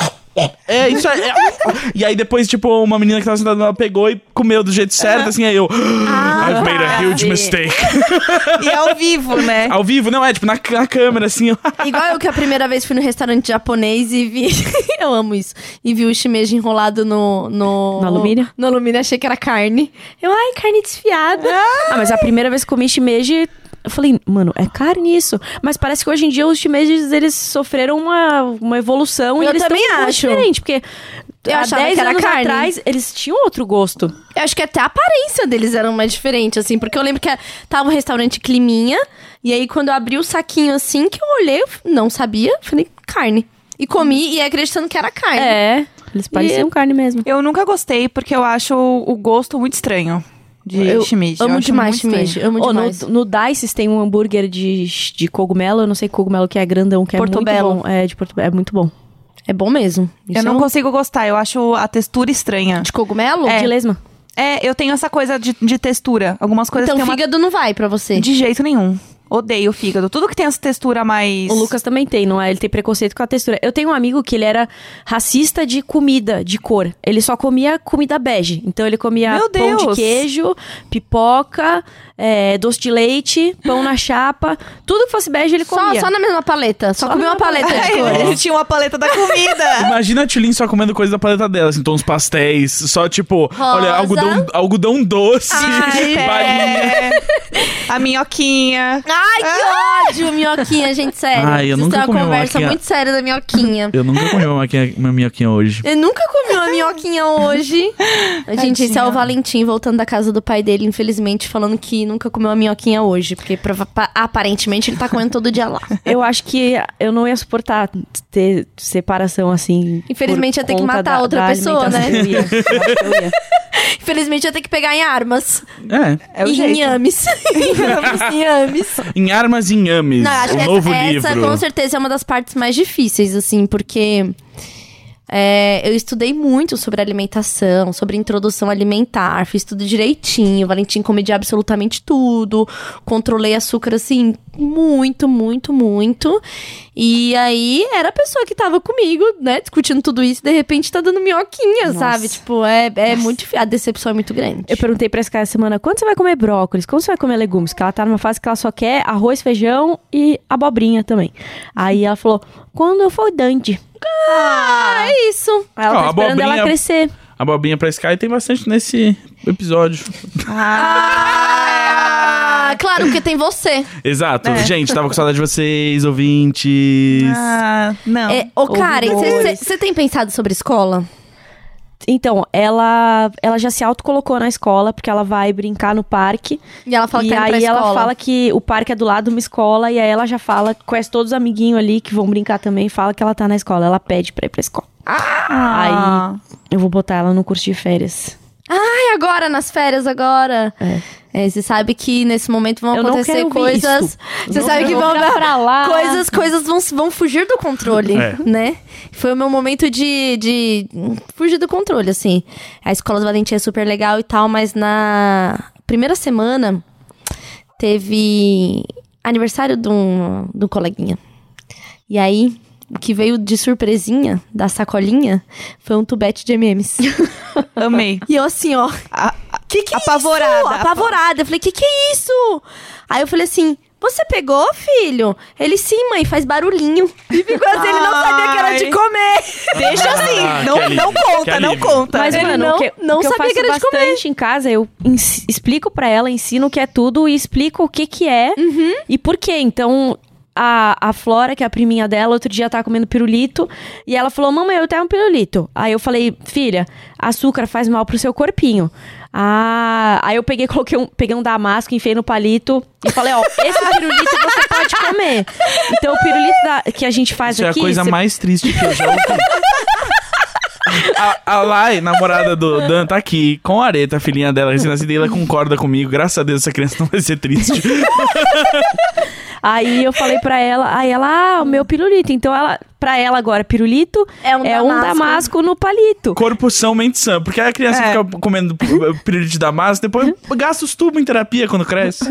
A: É, isso aí. é. E aí depois, tipo, uma menina que tava sentada, ela pegou e comeu do jeito certo, assim, aí eu... I've made
D: Ah,
A: a huge
B: quase.
A: mistake.
C: E ao vivo, né?
A: Ao vivo, não, é, tipo, na, na câmera, assim, eu-
B: Igual eu que a primeira vez fui no restaurante japonês e vi. eu amo isso. E vi o shimeji enrolado no. No,
D: No alumínio?
B: No alumínio, achei que era carne. Eu, ai, carne desfiada.
D: Ah, mas a primeira vez que comi shimeji, eu falei, mano, é carne isso. Mas parece que hoje em dia os shimejis, eles sofreram uma, uma evolução e
B: Eu
D: eles
B: também
D: tão com um gosto
B: acho.
D: diferente, porque
B: Eu
D: há
B: achava
D: 10
B: que era
D: anos
B: carne.
D: atrás, eles tinham outro gosto.
B: Eu acho que até a aparência deles era uma diferente, assim, porque eu lembro que tava um restaurante Climinha, e aí quando eu abri o saquinho assim, que eu olhei, eu f- não sabia, falei, carne. E comi e acreditando que era carne.
D: É, eles pareciam carne mesmo.
C: Eu nunca gostei porque eu acho o gosto muito estranho de
B: Eu
C: shimeji.
B: amo
C: eu acho
B: demais
C: muito estranho.
B: shimeji, amo
D: Ô, no,
B: demais.
D: no Dices tem um hambúrguer de, de cogumelo, eu não sei que cogumelo que é grandão, que é
B: Portobello.
D: muito bom. É, de Portobello, é muito bom.
B: É bom mesmo.
C: Eu
B: Isso é
C: não
B: um-
C: consigo gostar, eu acho a textura estranha.
B: De cogumelo?
D: De
B: De-
D: lesma.
C: É, eu tenho essa coisa de, de textura. Algumas coisas
B: Então
C: têm é uma...
B: fígado não vai pra você.
C: De jeito nenhum. Odeio o fígado. Tudo que tem essa textura mais...
D: O Lucas também tem, não é? Ele tem preconceito com a textura. Eu tenho um amigo que ele era racista de comida, de cor. Ele só comia comida bege. Então ele comia
C: Meu
D: pão de
C: Deus!
D: queijo, pipoca, é, doce de leite, pão na chapa. Tudo que fosse bege ele
B: Só,
D: comia.
B: só na mesma paleta. Só,
D: Só
B: comeu
D: na
B: uma paleta de cores.
C: Ele tinha uma paleta da comida.
A: Imagina a Tulin só comendo coisa da paleta dela, assim, então uns pastéis, só tipo, olha, algodão, algodão doce,
C: Ai,
A: balinha.
C: é. A minhoquinha.
B: Ai, que ódio, minhoquinha, gente, sério.
A: Ai, eu
B: Isso
A: nunca
B: é uma
A: comi uma
B: conversa
A: minhoquinha.
B: muito séria da minhoquinha.
A: Eu nunca comi uma, minhoquinha- uma minhoquinha hoje.
B: Eu nunca comi uma minhoquinha hoje. Gente, esse é o Valentim voltando da casa do pai dele, infelizmente, falando que nunca comeu uma minhoquinha hoje. Porque prova- pa- aparentemente ele tá comendo todo dia lá.
D: Eu acho que eu não ia suportar ter separação assim.
B: Infelizmente,
D: por
B: ia ter que
D: conta
B: matar
D: da-
B: outra
D: da
B: pessoa,
D: alimentação.
B: né?
D: Eu ia, eu acho que eu ia.
B: Infelizmente ia ter que pegar em armas.
A: É.
C: É o
B: e
C: jeito.
B: em ames. em ames.
A: Em Armas e Inhames,
B: Não, eu acho
A: o
B: que
A: novo
B: essa,
A: livro.
B: essa, com certeza é uma das partes mais difíceis, assim, porque é, eu estudei muito sobre alimentação, sobre introdução alimentar, fiz tudo direitinho, o Valentim comedia absolutamente tudo, controlei açúcar, assim, muito, muito, muito. E aí era a pessoa que tava comigo, né, discutindo tudo isso, e de repente tá dando minhoquinha,
D: Nossa.
B: sabe? Tipo, é, é muito. difí- A decepção é muito grande.
D: Eu perguntei pra Sky essa semana, quando você vai comer brócolis? Quando você vai comer legumes? Que ela tá numa fase que ela só quer arroz, feijão e abobrinha também. Aí ela falou, quando eu for dante.
B: Ah, é isso.
D: Ela
A: Ó,
D: tá esperando
A: abobrinha-
D: ela crescer.
A: A bobinha pra Sky tem bastante nesse episódio.
B: Ah, claro, porque tem você.
A: Exato.
B: É.
A: Gente, tava com saudade de vocês, ouvintes.
C: Ah, não.
B: É, ô, Karen,
D: Ouvidores.
B: você tem pensado sobre escola?
D: Então, ela, ela já se autocolocou na escola, porque ela vai brincar no parque.
B: E ela fala
D: e
B: que tá indo pra
D: aí ela
B: escola.
D: fala que o parque é do lado de uma escola, e aí ela já fala, conhece todos os amiguinhos ali que vão brincar também, fala que ela tá na escola. Ela pede pra ir pra escola.
C: Ah.
D: Eu vou botar ela no curso de férias.
B: Ai, agora, nas férias, agora. É, você sabe que nesse momento vão
D: Eu não
B: acontecer
D: quero ver
B: coisas.
D: isso.
B: Você
D: Não
B: sabe que
D: quero
B: vão
D: ficar pra lá.
B: Coisas, coisas vão, vão fugir do controle,
A: É.
B: né? Foi o meu momento de, de fugir do controle, assim. A escola do Valentim é super legal e tal, mas na primeira semana teve aniversário de um, de um coleguinha. E aí, o que veio de surpresinha da sacolinha foi um tubete de MMs.
C: Amei.
B: E eu assim, ó.
C: A-
B: Que que é
C: Apavorada.
B: isso? Apavorada. Eu falei, que que é isso? Aí eu falei assim, você pegou, filho? Ele, sim, mãe, faz barulhinho. E ficou assim, ele não sabia que era de
C: Ai.
B: comer.
C: deixa assim. Não,
A: que alívio,
C: não
A: que
C: conta, não
A: alívio.
C: conta.
D: Mas, é-
C: Ele
D: mano,
B: não-
D: o que,
B: não
D: o que eu
B: sabia
D: faço
B: que era de comer.
D: bastante em casa, eu ens- explico pra ela, ensino o que é tudo e explico o que que é
B: Uhum.
D: e por quê. Então, a, a Flora, que é a priminha dela, outro dia tava comendo pirulito e ela falou, mamãe, eu tenho um pirulito. Aí eu falei, filha, açúcar faz mal pro seu corpinho. Ah, aí eu peguei, coloquei um, peguei um damasco, enfiei no palito e falei, ó, esse pirulito você pode comer. Então, o pirulito da- que a gente faz
A: Isso é a
D: aqui...
A: coisa
D: você-
A: mais triste que eu já ouvi. A, a Lai, namorada do Dan, tá aqui com a Areta, a filhinha dela recém-nascida, e ela concorda comigo. Graças a Deus, essa criança não vai ser triste.
D: Aí eu falei pra ela, aí ela, ah, o meu pirulito. Então ela, pra ela agora, pirulito
B: É um damasco.
D: damasco no palito.
A: Corpo são, mente sã. Porque a criança
C: É.
A: fica comendo período de damasco, depois gasta os tubos em terapia quando cresce.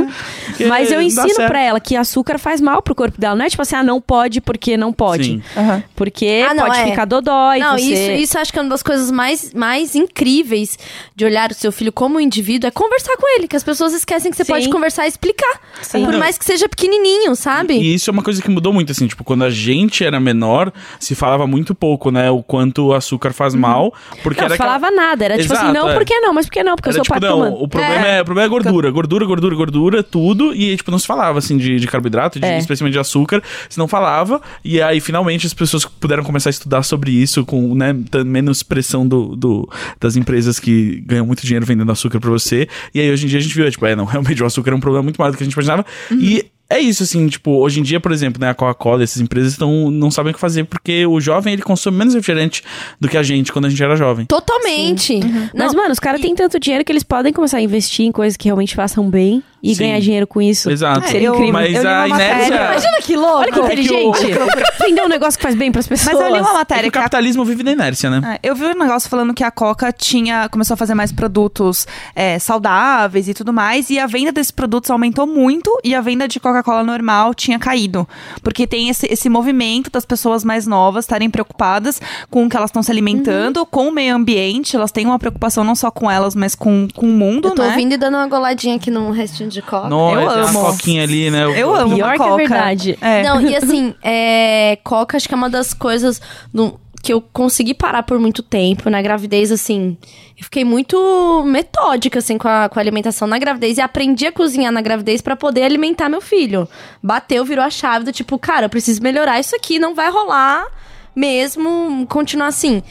A: Porque
D: Uhum. Mas eu
A: não dá
D: ensino
A: certo.
D: pra ela que açúcar faz mal pro corpo dela. Não é tipo assim, ah, não pode porque não pode.
A: Sim.
C: Aham.
D: Porque
B: Ah, não,
D: pode
B: é.
D: ficar dodói,
B: Não,
D: você...
B: isso, isso acho que é uma das coisas mais, mais incríveis de olhar o seu filho como um indivíduo é conversar com ele, que as pessoas esquecem que você
D: Sim.
B: pode conversar e explicar.
D: Sim.
B: Por mais que seja pequenininho, sabe?
A: E isso é uma coisa que mudou muito, assim, tipo, quando a gente era menor, se falava muito pouco, né, o quanto o açúcar faz mal, porque
D: Uhum. Não
A: era
D: se
A: aquela-
D: falava nada. Era tipo assim,
A: Exato,
D: não,
A: é.
D: por que não? Mas por que não? Porque eu
A: Era
D: sou
A: tipo,
D: pai
A: não,
D: tomando.
A: o problema é. o problema é gordura, gordura, gordura, gordura, tudo. E tipo, não se falava assim de, de carboidrato, de,
D: É.
A: especialmente de açúcar, se não falava. E aí, finalmente, as pessoas puderam começar a estudar sobre isso com né, tan- menos pressão do, do- das empresas que ganham muito dinheiro vendendo açúcar pra você. E aí hoje em dia a gente viu, tipo, é, não, realmente o açúcar é um problema muito maior do que a gente imaginava.
D: Uhum.
A: E. É isso, assim, tipo, hoje em dia, por exemplo, né, a Coca-Cola, essas empresas estão não sabem o que fazer, porque o jovem, ele consome menos refrigerante do que a gente, quando a gente era jovem.
B: Totalmente. Não,
D: Uhum. Mas, mano, os caras têm tanto dinheiro que eles podem começar a investir em coisas que realmente façam bem e
A: Sim.
D: ganhar dinheiro com isso.
A: Exato.
C: É,
D: Seria
C: eu-
D: incrível.
A: Mas
C: eu li
A: a
C: uma matéria-
A: inércia.
B: imagina que louco.
D: Olha que
A: É que o-
D: inteligente. Vender um negócio que faz bem pras pessoas.
C: Mas eu li uma
A: É que
C: matéria
A: o
C: que a
A: capitalismo vive da inércia, né?
C: É, Eu vi um negócio falando que a Coca tinha começou a fazer mais produtos é, saudáveis e tudo mais, e a venda desses produtos aumentou muito e a venda de Coca-Cola normal tinha caído, porque tem esse, esse movimento das pessoas mais novas estarem preocupadas com o que elas estão se alimentando, com o meio ambiente, elas têm uma preocupação não só com elas, mas com, com o mundo,
B: Eu tô
C: né?
B: vindo e dando uma goladinha aqui num restinho de coca.
A: Não,
C: Ah, eu
A: é, tem
C: amo.
A: uma coquinha ali, né?
C: Eu amo
D: Pior
C: uma
D: que é
C: Coca.
D: verdade.
C: É.
B: Não, e assim, é, coca acho que é uma das coisas no- que eu consegui parar por muito tempo. Na gravidez, assim, eu fiquei muito metódica, assim, com a, com a alimentação na gravidez. E aprendi a cozinhar na gravidez pra poder alimentar meu filho. Bateu, virou a chave do tipo, cara, eu preciso melhorar isso aqui, não vai rolar mesmo continuar assim.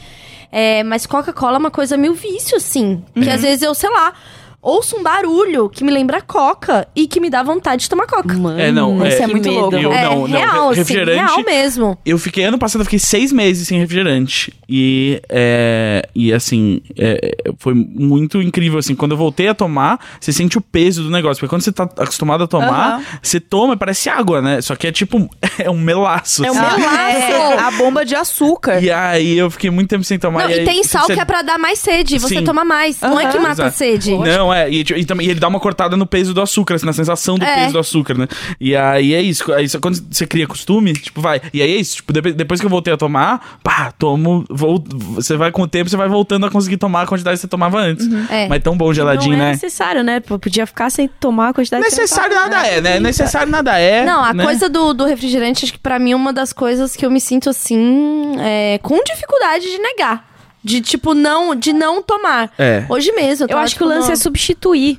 B: É, mas Coca-Cola é uma coisa meio vício, assim. Que às vezes eu, sei lá, ouço um barulho que me lembra Coca e que me dá vontade de tomar Coca.
D: Mano,
A: É, não, é-
D: isso é
C: que
D: muito
C: medo.
D: louco.
A: Eu-
B: É,
A: não, não,
B: real,
A: re-
B: sim,
A: refrigerante-
B: real mesmo.
A: Eu fiquei, ano passado, eu fiquei seis meses sem refrigerante. E, é, e assim, é, foi muito incrível, assim. Quando eu voltei a tomar, você sente o peso do negócio. Porque quando você tá acostumado a tomar,
C: Aham.
A: você toma e parece água, né? Só que é tipo, é um melaço.
B: É um
A: assim.
B: melaço.
C: Ah, é, a bomba de açúcar.
A: E aí eu fiquei muito tempo sem tomar.
B: não,
A: aí,
B: e tem sal
A: você-
B: que é pra dar mais sede. Você
A: Sim.
B: toma mais. Não é que mata a
A: Exato.
B: sede.
A: Não, é. E, tipo, e também- e ele dá uma cortada no peso do açúcar, assim, na sensação do
B: É.
A: peso do açúcar, né? E aí é isso. Aí, só quando você cria costume, tipo, vai. E aí é isso. Tipo, depois, depois que eu voltei a tomar, pá, tomo. Vou, você vai com o tempo, você vai voltando a conseguir tomar a quantidade que você tomava antes.
B: É.
A: Mas tão bom geladinho,
D: não é
A: né?
D: necessário, né? Pô, Podia ficar sem tomar a quantidade que você
A: Necessário nada é, né? Necessário nada é.
B: Não, a
A: né?
B: coisa do, do refrigerante, acho que pra mim é uma das coisas que eu me sinto assim, é, com dificuldade de negar. De tipo, não, de não tomar.
A: É.
B: Hoje mesmo.
D: Eu
B: tava,
D: acho que
B: tipo,
D: o lance
B: não.
D: é substituir.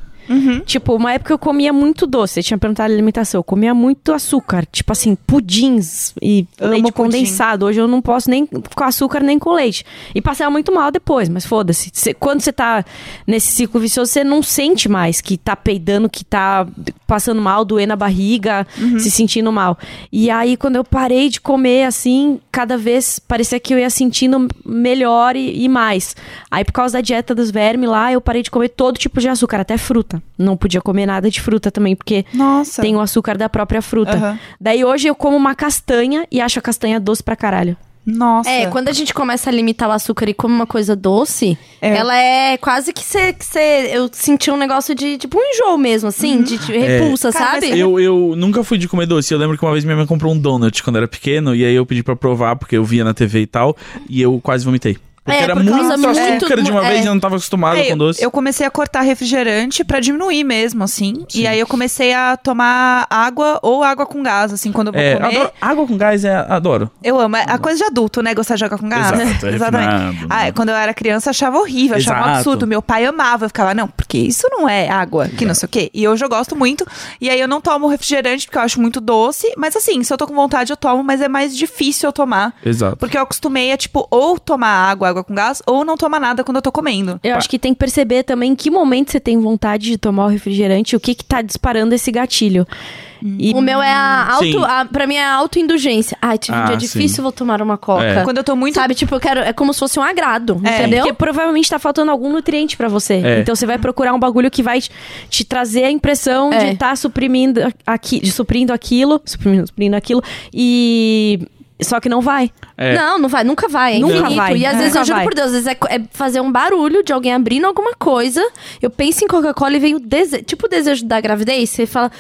D: Tipo, uma época eu comia muito doce. Você tinha perguntado a alimentação. Eu comia muito açúcar. Tipo assim, pudins e
C: Amo
D: leite
C: pudim.
D: condensado. Hoje eu não posso nem com açúcar nem com leite. E passava muito mal depois, mas foda-se. Cê- Quando você tá nesse ciclo vicioso, você não sente mais que tá peidando, que tá passando mal, doendo a barriga, se sentindo mal. E aí, quando eu parei de comer, assim, cada vez parecia que eu ia sentindo melhor e, e mais. Aí, por causa da dieta dos vermes lá, eu parei de comer todo tipo de açúcar, até fruta. Não podia comer nada de fruta também, porque
C: Nossa.
D: tem o açúcar da própria fruta.
C: Aham.
D: Daí, hoje eu como uma castanha e acho a castanha doce pra caralho.
C: Nossa.
B: É, quando a gente começa a limitar o açúcar e come uma coisa doce,
C: É.
B: ela é quase que você. eu senti um negócio de tipo um enjoo mesmo, assim, de, de repulsa,
C: Cara, mas
B: sabe?
A: Eu, eu nunca fui de comer doce. Eu lembro que uma vez minha mãe comprou um donut quando era pequeno, e aí eu pedi pra provar, porque eu via na TV e tal, e eu quase vomitei. Porque
B: É,
A: era
B: por causa
A: muito
B: muito-
A: açúcar de uma
B: é.
A: vez e eu não tava acostumado
C: É,
A: com doce.
C: Eu comecei a cortar refrigerante pra diminuir mesmo, assim.
A: Sim.
C: E aí eu comecei a tomar água ou água com gás, assim, quando eu vou
A: É,
C: comer.
A: adoro- água com gás é. Adoro.
C: Eu amo. É a coisa de adulto, né? Gostar de água com gás.
A: Exato, é
C: Exatamente.
A: refinado,
C: Ah,
A: né?
C: Quando eu era criança, eu achava horrível, eu achava um
A: Exato.
C: absurdo. Meu pai amava. Eu ficava, não, porque isso não é água, que não sei o quê. E hoje eu gosto muito. E aí eu não tomo refrigerante, porque eu acho muito doce. Mas assim, se eu tô com vontade, eu tomo, mas é mais difícil eu tomar.
A: Exato.
C: Porque eu acostumei a, tipo, ou tomar água, água com gás, ou não tomar nada quando eu tô comendo.
D: Eu acho que tem que perceber também em que momento você tem vontade de tomar o refrigerante, o que que tá disparando esse gatilho. E
B: O meu é a
A: Sim.
B: auto. A, pra mim é a autoindulgência. Ai, tive
A: Ah,
B: um dia
A: sim.
B: difícil, vou tomar uma coca.
A: É.
C: Quando eu tô muito
B: Sabe, tipo, eu quero. É como se fosse um agrado,
C: É.
B: entendeu?
D: Porque provavelmente tá faltando algum nutriente pra você.
A: É.
D: Então você vai procurar um bagulho que vai te- te trazer a impressão de
B: É.
D: estar suprimindo aqui, de suprindo aquilo, suprimindo, suprindo aquilo e só que não vai.
A: É.
B: Não, não vai, nunca vai. é
D: Nunca
B: infinito.
D: vai,
B: E às
D: nunca
B: vezes, eu juro
D: vai.
B: por Deus, às vezes é, co- é fazer um barulho de alguém abrindo alguma coisa. Eu penso em Coca-Cola e vem o desejo. Tipo o desejo da gravidez. Você fala,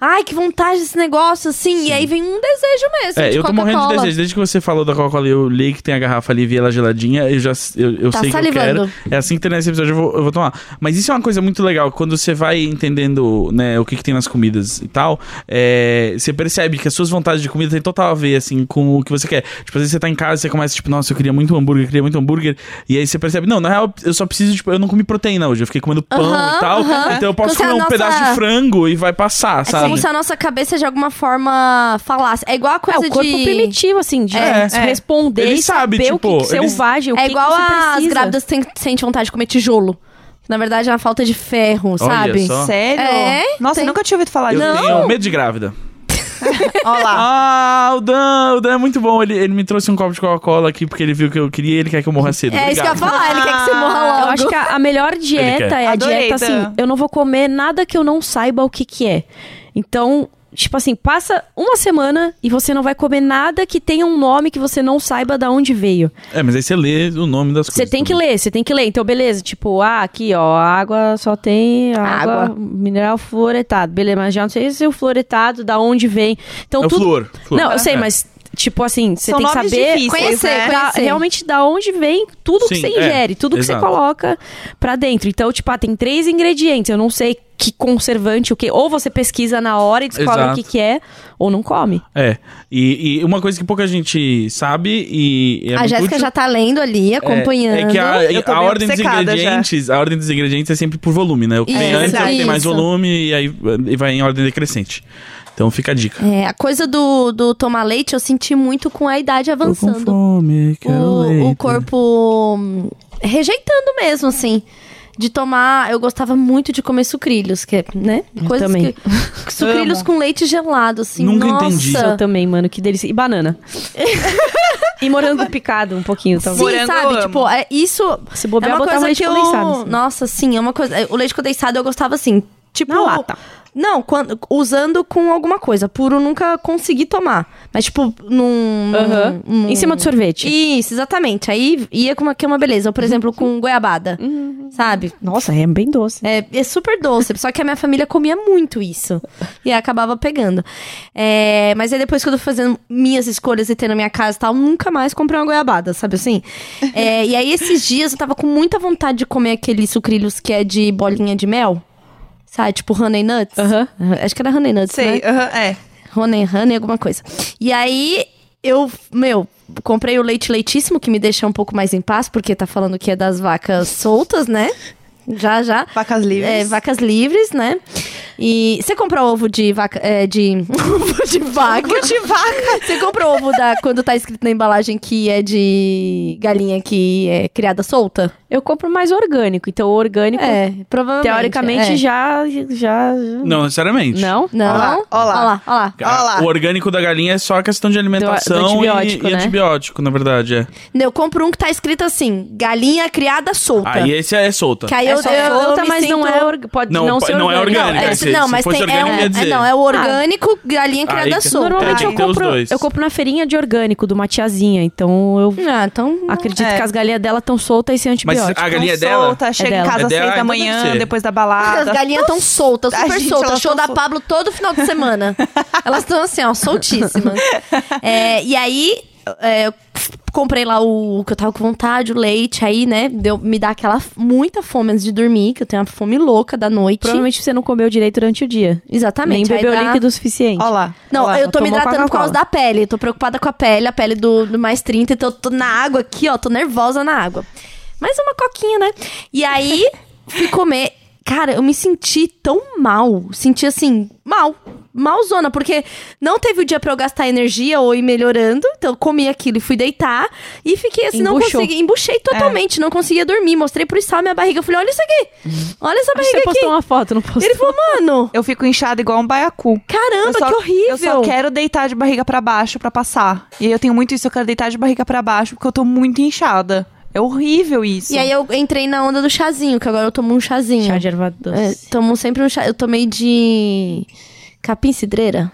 B: ai, que vontade desse negócio, assim. E aí vem um desejo mesmo.
A: É,
B: de
A: eu tô
B: Coca-Cola.
A: morrendo de desejo. Desde que você falou da Coca-Cola, e eu li que tem a garrafa ali e vi ela geladinha. Eu já eu, eu
B: Tá
A: sei que eu
B: salivando.
A: quero. É assim que terminar esse episódio, eu vou, eu vou tomar. Mas isso é uma coisa muito legal. Quando você vai entendendo né, o que, que tem nas comidas e tal, é, você percebe que as suas vontades de comida têm total a ver assim, com o que você quer. Tipo, às vezes você tá em casa você começa, tipo, nossa, eu queria muito um hambúrguer, eu queria muito um hambúrguer. E aí você percebe, não, na real, eu só preciso, tipo, eu não comi proteína hoje, eu fiquei comendo pão
B: Aham,
A: e tal.
B: aham.
A: Então eu posso
B: Então, se a
A: comer um
B: nossa-
A: pedaço de frango e vai passar,
B: É
A: sabe?
B: como se a nossa cabeça de alguma forma falasse. É igual a coisa
D: é o corpo
B: de.
D: primitivo assim, de
A: É.
D: responder
A: Ele
D: e
A: sabe,
D: saber o que
A: tipo,
D: que,
A: ele-
D: selvagem, o
B: É
D: que
B: igual
D: que você
B: as
D: precisa.
B: grávidas que tem- sentem vontade de comer tijolo. Na verdade, é uma falta de ferro, sabe?
A: só.
C: Sério?
B: É,
C: Nossa,
B: tem-
C: eu nunca tinha ouvido falar
A: Eu
C: disso.
A: tenho medo de grávida.
C: Ó lá.
A: Ah, o Dan, o Dan é muito bom. Ele, ele me trouxe um copo de Coca-Cola aqui porque ele viu que eu queria e ele quer que eu morra cedo.
B: É isso que eu ia
A: Obrigado.
B: falar, ele quer que você morra
C: Ah,
B: logo.
D: Eu acho que a, a melhor
A: Ele
D: dieta
A: quer.
D: é a
C: Adorei,
D: dieta
C: Dan.
D: assim, eu não vou comer nada que eu não saiba o que que é. Então, tipo assim, passa uma semana e você não vai comer nada que tenha um nome que você não saiba da onde veio.
A: É, mas aí você lê o nome das coisas.
D: Você tem que
A: também.
D: ler, você tem que ler. Então, beleza, tipo, ah, aqui, ó, a água só tem água,
B: Água.
D: mineral fluoretado. Beleza, mas já não sei se é o fluoretado da onde vem. Então,
A: É o
D: tudo
A: flor. flor.
D: Não, eu sei,
A: É.
D: mas tipo assim, você
C: São
D: tem que
C: nomes
D: saber
C: difíceis,
B: Conhecer,
C: né?
B: conhecer.
D: pra- realmente da onde vem tudo que
A: Sim,
D: você
A: é,
D: ingere, tudo que
A: exato.
D: você coloca pra dentro. Então, tipo, ah, tem três ingredientes, eu não sei que conservante, o que. Ou você pesquisa na hora e descobre
A: Exato.
D: o que, que é, ou não come.
A: É. E, e uma coisa que pouca gente sabe e. é
B: a
A: muito
B: Jéssica
A: útil-
B: já tá lendo ali, acompanhando.
A: É, é que
C: Eu tô
A: a, a
C: bem
A: ordem dos
C: obcecada já.
A: ingredientes, a ordem dos ingredientes é sempre por volume, né? O que vem
B: Isso,
A: antes é o que tem mais
B: isso.
A: volume e aí e vai em ordem decrescente. Então fica a dica.
B: É, a coisa do, do tomar leite eu senti muito com a idade
A: Tô com
B: avançando.
A: fome, quero
B: O, o
A: leite.
B: corpo hum, rejeitando mesmo, assim. De tomar. Eu gostava muito de comer sucrilhos, que é, né? Coisas
D: também.
B: que. Sucrilhos com leite gelado, assim.
A: Nunca
B: nossa.
A: entendi.
D: Eu também, mano, que delícia. E banana. e morango picado um pouquinho
B: Sim,
D: também.
C: Morango eu
B: sabe?
C: amo.
B: Tipo, é, isso.
D: Se bobear,
B: é uma
D: botava
B: coisa
D: leite
B: que eu...
D: condensado, assim.
B: Nossa, sim, é uma coisa. é, O leite condensado eu gostava assim. Tipo.
D: Na lata.
C: né?
B: Não, quando, usando com alguma coisa. Puro nunca consegui tomar. Mas, tipo, num.
D: Aham.
B: num-
D: Em cima do sorvete.
B: Isso, exatamente. Aí ia com uma, que é uma beleza. Ou,
D: Uhum.
B: por exemplo, com goiabada. Sabe?
D: Nossa, é bem doce.
B: É, é super doce, só que a minha família comia muito isso. E aí acabava pegando. É, mas aí depois que eu tô fazendo minhas escolhas e tendo a minha casa e tal, nunca mais comprei uma goiabada, sabe assim? É, e aí esses dias eu tava com muita vontade de comer aqueles sucrilhos que é de bolinha de mel. Sabe, tipo honey nuts.
D: Aham.
B: Acho que era honey nuts, né?
C: Sei, aham, é.
B: Honey Honey, alguma coisa. E aí, eu, meu, comprei o leite leitíssimo, que me deixa um pouco mais em paz, porque tá falando que é das vacas soltas, né? Já, já.
C: Vacas livres.
B: É, vacas livres, né? E você comprou ovo de vaca. É, de. ovo de vaca.
C: Ovo de vaca.
B: Você comprou ovo da. Quando tá escrito na embalagem que é de galinha que é criada solta?
D: Eu compro mais orgânico, então o orgânico,
B: É, provavelmente.
D: teoricamente,
B: é.
D: já, já.
A: Não, necessariamente.
D: Não?
B: Não.
C: Olha lá, olha lá.
B: Olha lá, olha lá.
A: A-
C: Olha lá.
A: Ah, O orgânico da galinha é só a questão de alimentação
D: Do- do
A: e-
D: antibiótico,
A: e,
D: né?
A: antibiótico, na verdade, é.
B: Eu compro um que tá escrito assim: galinha criada solta.
A: Aí esse é solta.
B: Que aí
D: é
B: eu,
D: só
B: eu, eu
D: solta,
B: me
D: mas não
B: sinto-
D: é org... pode
A: Não,
D: não,
A: pa-
D: ser
A: não é
D: orgânico.
A: orgânico,
B: é,
A: se-
B: não,
A: se
B: mas
A: fosse
B: tem, é,
A: orgânico,
B: um-
A: ia dizer.
B: é, não, é o orgânico, galinha criada
A: Aí que- Aí
B: solta.
D: Normalmente
A: tem
D: é, eu
A: que ter os
D: compro,
A: dois.
D: eu compro na feirinha de orgânico do uma tiazinha, então eu
B: Ah, então...
D: acredito
C: É.
D: que as galinhas dela estão soltas e sem
A: Mas
D: antibiótico.
A: a galinha é
C: Tão
A: dela?
C: Solta, chega
D: dela.
C: em
A: É
C: casa às
A: dela,
C: seis da
A: então deve
C: manhã,
A: ser.
C: depois da
B: As
C: balada.
B: galinhas tão soltas,
C: a
B: super
C: tá gente,
B: soltas.
C: elas
B: Show
C: tão
B: da
C: soltas.
B: Pablo todo final de semana. elas estão assim, ó, soltíssimas. É, e aí, é, eu f- comprei lá o, o que eu tava com vontade, o leite, aí, né? Deu, me dá aquela f- muita fome antes de dormir, que eu tenho uma fome louca da noite.
D: Provavelmente você não comeu direito durante o dia.
B: Exatamente.
D: Nem
B: aí
D: bebeu
B: dá-
D: líquido o suficiente.
C: Ó lá.
B: Não,
D: Ó lá,
B: eu tô me
D: tomou
B: hidratando por causa
D: Coca-Cola.
B: da pele. Tô preocupada com a pele, a pele do, do mais 30, então eu tô na água aqui, ó. Tô nervosa na água. Mais uma coquinha, né? E aí, fui comer. Cara, eu me senti tão mal. Senti assim, mal. Malzona, porque não teve o dia pra eu gastar energia ou ir melhorando. Então eu comi aquilo e fui deitar. E fiquei assim, não
D: Embuchou. É.
B: consegui. Embuchei totalmente, não conseguia dormir. Mostrei pro Sal minha barriga. Eu falei, olha isso aqui. Olha essa
D: Acho que
B: barriga
D: você postou um
B: aqui.
D: uma foto, não postou?
B: Ele falou, mano,
C: Eu fico inchada igual um baiacu. Eu
B: caramba,
C: só-
B: que horrível.
C: Eu só quero deitar de barriga pra baixo pra passar. E aí eu tenho muito isso, eu quero deitar de barriga pra baixo porque eu tô muito inchada. É horrível isso.
B: E aí eu entrei na onda do chazinho, que agora eu tomo um chazinho.
D: Chá de erva doce.
B: É, tomo sempre um chá. Eu tomei de capim cidreira.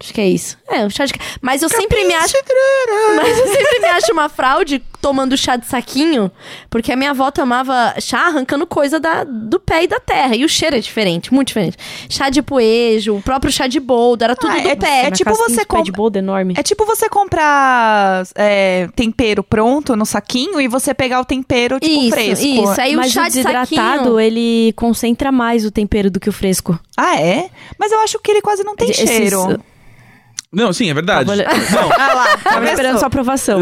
B: Acho que é isso. É, um chá de. ca- Mas eu sempre me acho. Mas eu sempre me acho uma fraude tomando chá de saquinho, porque a minha avó tomava chá arrancando coisa da, do pé e da terra. E o cheiro é diferente, muito diferente. Chá de poejo, o próprio chá de boldo, era tudo
C: Ah,
B: do
C: é-
B: pé.
C: é
D: Na
C: tipo
D: casa
C: você
D: tem um pé
C: com-
D: de boldo enorme.
C: É tipo você comprar é, tempero pronto no saquinho e você pegar o tempero, tipo,
B: isso,
C: fresco.
B: isso. é. Aí
D: Mas
B: o chá
D: o
B: de
D: desidratado,
B: saquinho.
D: ele concentra mais o tempero do que o fresco.
C: Ah, é? Mas eu acho que ele quase não tem
D: Esses-
C: cheiro.
A: Não, sim, é verdade.
D: Tava olha-
C: Ah lá,
D: Tava esperando sua aprovação.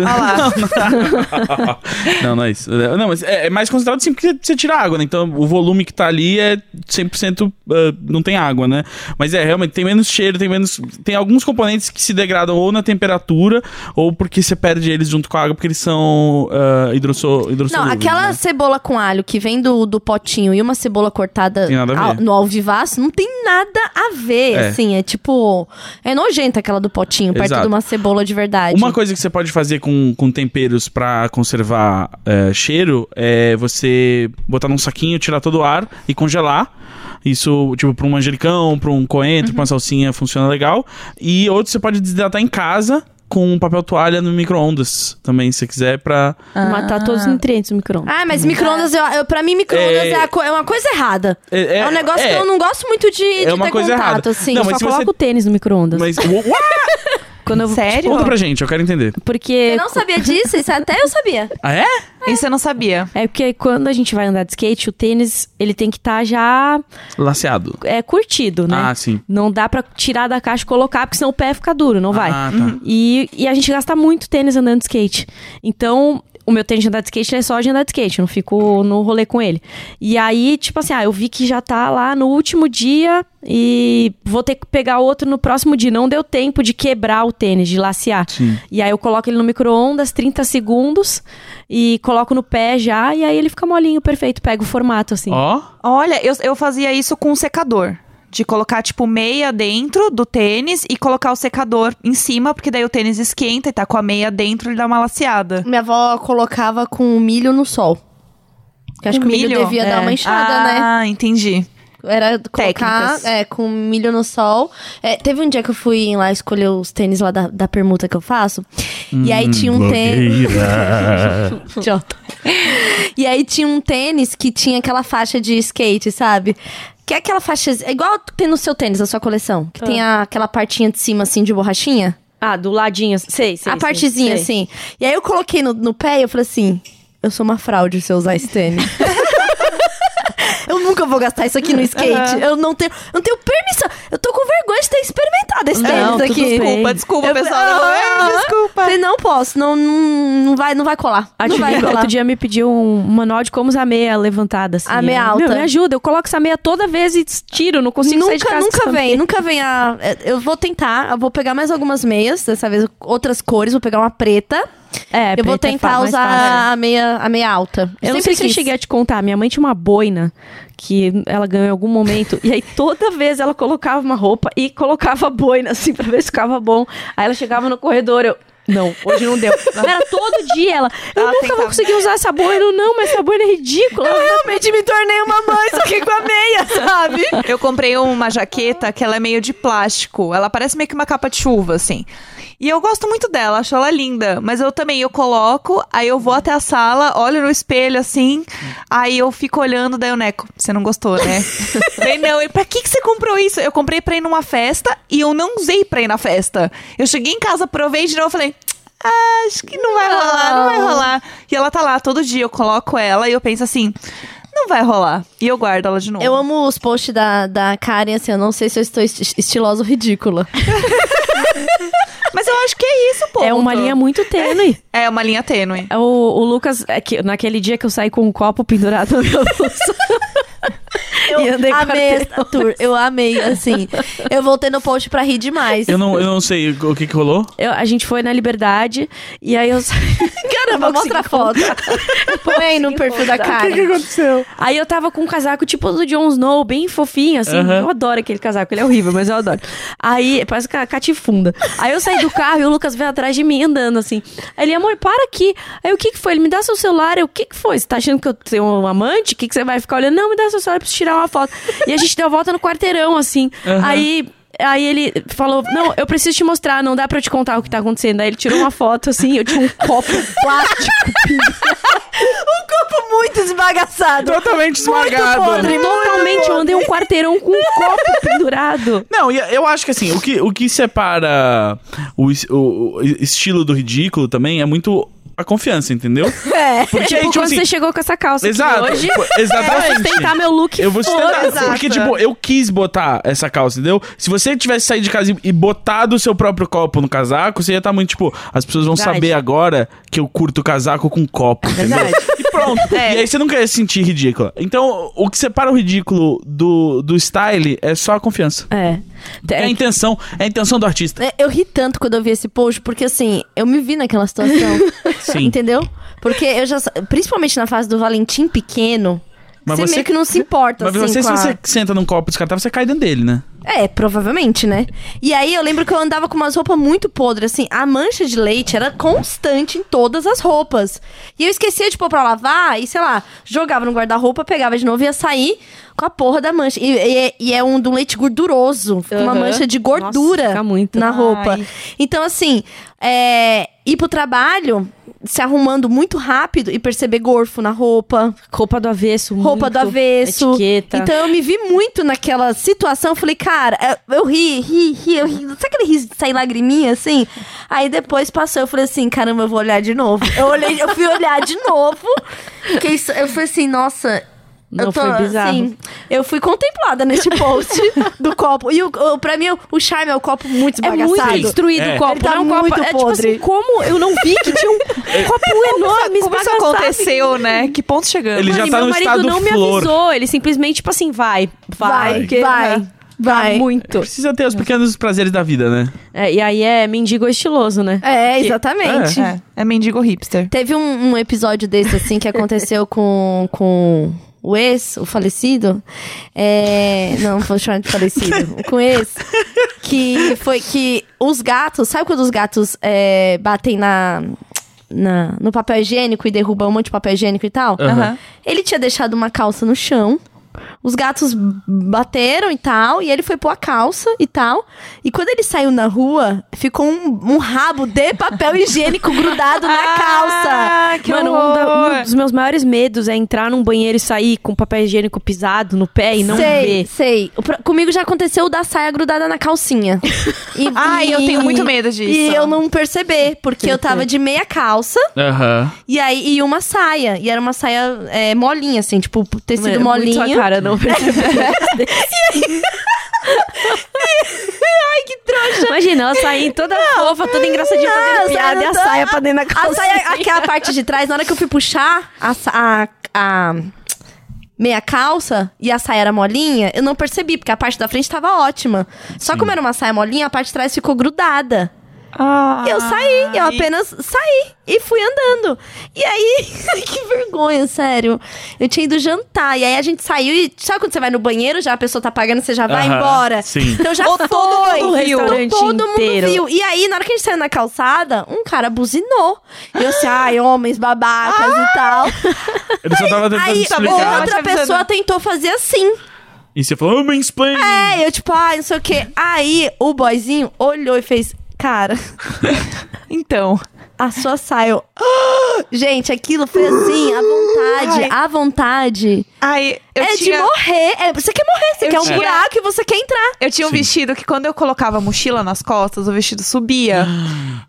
C: Ah lá.
A: não, não é isso. É, Não, mas é, é mais concentrado sim porque você tira água, né? Então o volume que tá ali é 100%. ah, não tem água, né? Mas é, realmente tem menos cheiro, tem menos. Tem alguns componentes que se degradam ou na temperatura ou porque você perde eles junto com a água porque eles são uh, hidrossolúveis.
B: Não, aquela
A: né?
B: cebola com alho que vem do, do potinho e uma cebola cortada
A: Tem nada a ver.
B: ao- no alvivaço, não tem nada a ver,
A: É.
B: assim. É tipo... É nojenta aquela do potinho, perto
A: Exato.
B: de uma cebola de verdade.
A: Uma coisa que você pode fazer com, com temperos pra conservar eh, cheiro é você botar num saquinho, tirar todo o ar e congelar. Isso, tipo, pra um manjericão, pra um coentro, pra uma salsinha, funciona legal. E outro você pode desidratar em casa com um papel toalha no micro-ondas também, se quiser, pra...
D: Matar todos os nutrientes do micro-ondas.
B: Ah, mas micro-ondas, eu, eu, pra mim, micro-ondas
A: É.
B: é, a co- é uma coisa errada.
A: É-
B: É,
A: é-
B: um negócio
A: é.
B: que eu não gosto muito de, de
A: É uma
B: ter
A: coisa
B: contato,
A: errada.
B: assim.
A: Não,
D: Eu
A: Ah, mas
D: só
A: se você-
D: coloca o tênis no micro-ondas.
A: Mas, Uau,
D: Quando eu...
C: Sério?
A: conta pra gente, eu quero entender.
D: Porque...
B: Você não sabia disso? Isso até eu sabia.
A: Ah, é?
C: Isso eu não sabia.
D: É porque quando a gente vai andar de skate, o tênis, ele tem que estar já
A: Laceado.
D: é, curtido, né?
A: Ah, sim.
D: Não dá pra tirar da caixa e colocar, porque senão o pé fica duro, não vai. Uhum.
A: Ah, tá.
D: E, e a gente gasta muito tênis andando de skate. Então, o meu tênis de andar de skate é só de andar de skate, eu não fico no rolê com ele. E aí, tipo assim, ah, eu vi que já tá lá no último dia e vou ter que pegar outro no próximo dia. Não deu tempo de quebrar o tênis, de lacear. E aí eu coloco ele no micro-ondas, 30 segundos, e coloco no pé já, e aí ele fica molinho, perfeito. Pega o formato, assim.
A: Ó,
C: Olha, eu, eu fazia isso com um secador. De colocar, tipo, meia dentro do tênis e colocar o secador em cima, porque daí o tênis esquenta e tá com a meia dentro e dá uma laceada.
B: Minha avó colocava com milho no sol. Eu acho
C: Com
B: que o milho, devia dar
C: É.
B: uma inchada, né?
C: Ah, entendi.
B: Era colocar
C: Técnicas.
B: é, com milho no sol. É, teve um dia que eu fui lá escolher os tênis lá da, da permuta que eu faço. e aí tinha um tênis. Idiota. E aí tinha um tênis que tinha aquela faixa de skate, sabe? Que é aquela faixa. É igual tem no seu tênis, na sua coleção. Que tem a- aquela partinha de cima, assim, de borrachinha.
D: Ah, do ladinho, sei, sei.
B: a partezinha, assim. E aí eu coloquei no, no pé e eu falei assim: eu sou uma fraude se eu usar esse tênis. eu nunca vou gastar isso aqui no skate. Eu não tenho, eu não tenho permissão. Eu tô com vergonha de ter experimentado esse tênis
D: Não, tudo
B: aqui.
D: bem.
C: Desculpa, desculpa,
B: Eu-
C: pessoal.
D: é?
B: Ah,
C: Ai, desculpa.
B: Falei, não posso, não, não, não vai, não vai colar.
D: A
B: não
D: Juliana
B: vai colar.
D: outro dia me pediu um manual de como usar a meia levantada, assim.
B: A meia
D: Eu, "Meu,
B: alta."
D: me ajuda, eu coloco essa meia toda vez e tiro, não consigo sair de
B: Nunca,
D: casa. com
B: nunca
D: essa
B: vem,
D: meia.
B: nunca vem a. é, Eu vou tentar, eu vou pegar mais algumas meias, dessa vez outras cores, vou pegar uma preta.
D: É,
B: eu vou
D: preta é
B: tentar
D: fa- mais fácil.
B: usar a meia, a meia alta.
D: Eu não
B: sempre
D: sei se eu
B: quis.
D: cheguei a te contar. Minha mãe tinha uma boina que ela ganhou em algum momento. e aí toda vez ela colocava uma roupa e colocava a boina, assim, pra ver se ficava bom. Aí ela chegava no corredor, eu. Não, hoje não deu. Era todo dia ela. Eu
C: Ela
D: nunca vou
C: tentava.
D: conseguir usar essa boina, Eu, não, mas essa boina é ridícula.
B: Eu realmente me tornei uma mãe, só que com a meia, sabe?
C: Eu comprei uma jaqueta que ela é meio de plástico. Ela parece meio que uma capa de chuva, assim. E eu gosto muito dela, acho ela linda. Mas eu também, eu coloco, aí eu vou até a sala, olho no espelho, assim. Aí eu fico olhando, daí o Neco, você não gostou, né? Daí não, ele, pra que, que você comprou isso? Eu comprei pra ir numa festa e eu não usei pra ir na festa. Eu cheguei em casa, provei de novo, falei... acho que não vai rolar, não vai rolar. E ela tá lá todo dia, eu coloco ela e eu penso assim, não vai rolar. E eu guardo ela de novo.
B: Eu amo os posts da, da Karen, assim, eu não sei se eu estou esti- estilosa ou ridícula.
C: Mas eu acho que é isso, pô.
D: É uma linha muito tênue.
C: É uma linha tênue.
D: É O, o Lucas, é que naquele dia que eu saí com um copo pendurado no meu bolso.
B: Eu
D: E andei
B: amei
D: quarteirões.
B: essa tour, eu amei, assim. Eu voltei no post pra rir demais.
A: Eu não, eu não sei o que que rolou.
D: Eu- a gente foi na Liberdade e aí eu saí.
B: Caramba, mostra a foto. Põe aí no perfil da Karen.
A: aconteceu?
D: Aí eu tava com um casaco tipo do Jon Snow, bem fofinho, assim.
A: Aham.
D: Eu adoro aquele casaco, ele é horrível, mas eu adoro. Aí, parece ca- catifunda. Aí eu saí do carro e o Lucas veio atrás de mim andando, assim. Aí ele, amor, para aqui. Aí o que que foi? Ele me dá seu celular. Eu, o que que foi? Você tá achando que eu tenho um amante? O que que você vai ficar olhando? Não, me dá seu celular, eu preciso tirar uma foto. E a gente deu a volta no quarteirão, assim. Aí... Aí ele falou, não, eu preciso te mostrar, não dá pra eu te contar o que tá acontecendo. Aí ele tirou uma foto, assim, eu tinha um copo plástico
B: Um Corpo muito desbagaçado.
A: Totalmente esmagado.
D: Totalmente, eu andei um quarteirão com um copo pendurado.
A: Não, e eu acho que assim, o que, o que separa o, es- o- o estilo do ridículo também é muito a confiança, entendeu?
B: É.
A: Porque, assim,
D: Tipo, quando você chegou com essa calça aqui
A: Exato.
D: hoje,
A: tipo,
D: eu
A: exatamente.
D: vou sustentar meu look
A: Eu vou sustentar.
D: foda-se.
A: Porque, tipo, eu quis botar essa calça, entendeu? Se você tivesse saído de casa e- e botado o seu próprio copo no casaco, você ia estar muito, tipo, as pessoas vão
D: Verdade.
A: saber agora que eu curto casaco com copo, entendeu? E pronto.
C: É.
A: E aí você nunca ia se sentir ridícula. Então, o que separa o ridículo do, do style é só a confiança.
D: É.
A: É a
D: É,
A: intenção, é a intenção do artista.
B: Eu ri tanto quando eu vi esse post, porque assim, eu me vi naquela situação.
A: Sim.
B: Entendeu? Porque eu já. sa- Principalmente na fase do Valentim pequeno.
A: Mas
B: você,
A: você-
B: meio que não se importa,
A: Mas
B: assim,
A: você,
B: com
A: se
B: a-
A: você senta num copo descartável, você cai dentro dele, né?
B: É, provavelmente, né? E aí eu lembro que eu andava com umas roupas muito podres, assim. A mancha de leite era constante em todas as roupas. E eu esquecia de pôr pra lavar e, sei lá, jogava no guarda-roupa, pegava de novo e ia sair com a porra da mancha. E, e- e é um de um leite gorduroso. Fica uma
D: Aham.
B: mancha de
D: Nossa,
B: gordura
D: fica muito.
B: na roupa.
D: Ai.
B: Então, assim, é, ir pro trabalho se arrumando muito rápido e perceber gorfo na roupa
D: roupa do avesso,
B: roupa
D: muito,
B: do avesso.
D: Etiqueta.
B: Então eu me vi muito naquela situação. Eu falei, cara, eu, eu ri, ri, ri, eu ri. Sabe aquele riso de sair lagriminha assim? Aí depois passou, eu falei assim, caramba, eu vou olhar de novo. Eu olhei, eu fui olhar de novo. Fiquei so- eu falei assim, nossa. eu
D: Não,
B: tô,
D: foi bizarro.
B: assim, eu fui contemplada nesse post do copo. E o, o, pra mim, o, o charme é o copo muito
D: é
B: esbagaçado.
D: muito destruído
A: É.
D: o copo.
B: Ele tá
D: não é um copo-
B: muito
D: é tipo
B: podre.
D: assim, como eu não vi que tinha um,
A: É.
D: um copo enorme
C: Como isso
D: esbagaçado?
C: aconteceu, né? Que ponto chegamos?
A: Ele
D: Mano,
A: já
D: e
A: tá
D: meu
A: no
D: marido
A: estado
D: não me
A: flor.
D: avisou, ele simplesmente, tipo assim, vai, vai.
B: Vai,
D: porque-
B: vai, vai.
D: Muito.
A: Precisa ter os pequenos prazeres da vida, né?
D: É, e aí é mendigo estiloso, né?
B: É, exatamente.
C: É, é mendigo hipster.
B: Teve um, um episódio desse, assim, que aconteceu com, com o ex, o falecido. É, não, vou chamar de falecido. Com o ex. Que foi que os gatos... Sabe quando os gatos é, batem na, na- no papel higiênico e derrubam um monte de papel higiênico e tal?
C: Aham.
B: Ele tinha deixado uma calça no chão. Os gatos bateram e tal, e ele foi pôr a calça e tal. E quando ele saiu na rua, ficou um, um rabo de papel higiênico grudado na calça.
C: Ah, que
D: Mano, um,
C: horror.
D: da- um dos meus maiores medos é entrar num banheiro e sair com papel higiênico pisado no pé e não
B: sei,
D: ver.
B: sei. O pro- Comigo já aconteceu o da saia grudada na calcinha. E-
C: Ai, eu tenho muito medo disso.
B: E eu não perceber, porque eu tava de meia calça
A: Aham.
B: e aí e uma saia. E era uma saia é, molinha, assim, tipo, tecido
D: Mano, muito
B: molinho.
D: sua cara, não
B: Ai, que trouxa!
D: Imagina, ela sair toda fofa, toda engraçadinha,
B: Não,
D: fazendo piada e a
B: sabe,
D: saia pra dentro da
B: A
D: calça.
B: saia, aquela parte de trás, na hora que eu fui puxar a, sa- a- a meia calça e a saia era molinha, eu não percebi, porque a parte da frente tava ótima. Só como era uma saia molinha, a parte de trás ficou grudada.
C: Ah,
B: E eu saí, eu
C: e-
B: apenas saí e fui andando. E aí, que vergonha, sério. Eu tinha ido jantar, e aí a gente saiu e sabe quando você vai no banheiro, já a pessoa tá pagando, você já vai
A: Aham,
B: embora.
A: sim.
B: Então já
C: Ou
B: foi.
C: todo mundo
D: O
C: viu.
D: restaurante
B: Todo mundo
D: inteiro.
B: viu. E aí, na hora que a gente saiu na calçada, um cara buzinou. E eu assim, ai, homens babacas e tal.
A: Ele só tava tentando
B: Aí
A: explicar.
C: legal.
B: outra
C: Ah!" Tava te avisando. Hum.
B: pessoa tentou fazer assim.
A: E você falou, oh, mansplaining.
B: É, eu tipo, ai, não sei o quê. Aí o boyzinho olhou e fez, cara,
C: Então.
B: a sua saia. Eu, "Ah!" Gente, aquilo foi assim, à vontade,
C: Ai.
B: a vontade
C: Ai, eu
B: é
C: tinha,
B: de morrer. É, você quer morrer, você
C: Eu
B: quer um
C: tinha-
B: buraco e você quer entrar.
C: eu tinha um vestido que quando eu colocava a mochila nas costas, o vestido subia.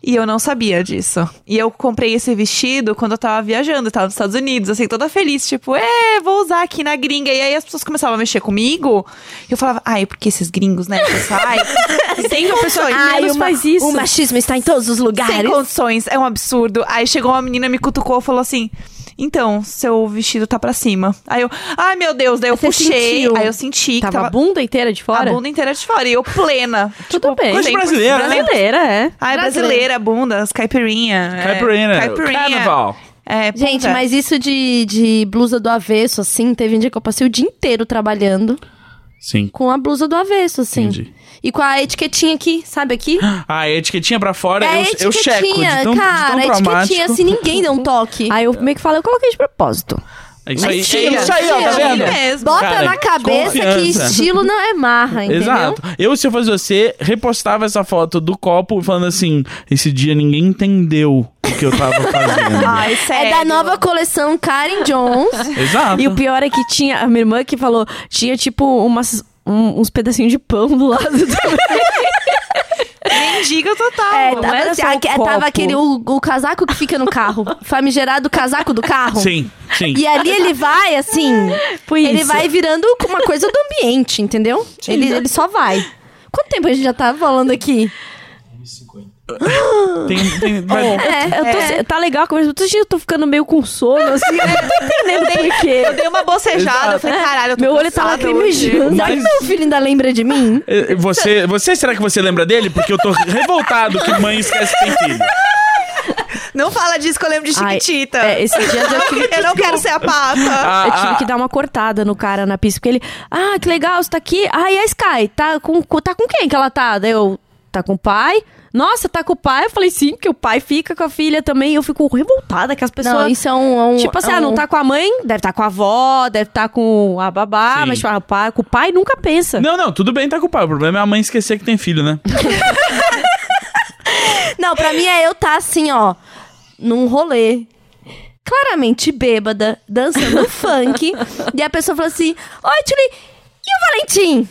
C: e eu não sabia disso. E eu comprei esse vestido quando eu tava viajando, eu tava nos Estados Unidos, assim, toda feliz, tipo, é, vou usar aqui na gringa. E aí as pessoas começavam a mexer comigo. E eu falava, ai, porque esses gringos, né? Pessoal, ai, sem condições.
B: Ai,
D: menos
B: o ma-
D: faz isso.
B: O machismo está em todos os
C: Sem
B: lugares.
C: condições, é um absurdo. Aí chegou uma menina, me cutucou, falou assim: Então, seu vestido tá pra cima. Aí eu, ai meu Deus, daí eu
D: Você
C: puxei.
D: sentiu?
C: Aí eu senti
D: Tava,
C: que tava
D: a bunda inteira de fora?
C: a bunda inteira de fora. E eu plena.
D: Tudo
B: tipo,
D: bem.
A: Coisa de brasileira, né?
D: Brasileira, é.
C: Ai, Ah, brasileira, bunda, as caipirinha. é,
A: Caipirinha,
C: caipirinha.
A: carnaval.
C: É, bunda.
B: Gente, mas isso de, de blusa do avesso, assim, teve um dia que eu passei o dia inteiro trabalhando
A: Sim.
B: com a blusa do avesso, assim.
A: Entendi.
B: E com a etiquetinha aqui, sabe aqui?
A: Ah, a etiquetinha pra fora, eu, eu
B: É etiquetinha,
A: checo de tão,
B: cara,
A: de
B: a
A: tão
B: etiquetinha,
A: traumático.
B: assim, ninguém deu um toque.
D: Aí eu meio que falo, eu coloquei de propósito.
A: É isso aí,
B: Mentira,
A: é isso aí, ó, tá
B: mentira.
A: vendo?
C: mesmo.
B: Bota
A: Cara,
B: na cabeça que
A: confiança.
B: estilo não é marra, entendeu?
A: Exato. Eu, se eu fosse você, repostava essa foto do copo falando assim: esse dia ninguém entendeu o que eu tava fazendo.
C: Ai,
B: É
C: Ah, sério.
B: da nova coleção Karen Jones.
A: Exato.
D: E o pior é que tinha a minha irmã que falou, tinha tipo umas, um- uns pedacinhos de pão do lado do
C: Mendiga total.
B: É,
D: não
B: tava,
D: era
B: assim,
D: só o
B: aque-
D: copo.
B: tava aquele o, o casaco que fica no carro, famigerado casaco do carro.
A: Sim, sim.
B: E ali ele vai assim,
D: Foi
B: ele
D: isso.
B: vai virando uma coisa do ambiente, entendeu? Ele, ele só vai. Quanto tempo a gente já tá falando aqui?
E: 1,50.
A: Tem, tem, mas-
B: É.
D: Eu tô, se- Tá legal a conversa, eu tô, sentindo- eu tô ficando meio com sono, assim, eu não tô entendendo por quê.
C: Eu dei uma bocejada, eu falei, caralho, eu tô
D: Meu olho tá
C: cansada hoje.
D: lacrimejando.
B: Será que meu filho ainda lembra de mim?
A: eh, Você, você, será que você lembra dele? Porque eu tô revoltado que mãe esquece que tem filho.
C: Não fala disso que eu lembro de
D: Ai,
C: Chiquitita.
D: É, esses dias eu tive,
C: eu não quero ser a pata.
A: Ah,
D: eu tive
A: ah,
D: que dar uma cortada no cara na pista, porque ele, ah, que legal, você tá aqui. Ah, e a Sky, tá com, com- tá com quem que ela tá? Daí eu, tá com o pai? Nossa, tá com o pai? Eu falei, sim, que o pai fica com a filha também. Eu fico revoltada que as pessoas...
B: Não, isso é um, é um-
D: Tipo assim,
B: é
D: ah, não
B: um-
D: tá com a mãe, deve tá com a avó, deve tá com a babá,
A: Sim.
D: mas tipo, ah, pá, com o pai nunca pensa.
A: Não, não, tudo bem, tá culpado. O problema é a mãe esquecer que tem filho, né?
B: Não, pra mim é eu tá assim, ó, num rolê. Claramente bêbada, dançando funk. E a pessoa falou assim: Oi, Tchuli, e o Valentim?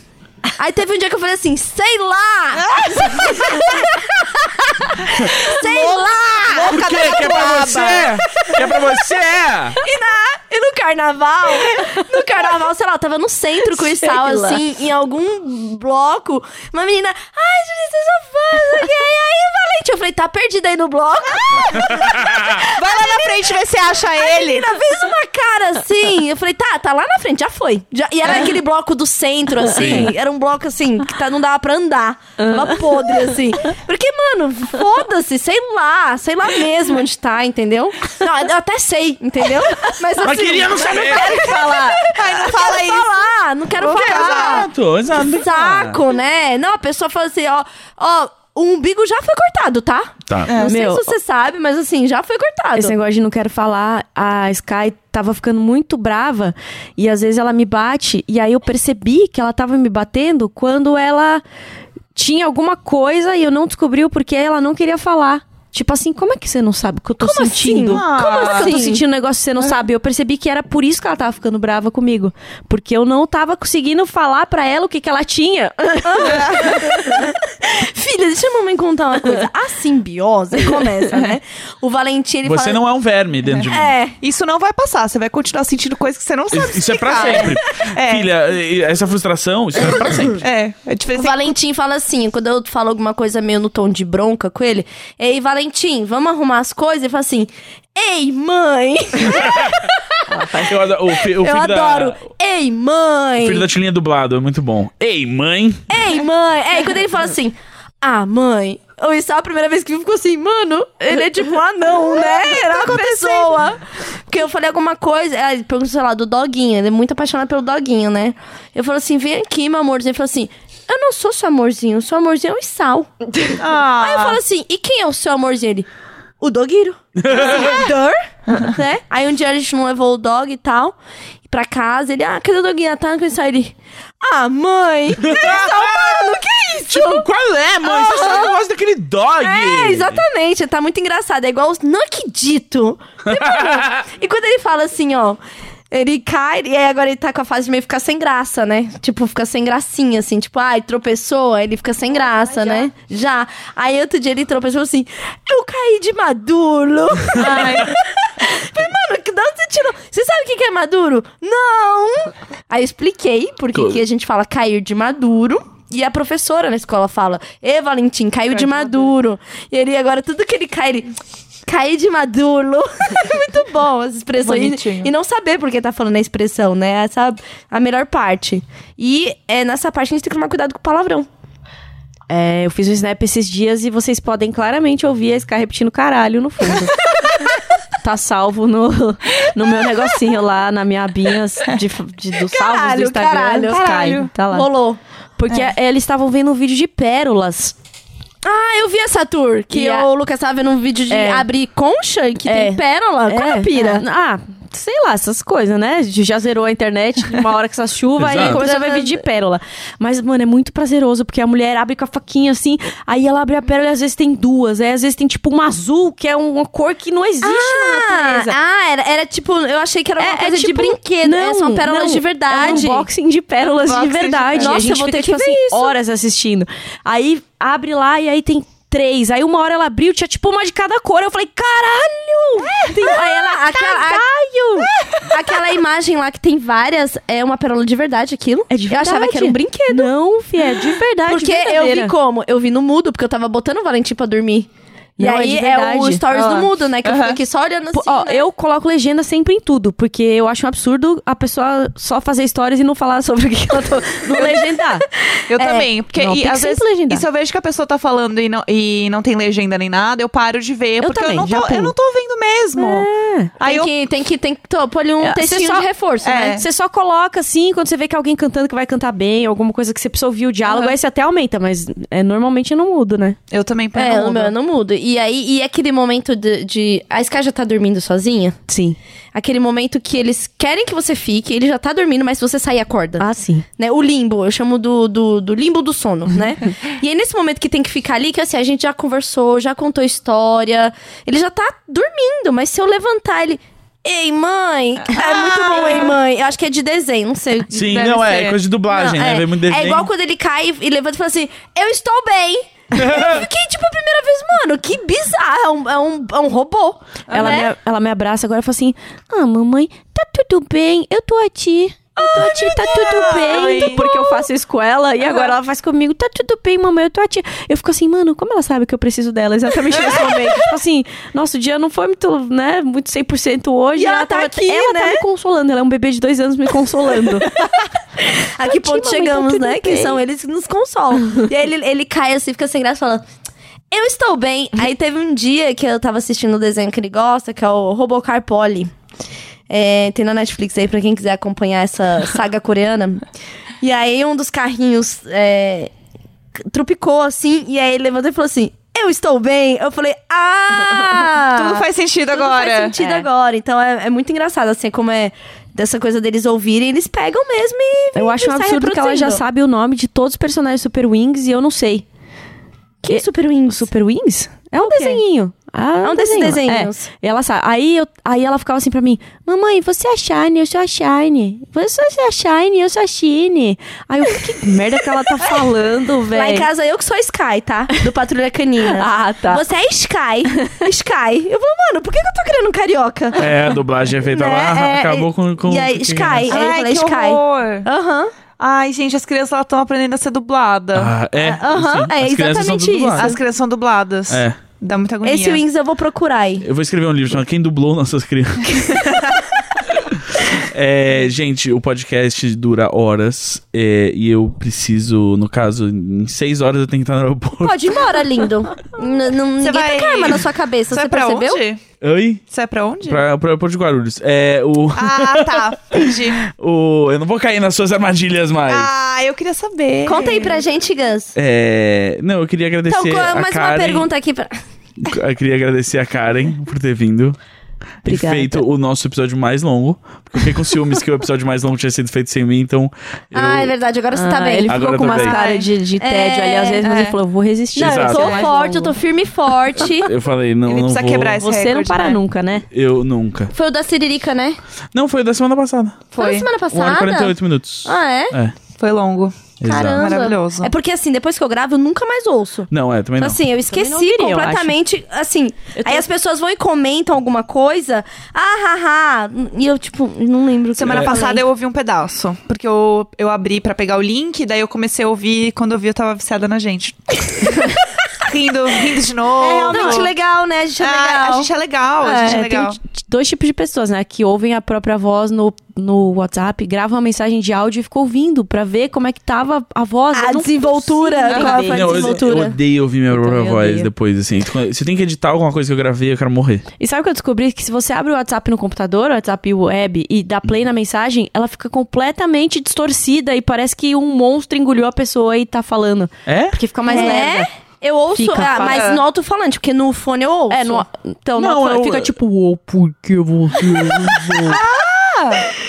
B: Aí teve um dia que eu falei assim: Sei lá! sei lá!
A: Por quê? Que é pra você? Que é pra você?
B: E, na- e no carnaval, no carnaval, sei lá, eu tava no centro com o Sal,
D: Sei lá.
B: assim, em algum bloco. Uma menina, ai, Julia, você sou fã, não sei o quê. E aí, Valente, eu falei, tá perdida aí no bloco.
C: Vai lá na frente, vê se acha ele.
B: menina fez uma cara assim. Eu falei, tá, tá lá na frente, já foi. Já- e era aquele bloco do centro, assim. Era um bloco, assim, que tá- não dava pra andar. Tava podre, assim. Porque, mano, foda-se, sei lá. Sei lá mesmo onde tá, entendeu? Não, eu até sei, entendeu? Mas, assim,
A: Mas queria não saber.
C: falar. Ai, não
B: não
C: fala
B: quero
C: isso.
B: falar, não quero falar.
A: Exato,
D: Tá,
A: exato. não tem que falar.
B: Saco, né? Não, a pessoa fala assim, ó... Ó, o umbigo já foi cortado, tá?
A: Tá.
B: Não sei
D: É, Meu,
B: se você sabe, mas assim, já foi cortado.
D: Esse é negócio de não quero falar, a Sky tava ficando muito brava e às vezes ela me bate e aí eu percebi que ela tava me batendo quando ela tinha alguma coisa e eu não descobri o porquê ela não queria falar. Tipo assim, como é que você não sabe o que eu tô
B: Como
D: sentindo?
B: assim?
D: Como
B: Ah.
D: é que eu tô
B: Sim.
D: sentindo um negócio que você não sabe? Eu percebi que era por isso que ela tava ficando brava comigo. Porque eu não tava conseguindo falar pra ela o que que ela tinha.
B: Filha, deixa a mamãe contar uma coisa. A simbiose começa, né? O Valentim, ele
A: Você
B: fala...
A: não é um verme dentro de mim.
B: É.
C: Isso não vai passar, você vai continuar sentindo coisas que você não sabe.
A: Isso isso é pra
C: explicar.
A: sempre.
B: É.
A: Filha, e- e essa frustração, isso é pra sempre.
C: É, é
B: O
C: diferente.
B: Valentim fala assim, quando eu falo alguma coisa meio no tom de bronca com ele, ei, Valentim, vamos arrumar as coisas? Ele fala assim, ei, mãe!
A: Eu, adoro, o, fi- o
B: eu
A: filho
B: adoro!
A: Da,
B: Ei,
A: o
B: mãe!
A: filho da Tilinha dublado, é muito bom. Ei, mãe!
B: Ei, mãe! É, e quando ele fala assim, ah, mãe... Ou isso é a primeira vez que ficou assim, mano, ele é tipo um anão, né? Era uma pessoa. Porque eu falei alguma coisa, aí ele perguntou, sei lá, do doguinho, ele é muito apaixonado pelo doguinho, né? Eu falo assim, vem aqui, meu amorzinho. Ele falou assim, eu não sou seu amorzinho, seu amorzinho é o Sal.
C: Ah,
B: Aí eu falo assim, e quem é o seu amorzinho? Ele, o doguiro. assim, "É Dor, né? Aí um dia a gente não levou o dog e tal, pra casa, ele, ah, cadê o doguinho? Ah, Tá com isso aí, ele, ah, mãe. Eu falo, mano, que isso!
A: Tipo, qual é, mãe? Você só gosta daquele dog.
B: É, exatamente. Tá muito engraçado. É igual os não acredito. e quando ele fala assim, ó. Ele cai e aí agora ele tá com a fase de meio ficar sem graça, né? Tipo, fica sem gracinha, assim. Tipo, ai, tropeçou, aí ele fica sem graça, né? Já. Aí outro dia ele tropeçou assim, eu caí de maduro. Ai. Falei, mano, que de onde você tirou? Você sabe o que que é maduro? Não! Aí eu expliquei porque que a gente fala cair de maduro. E a professora na escola fala: Ê, Valentim, caiu de maduro. E ele agora, tudo que ele cai, ele. Caí de maduro. Muito bom as expressões. E,
C: Bonitinho.
B: e não saber por que tá falando a expressão, né? Essa é a melhor parte. E é, nessa parte a gente tem que tomar cuidado com o palavrão.
D: É, eu fiz um snap esses dias e vocês podem claramente ouvir a Sky repetindo caralho no fundo. tá salvo no, no meu negocinho lá, na minha abinha de, de- dos salvos do
B: Caralho,
D: Instagram.
B: caralho,
D: Sky,
C: caralho.
D: tá lá.
B: Rolou.
D: Porque é, eles estavam vendo um vídeo de pérolas.
B: Ah, eu vi essa tour. Que
D: E a- É.
B: o Lucas tava vendo um vídeo de abrir concha que tem pérola. Qual é a pira?
D: Ah, sei lá, essas coisas, né? Já zerou a internet uma hora com essa chuva, aí
A: Exato.
D: começou a ver vídeo de pérola. Mas, mano, é muito prazeroso, porque a mulher abre com a faquinha assim, aí ela abre a pérola e às vezes tem duas, aí às vezes tem tipo uma azul, que é uma cor que não existe na
B: Ah,
D: natureza.
B: ah, era, era tipo, eu achei que era uma
D: É, é
B: coisa de
D: tipo-
B: brinquedo. Não, são pérolas
D: não,
B: de verdade.
D: É um unboxing de pérolas
C: Unboxing
D: de
C: de
D: verdade.
C: pérolas.
D: Nossa, a
B: Nossa,
D: gente
B: eu vou
D: fica,
B: ter que
D: tipo,
B: ver
D: assim,
B: isso.
D: horas assistindo. Aí abre lá e aí tem três. Aí uma hora ela abriu, tinha tipo uma de cada cor. Eu falei, caralho! Tem-
B: Aí ela, aquela, a- aquela imagem lá que tem várias, é uma pérola de verdade aquilo?
D: É de verdade.
B: Eu achava que era um brinquedo.
D: Não, fi, é de verdade.
B: Porque eu
D: verdadeira.
B: vi como? Eu vi no mudo, porque eu tava botando o Valentim pra dormir. E
D: Não, é
B: aí
D: de
B: é, o
D: verdade.
B: stories do
D: Olha lá.
B: mudo, né? Que eu
C: Aham.
B: fico aqui só olhando assim.
D: Pô, ó,
B: né?
D: eu coloco legenda sempre em tudo, porque eu acho um absurdo a pessoa só fazer stories e não falar sobre o que ela tá. Não legendar.
C: Eu
B: É.
C: também, porque
D: não,
C: e,
D: tem que
C: às vezes,
D: sempre legendar.
C: e se eu vejo que a pessoa tá falando e não, e não tem legenda nem nada, eu paro de ver,
D: Eu
C: porque
D: também,
C: eu, não
D: já
C: tô, eu
D: pulo.
C: não tô vendo mesmo. Aí
B: É, Tem,
C: eu
B: que, tem que, tem que tô, pôr um
D: É,
B: textinho
D: você só-
B: de reforço,
C: é.
B: né?
D: Você só coloca assim, quando você vê que alguém cantando que vai cantar bem, alguma coisa que você precisa ouvir o diálogo,
C: Aham.
D: aí você até aumenta, mas é, normalmente eu não mudo, né?
C: Eu também um ponho
B: É,
C: no
B: o meu eu
C: Google.
B: não mudo. E aí, e aquele momento de, de- A Sky já tá dormindo sozinha?
D: Sim.
B: Aquele momento que eles querem que você fique, ele já tá dormindo, mas se você sair, acorda.
D: Ah, sim.
B: Né? O limbo, eu chamo do, do, do limbo do sono, né? e aí, nesse momento que tem que ficar ali, que assim, a gente já conversou, já contou história, ele já tá dormindo, mas se eu levantar ele. Ei, mãe! É muito bom, ei, mãe. Eu acho que é de desenho, não sei.
A: Sim,
C: Deve
A: não, é,
C: ser.
A: é coisa de dublagem,
B: Não,
A: né?
B: é.
A: Vem muito
B: É
A: desenho.
B: igual quando ele cai e- e levanta e fala assim: Eu estou bem. Eu fiquei, tipo, a primeira vez, mano, que bizarro. É um, é um, é um robô.
D: Ela,
B: né?
D: me, ela me abraça agora e fala assim: Ah, mamãe, tá tudo bem, eu tô aqui. Eu tô aqui, tá tudo bem. porque eu faço isso com ela e agora ela faz comigo, tá tudo bem, mamãe, eu tô aqui. Eu fico assim, mano, como ela sabe que eu preciso dela exatamente nesse momento? tipo assim, nosso dia não foi muito, né, muito 100% hoje.
B: E ela tá aqui,
D: Ela tá
B: né?
D: me consolando, ela é um bebê de dois anos me consolando.
B: A que ponto
D: mamãe, tá
B: chegamos,
D: tudo
B: né? Que
D: bem.
B: são eles que nos consolam. e aí ele, ele cai assim, fica sem graça, falando. Eu estou bem. Aí teve um dia que eu tava assistindo o desenho que ele gosta, que é o Robocar Polly. É, tem na Netflix aí pra quem quiser acompanhar essa saga coreana. E aí um dos carrinhos é, trupicou assim, e aí ele levantou e falou assim: Eu estou bem. Eu falei: Ah!
C: Tudo faz sentido
B: Tudo
C: agora.
B: faz sentido
C: É.
B: agora. Então é, é muito engraçado, assim, como é dessa coisa deles ouvirem, eles pegam mesmo e.
D: Eu
B: e
D: acho um
B: sai
D: absurdo que ela já
B: reproduzindo.
D: sabe o nome de todos os personagens Super Wings e eu não sei.
B: Quem é Super Wings?
D: Super Wings? É um desenhinho. Ah,
B: É um desses
D: desenho.
B: desenhinhos.
D: É. E ela sabe. Aí, eu- aí ela ficava assim pra mim: Mamãe, você é a Shine, eu sou a Shine. Você é a Shine, eu sou a Shine. Aí eu, que merda que ela tá falando, velho.
B: Lá em casa eu que sou a Sky, tá? Do Patrulha Canina.
D: Ah, tá.
B: Você é Sky. Sky. Eu falo, mano, por que que eu tô criando um carioca?
A: É, a dublagem é feita
B: Né?
A: lá,
B: É,
A: acabou
B: e-
A: com, com.
B: e aí, Sky. Aí eu
C: Ai,
B: falei,
C: que
B: Sky.
C: horror.
B: Aham.
C: Ai, gente, as crianças estão aprendendo a ser dublada.
A: Ah, é.
B: Aham,
A: sim,
B: é
A: as crianças são
B: exatamente
A: tudo
B: isso.
A: dubladas.
C: As crianças são dubladas.
A: É.
C: Dá muita agonia.
B: Esse Wings eu vou procurar aí.
A: Eu vou escrever um livro chamado Quem Dublou Nossas Crianças. É, gente, o podcast dura horas é, e eu preciso, no caso, em seis horas eu tenho que estar no aeroporto.
B: Pode ir embora, lindo. N -n Ninguém
C: vai-
B: tá arma na sua cabeça,
C: Isso é
B: você
C: pra
B: percebeu?
C: onde?
A: Oi?
C: Isso é pra onde?
A: Pra, pro aeroporto de Guarulhos. É, o,
C: Ah, tá. Entendi.
A: É. o, eu não vou cair nas suas armadilhas mais.
C: Ah, eu queria saber.
B: Conta aí pra gente, Gus.
A: É, não, eu queria agradecer
B: Então, qual-
A: a
B: mais
A: Karen.
B: uma pergunta aqui pra.
A: Eu queria agradecer a Karen por ter vindo. e
D: Obrigada.
A: feito o nosso episódio mais longo. Porque eu fiquei com ciúmes que o episódio mais longo tinha sido feito sem mim, então. Eu...
B: Ah, é verdade, agora você tá
D: Ah,
B: bem.
D: Ele
A: Agora
D: ficou com
A: eu tô
D: uma
A: bem.
D: cara de, de tédio ali às vezes, mas
C: é.
D: ele falou: vou resistir.
B: Não, eu
A: Exato.
B: tô
D: Mais
B: forte,
D: longo.
B: eu tô firme e forte.
A: Eu falei, não,
C: Ele
A: não
C: precisa
A: vou.
C: quebrar esse
D: Você não
C: recorde,
B: É.
D: para
C: né?
D: nunca, né?
A: Eu nunca.
B: Foi o da Siririca, né?
A: Não, foi o da semana passada.
B: Foi,
C: Foi.
B: na
A: 1 hora
B: semana
A: e
B: passada.
A: 48 minutos.
B: Ah, é?
C: Foi longo.
A: Exato.
B: Caramba.
C: Maravilhoso.
B: É porque assim, depois que eu gravo, eu nunca mais ouço.
A: Não, é, também
B: Então,
A: não.
B: assim, eu
D: não
B: esqueci
D: ouviria, eu acho.
B: completamente, assim.
D: Eu tô-
B: Aí as pessoas vão e comentam alguma coisa. Ah, haha. E eu, tipo, não lembro. o que
C: Semana
A: É.
B: eu
C: passada
B: falei.
C: eu ouvi um pedaço. Porque eu, eu abri pra pegar o link, daí eu comecei a ouvir. Quando eu vi, eu tava viciada na gente. rindo, rindo de novo.
B: É realmente legal, né? A gente é
C: Ah,
B: legal.
C: a gente é legal, a gente é
D: É, tem
C: legal.
D: dois tipos de pessoas, né? Que ouvem a própria voz no, no WhatsApp, gravam uma mensagem de áudio e ficam ouvindo pra ver como é que tava a voz.
B: A
D: Eu não
B: desenvoltura,
D: consigo
B: qual
D: entender.
B: foi a
A: Não, eu- eu,
B: desenvoltura.
A: odeio ouvir minha própria
D: também
A: voz
D: odeio.
A: depois, assim. Quando- Se eu tenho que editar alguma coisa que eu gravei, eu quero morrer.
D: E sabe o que eu descobri? Que se você abre o WhatsApp no computador, o WhatsApp web, e dá play na mensagem, ela fica completamente distorcida e parece que um monstro engoliu a pessoa e tá falando.
A: É?
D: Porque fica mais
B: É?
D: lerda.
B: Eu ouço,
D: Fica
B: ah,
D: fa-
B: mas no alto-falante, porque no fone eu ouço.
D: É, no, então,
A: Não,
D: não,
A: eu-
D: fica tipo, uou, por que você usou?"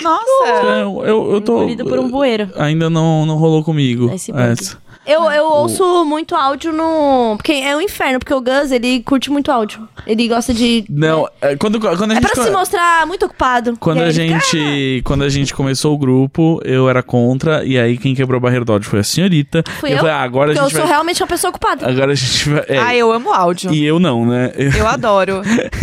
C: Nossa.
A: Eu, eu, eu tô.
D: uh, engolido por um bueiro.
A: Ainda não, não rolou comigo. É,
D: Esse bug.
A: Essa.
B: Eu, eu ouço muito áudio no. Porque é um inferno, porque o Gus, ele curte muito áudio. Ele gosta de.
A: Não, é, quando, quando a
B: É
A: gente.
B: pra se mostrar é muito ocupado.
A: Quando
B: E aí
A: a
B: ele fica,
A: gente, quando a gente começou o grupo, eu era contra, e aí quem quebrou a barreira do áudio foi a senhorita.
B: Fui
A: e
B: eu?
A: falei, ah, agora a
B: Porque eu
A: gente
B: sou
A: vai...
B: realmente uma pessoa ocupada.
A: Agora a gente vai... é,
C: Ah, eu amo áudio.
A: E eu não, né? Eu-
C: Eu adoro.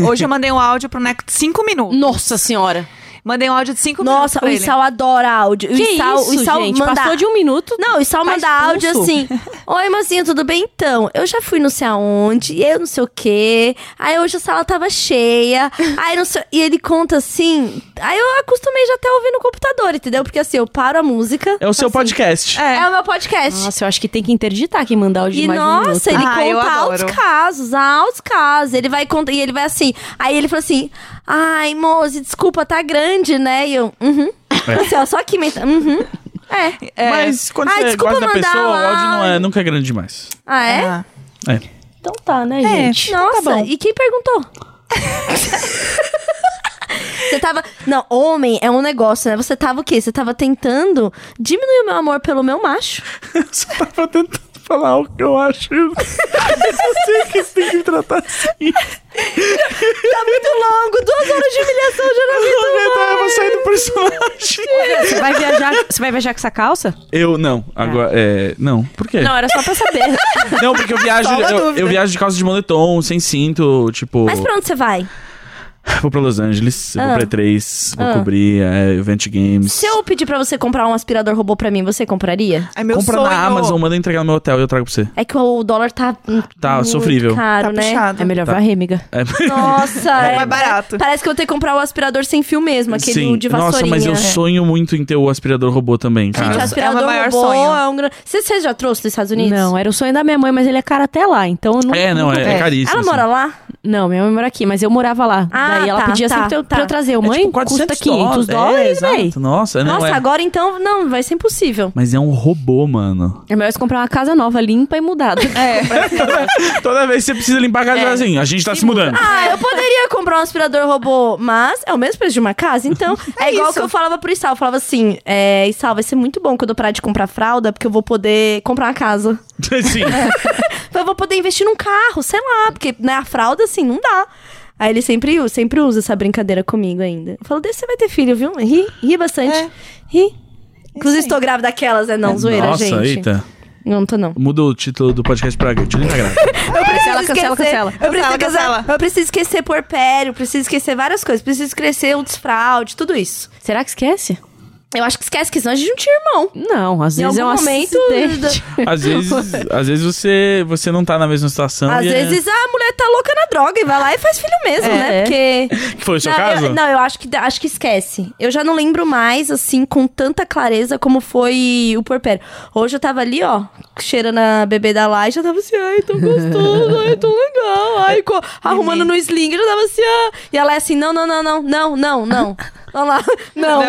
C: Hoje eu mandei um áudio pro Neco de 5 minutos.
D: Nossa senhora.
C: Mandei um áudio de 5
D: é
C: minutos.
B: Nossa,
C: pra
B: o
C: ele.
B: Isal adora áudio.
D: né? Que
B: o Isal,
D: isso,
B: o Isal
D: gente?
B: manda...
D: Passou de um minuto.
B: Não, o Isal
D: tá
B: manda áudio
D: expulso.
B: assim. Oi, mocinho, tudo bem? Então, eu já fui não sei aonde, e eu não sei o quê. Aí hoje a sala tava cheia. Aí não sei... E ele conta assim... Aí eu acostumei já até a ouvir no computador, entendeu? Porque assim, eu paro a música...
A: É o seu podcast.
B: É, o meu podcast.
D: Nossa, eu acho que tem que interditar quem mandar áudio de
B: E
D: mais de um minuto.
B: nossa, ele
C: Ah, eu
B: conta
C: adoro.
B: altos casos, altos casos. Ele vai contar, e ele vai assim. Aí ele fala assim: Ai, Mose, desculpa, tá grande, né? E eu, uhum.
D: É.
B: Assim, ó, só que menta. Uhum. É.
C: É.
A: Mas quando
B: Ah,
A: você
B: desculpa
A: gosta da
B: mandar
A: pessoa, o
B: lá.
A: áudio não é, nunca é grande demais.
B: Ah, é?
C: Ah.
A: É.
D: Então tá, né,
C: É.
D: gente?
B: Nossa,
D: Então tá bom.
B: e quem perguntou? Você tava. Não, homem é um negócio, né? Você tava o quê? Você tava tentando diminuir o meu amor pelo meu macho.
A: Eu só tava tentando falar o que eu acho. Eu sei que você tem que me tratar assim.
B: Tá muito longo, duas horas de humilhação já não vi.
A: Eu vou sair do personagem.
D: Você vai viajar, você vai viajar com essa calça?
A: Eu não. Agora,
B: Ah.
A: é... Não, por quê?
D: Não, era só pra saber.
A: Não, porque eu viajo,
C: Só uma
A: eu,
C: dúvida.
A: eu viajo de calça de moletom, sem cinto, tipo.
B: Mas pra onde você vai?
A: Vou pra Los Angeles, eu vou
B: Ah.
A: pra E3, vou
B: Ah.
A: cobrir é, Event Games.
B: Se eu pedir pra você comprar um aspirador robô pra mim, você compraria?
C: É meu
A: Compra
C: sonho.
A: na Amazon, manda entregar no meu hotel e eu trago pra você.
B: É que o dólar tá.
A: Tá
B: muito
A: sofrível.
B: Caro,
C: Tá
B: né?
C: puxado.
D: É melhor varrer, amiga.
A: É,
B: Nossa, é.
C: mais barato.
B: Parece que eu vou ter que comprar o aspirador sem fio mesmo, aquele
A: Sim.
B: de
A: Nossa,
B: vassourinha.
A: mas eu
B: É.
A: sonho muito em ter o aspirador robô também,
B: Gente,
A: cara.
B: o aspirador
C: É o meu maior
B: robô
C: sonho.
B: é um grande. Você, você já trouxe dos Estados Unidos?
D: Não, era o sonho da minha mãe, mas ele é cara até lá, então eu não.
A: É, não, é, é caríssimo.
B: Ela
A: assim.
B: mora lá?
D: Não, minha mãe mora aqui, mas eu morava lá.
B: Ah,
D: Daí ela
B: tá,
D: pedia
B: tá,
D: sempre pra eu-
B: tá.
D: pra eu trazer. O
A: É
D: mãe
A: tipo
D: custa
A: 400
D: 500
A: é,
D: dólares, véi.
A: exato. Nossa, não
B: Nossa,
A: é.
B: agora então. Não, vai ser impossível.
A: Mas é um robô, mano.
D: É melhor você comprar uma casa nova, limpa e mudada.
C: É.
B: É.
A: Toda vez que você precisa limpar a casa assim, a gente tá se mudando.
B: Ah, eu poderia comprar um aspirador robô, mas é o mesmo preço de uma casa, então. É, igual
C: isso.
B: que eu falava pro Isal. Eu falava assim: é, Isal, vai ser muito bom quando eu parar de comprar fralda, porque eu vou poder comprar uma casa.
A: Sim.
B: É, Eu vou poder investir num carro, sei lá, porque né, a fralda, assim, não dá. Aí ele sempre, sempre usa essa brincadeira comigo ainda. Eu falo, "Desse você vai ter filho, viu? Ri, ri bastante.
C: É.
B: Ri. Inclusive, estou grávida daquelas, é não, zoeira,
A: Nossa,
B: gente.
A: eita.
B: Não tô, não.
A: Muda o título do podcast pra Gatilho Integrado.
B: Eu preciso
D: Cancela,
B: Eu preciso,
D: cancela, cancela.
C: Cancela, cancela.
B: cancela. eu preciso esquecer porpério, preciso esquecer várias coisas. Preciso esquecer o desfraude, tudo isso.
D: Será que esquece?
B: Eu acho que esquece que senão a gente não tinha irmão.
D: Não, às
B: Em
D: vezes é um
B: algum momento,
D: acidente.
A: Às vezes, às vezes você, você não tá na mesma situação.
B: Às
A: e é-
B: vezes a mulher tá louca na droga e vai lá e faz filho mesmo,
D: É.
B: né? Porque...
A: Que Foi o seu
B: não,
A: caso?
B: Eu, não, eu acho que, acho que esquece. Eu já não lembro mais, assim, com tanta clareza como foi o porpério. Hoje eu tava ali, ó, cheirando a bebê da Lai, já tava assim, ai, tão gostoso, ai, tão legal. Ai, co- arrumando no sling, eu já tava assim, ah. E ela é assim, não, não, não, não, não, não, não. Olha lá. Não.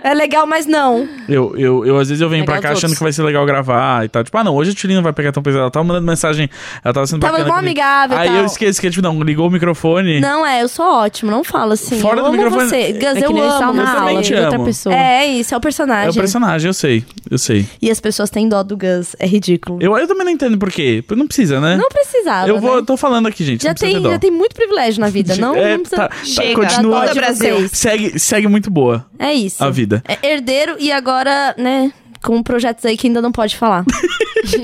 B: É legal, mas não.
A: Eu, eu, eu, às vezes eu venho
D: Legal
A: pra cá
D: os
A: achando
D: outros.
A: que vai ser legal gravar e tal. Tipo, ah, não, hoje a Tilly não vai pegar tão pesado. Ela tava mandando mensagem, ela tava sendo
B: Tava
A: bacana
B: mó
A: comigo.
B: amigável e
A: Aí
B: tal.
A: eu esqueço que, tipo, não, ligou o microfone.
B: Não, é, eu sou ótimo, não falo assim.
A: Fora
B: eu
A: do
B: amo
A: microfone,
B: você. Gus,
D: É que
B: eu
D: nem
B: amo.
D: sal na
A: eu também
D: aula
A: te
D: de outra
A: amo.
D: pessoa.
B: É isso, é o personagem.
A: É o personagem, eu sei, eu sei.
B: E as pessoas têm dó do Gus, é ridículo.
A: Eu, eu também não entendo por quê. Não precisa, né?
B: Não precisava,
A: Eu vou,
B: né?
A: tô falando aqui, gente.
B: Já
A: não precisa
B: tem,
A: ter dó.
B: já tem muito privilégio na vida, não,
A: É,
B: não precisa...
A: tá, tá,
C: Chega.
A: continua.
B: Dá dó de Brasil. vocês.
A: Segue, segue muito boa
B: É isso.
A: a vida.
B: É herdeiro e agora, né, com projetos aí que ainda não pode falar.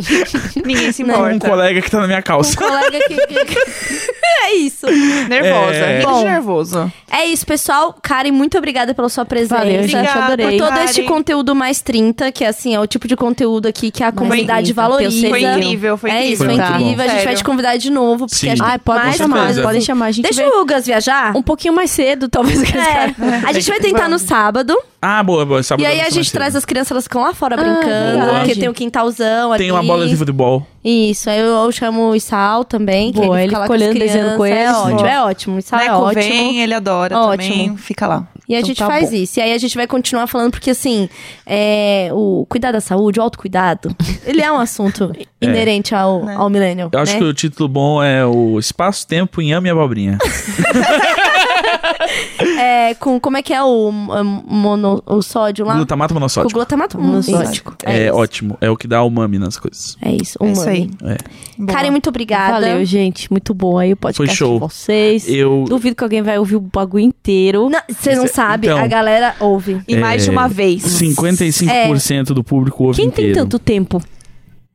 C: Ninguém se
A: Com um
C: importa.
A: colega que tá na minha
B: Um
A: calça.
B: colega que... que- é isso.
C: Nervosa.
A: É.
C: É...
B: Bom.
C: nervoso.
B: É isso, pessoal. Karen, muito obrigada pela sua presença.
D: Valeu, gente,
C: Obrigada,
D: adorei.
B: Por todo
C: Karen.
B: este conteúdo mais 30, que assim, é o tipo de conteúdo aqui que a comunidade
D: 30,
B: valoriza.
D: pelo
C: Foi
D: Entendeu?
C: incrível, foi
B: é
C: incrível.
B: isso, foi
A: Foi muito
B: incrível.
A: bom.
B: A gente vai
C: Sério.
B: te convidar de novo, porque
A: Sim.
B: a gente
D: Ai, pode
B: mais
D: chamar,
B: coisas.
D: podem chamar. A gente
B: Deixa
D: vê
B: o Gus viajar.
D: um pouquinho mais cedo, talvez. que esse cara-
B: É. A gente vai tentar no sábado.
A: Ah, boa, boa. Sábado
B: E aí
A: eu
B: a
A: vou ser
B: gente
A: mais
B: traz
A: cedo.
B: as crianças, elas ficam lá fora
D: Ah,
B: brincando,
A: verdade.
B: porque tem um quintalzão ali.
A: Tem uma bola de futebol.
B: Isso, aí eu, eu chamo o Sal também, que
D: Boa,
B: ele
D: ele
B: fica lá
D: fica
B: com as
D: olhando, desenhando
B: crianças.
D: com
B: É
D: eles.
B: ótimo, é ótimo. O Sal é
C: Neco
B: ótimo.
C: vem, ele adora também.
B: Ótimo.
C: Fica lá.
B: E a
D: Então
B: gente
D: tá
B: faz
D: bom.
B: isso. E aí a gente vai continuar falando, porque assim, é, o cuidar da saúde, o autocuidado, ele é um assunto inerente ao, ao milênio.
A: Eu acho
B: né?
A: que o título bom é o Espaço, Tempo, Inhame e Abobrinha.
B: É, com, como é que é o, um, mono, o sódio lá?
A: Glutamato
B: Com o
A: monossódico.
B: glutamato Hum, monossódico.
D: monossódico.
A: É, ótimo. É o que dá umami nas coisas.
B: É isso,
C: É
B: um
C: isso aí.
A: É.
C: Boa.
B: Karen, muito obrigada.
D: Valeu, gente. Muito bom aí o podcast
A: Foi show.
D: de vocês.
A: Eu.
D: Duvido que alguém vai ouvir o bagulho inteiro.
B: Não, Você não sabe,
A: Então.
B: a galera ouve.
C: E mais de
A: É.
C: uma vez.
A: 55% do público ouve
D: Quem tem
A: inteiro.
D: tanto tempo?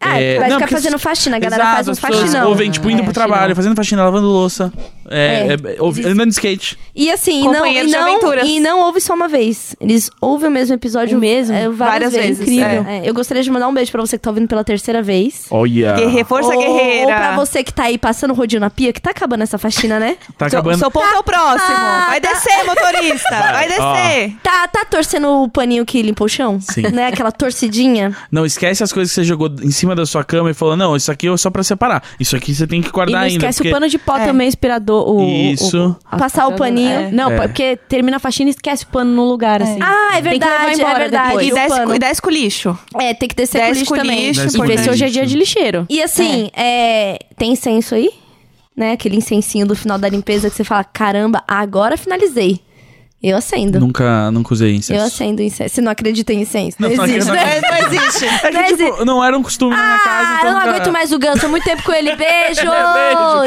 B: Ah,
A: É,
B: vai
A: não,
B: ficar
A: porque
B: fazendo faxina, a galera
A: Exato,
B: faz uns
A: as pessoas
B: faxinão.
A: Ouvem, tipo, indo
D: É,
A: pro trabalho,
D: faxinão.
A: fazendo faxina, lavando louça. É, é, ouve- andando de skate.
B: E assim, e não, e,
C: Companheiros de
B: não,
C: aventuras.
B: e não ouve só uma vez. Eles ouvem o mesmo episódio
D: O mesmo?
B: é, várias,
C: Várias
B: vezes.
C: vezes,
B: Incrível. É, eu gostaria de mandar um beijo pra você que tá ouvindo pela terceira vez.
A: Olha.
C: Guerre- Força
B: ou,
C: guerreira.
B: Ou pra você que tá aí passando rodinho na pia, que tá acabando essa faxina, né?
A: Tá
C: Seu,
A: acabando.
C: seu ponto é o próximo.
B: Ah,
C: Vai
B: tá.
C: descer, motorista. Vai, descer.
B: Tá, tá torcendo o paninho que limpou o chão?
A: Sim.
B: Né? Aquela torcidinha.
A: Não esquece as coisas que você jogou em cima da sua cama e falou: não, isso aqui é só pra separar. Isso aqui você tem que
D: E não
A: guardar ainda.
D: esquece
A: porque
D: o pano de pó
C: É.
D: também, inspirador. O, o-
A: Isso.
D: a-
B: Passar o paninho.
D: É. Não,
A: É.
D: porque termina a faxina e esquece o pano no lugar, assim.
B: Ah, é
D: Tem que levar
B: verdade, é
D: embora
B: verdade.
D: depois.
C: E
B: o
C: desce,
B: pano.
C: e desce com o lixo.
B: É, tem que descer com o
C: Desce
B: lixo
C: com o
B: também.
C: lixo,
A: Desce
D: E ver se hoje é dia de lixeiro.
B: E assim, é, tem incenso aí? Né? Aquele incensinho do final da limpeza que você fala, caramba, agora finalizei. Eu acendo.
A: Nunca, nunca usei incenso.
B: Eu acendo incenso. Você não acredita em incenso? Não,
A: não
B: existe, né?
A: acredito.
B: Não existe.
A: É que,
B: Não
A: tipo,
B: existe.
A: não era um costume na minha casa.
B: Ah,
A: então
B: eu não
A: nunca-
B: aguento mais o Ganso. Tô muito tempo com ele.
A: Beijo,
B: Beijo!
A: Ah,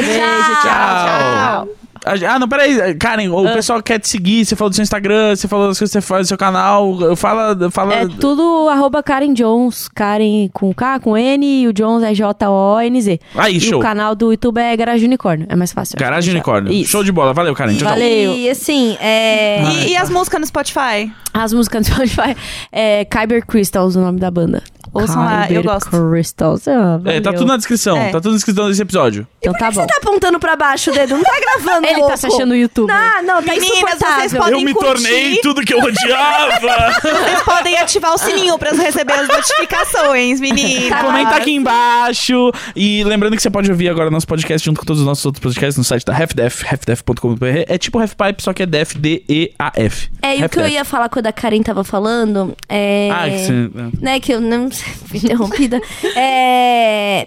A: tchau. A- Ah, não, peraí. Karen, o pessoal quer te seguir. Você falou do seu Instagram, você falou das coisas que você faz, do seu canal. Fala. fala...
D: É tudo arroba Karen Jones, Karen com K, com N, e o Jones é J-O-N-Z.
A: Aí,
D: e
A: show.
D: o canal do YouTube é Garage Unicórnio, é mais fácil.
A: Garagem Unicórnio.
D: Isso.
A: Show de bola. Valeu, Karen. Tchau, tchau.
D: Valeu.
B: E assim, é...
C: E, e as músicas no Spotify?
D: As músicas do Spotify é Kyber Crystals, o nome da banda.
C: Ouçam lá, eu
D: Kyber
C: gosto.
D: Crystals. Ah,
A: É, tá
D: valeu.
A: tudo na descrição.
C: É.
A: Tá tudo na descrição desse episódio.
D: Então tá bom.
B: Você tá apontando pra baixo o dedo, não tá gravando,
D: Ele tá
B: louco.
D: se achando o YouTube.
B: Ah, não, tá
C: Meninas,
B: insuportável.
C: vocês podem curtir.
A: tudo que eu odiava.
C: Vocês podem ativar o sininho pra receber as notificações, meninas.
A: Comenta aqui embaixo. E lembrando que você pode ouvir agora nosso podcast junto com todos os nossos outros podcasts no site da halfdef, halfdef.com.br. É tipo halfpipe, só que é def, D-E-A-F.
B: É, e o que eu
A: Halfdef.
B: ia falar quando a Karen tava falando é.
A: Ah, que você...
B: Né, que eu não. Fui interrompida. é.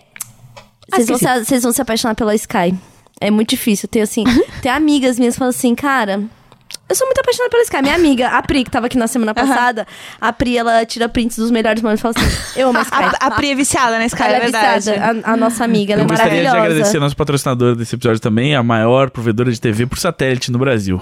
B: Vocês vão, se, vocês vão se apaixonar pela Sky. É muito difícil. Eu tenho assim.
C: Uhum.
B: tem amigas minhas que falam assim, cara. Eu sou muito apaixonada pela Sky. Minha amiga, a Pri, que tava aqui na semana passada, a Pri, ela tira prints dos melhores momentos e fala assim: Eu amo a Sky.
C: A, a Pri é viciada na Sky,
B: Ela
C: é
B: é
C: verdade.
B: viciada, a, a nossa amiga, ela
A: Eu
B: é
A: gostaria de
B: maravilhosa.
A: agradecer ao nosso patrocinador desse episódio também, a maior provedora de TV por satélite no Brasil.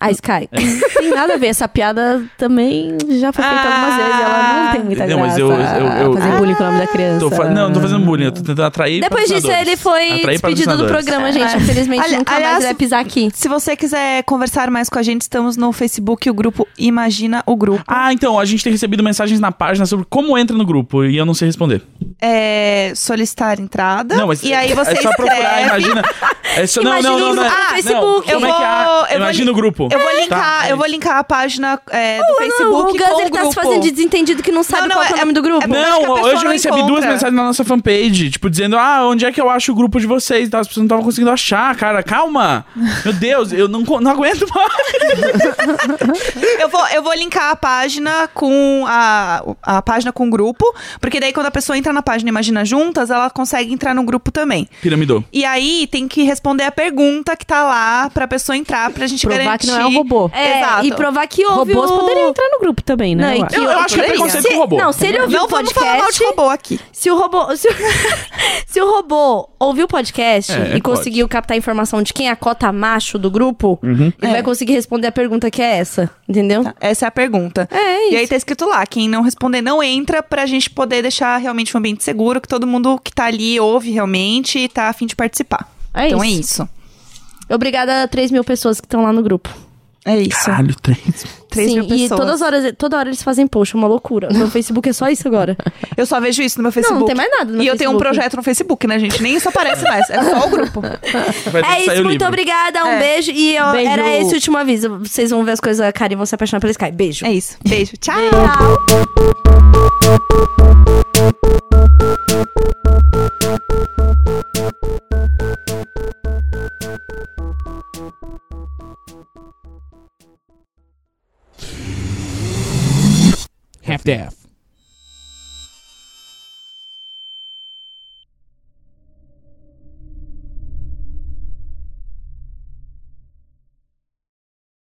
B: A Sky.
A: É.
D: Não tem nada a ver. Essa piada também já foi feita algumas vezes. Ela não tem
A: Não,
D: muita graça.
A: mas eu- eu- eu-
D: fazer bullying com o nome da criança.
A: Tô fa- Não, não tô fazendo bullying, eu tô tentando atrair
B: Depois disso,
A: patrocinadores.
B: ele foi
A: Atrair
B: despedido do
A: patrocinadores.
B: programa, gente. Infelizmente,
C: Ali-
B: nunca mais
C: É. aliás,
B: ele vai pisar aqui.
C: Se você quiser conversar mais com a gente, estamos no Facebook, o grupo Imagina o Grupo.
A: Ah, então, a gente tem recebido mensagens na página sobre como entra no grupo e eu não sei responder.
C: É, solicitar entrada.
A: Não, mas
C: e aí
A: é
C: você
A: só procurar,
C: escreve.
A: imagina. É só, não,
B: Imagina
A: não, não,
B: o
A: não.
B: grupo
A: é-
B: no
A: não,
B: Facebook.
A: Como é que é?
C: Eu vou- eu vou
A: Imagina o grupo. grupo.
C: Eu vou
A: Tá,
C: linkar,
A: é
C: eu vou linkar a página é, do
B: Não,
C: Facebook
B: o
C: com
B: Gus,
C: o
B: ele tá se
C: grupo.
B: fazendo de desentendido que não sabe
C: não,
B: qual que é, o
C: é-
B: nome do grupo.
C: é bom-
A: Não,
C: Acho que a pessoa
A: hoje eu
C: não
A: recebi
C: encontra.
A: duas mensagens na nossa fanpage, tipo, dizendo, ah, onde é que eu acho o grupo de vocês? e tal. As pessoas não estavam conseguindo achar, cara, calma. Meu Deus, eu não, co- não aguento mais.
C: Eu vou, eu vou linkar a página com a, a página com o grupo, porque daí quando a pessoa entra na página Imagina Juntas, ela consegue entrar no grupo também.
A: Piramidou.
C: E aí tem que responder a pergunta que tá lá pra pessoa entrar, pra gente
D: Provar
C: garantir.
D: que não é um robô.
B: É,
C: Exato.
B: e provar que houve
D: Robôs
B: o...
D: poderiam entrar no grupo também,
B: Não,
D: né?
B: e
D: eu acho.
B: que
A: Eu acho que é
B: poderia.
A: preconceito
B: Se-
A: com robô.
B: Não, se ele ouvir
C: Não
B: o
C: vamos
B: é um podcast...
C: falar mal de robô aqui.
B: Se o robô. Se o, se o robô ouvir o podcast
A: É,
B: e conseguiu captar a informação de quem é a cota macho do grupo,
D: Uhum.
B: ele
C: É.
B: vai conseguir responder a pergunta que é essa. Entendeu?
C: Essa é a pergunta.
B: É, é
C: E aí
B: isso.
C: tá escrito lá, quem não responder não entra pra gente poder deixar realmente um ambiente seguro, que todo mundo que tá ali ouve realmente e tá afim de participar.
B: É
C: então
B: isso.
C: é isso.
B: Obrigada a 3 mil pessoas que estão lá no grupo.
C: É isso.
A: Caralho, tem.
C: Três
B: Ah, Sim,
C: mil pessoas.
B: e todas horas, toda hora eles fazem post, uma loucura. No Facebook é só isso agora.
C: Eu só vejo isso no meu
B: Não,
C: Facebook.
B: não tem mais nada no
C: E eu tenho um
B: Facebook.
C: projeto no Facebook, né, gente? Nem isso aparece mais. É só o grupo.
A: Vai ter
B: É
A: que
B: isso,
A: sair o
B: muito
A: livro.
B: obrigada, um
C: É.
B: beijo. E ó,
D: Beijo.
B: era esse o último aviso. Vocês vão ver as coisas, cara, e vão se apaixonar pelo Sky. Beijo.
C: É isso. Beijo. Tchau.
F: half-deaf.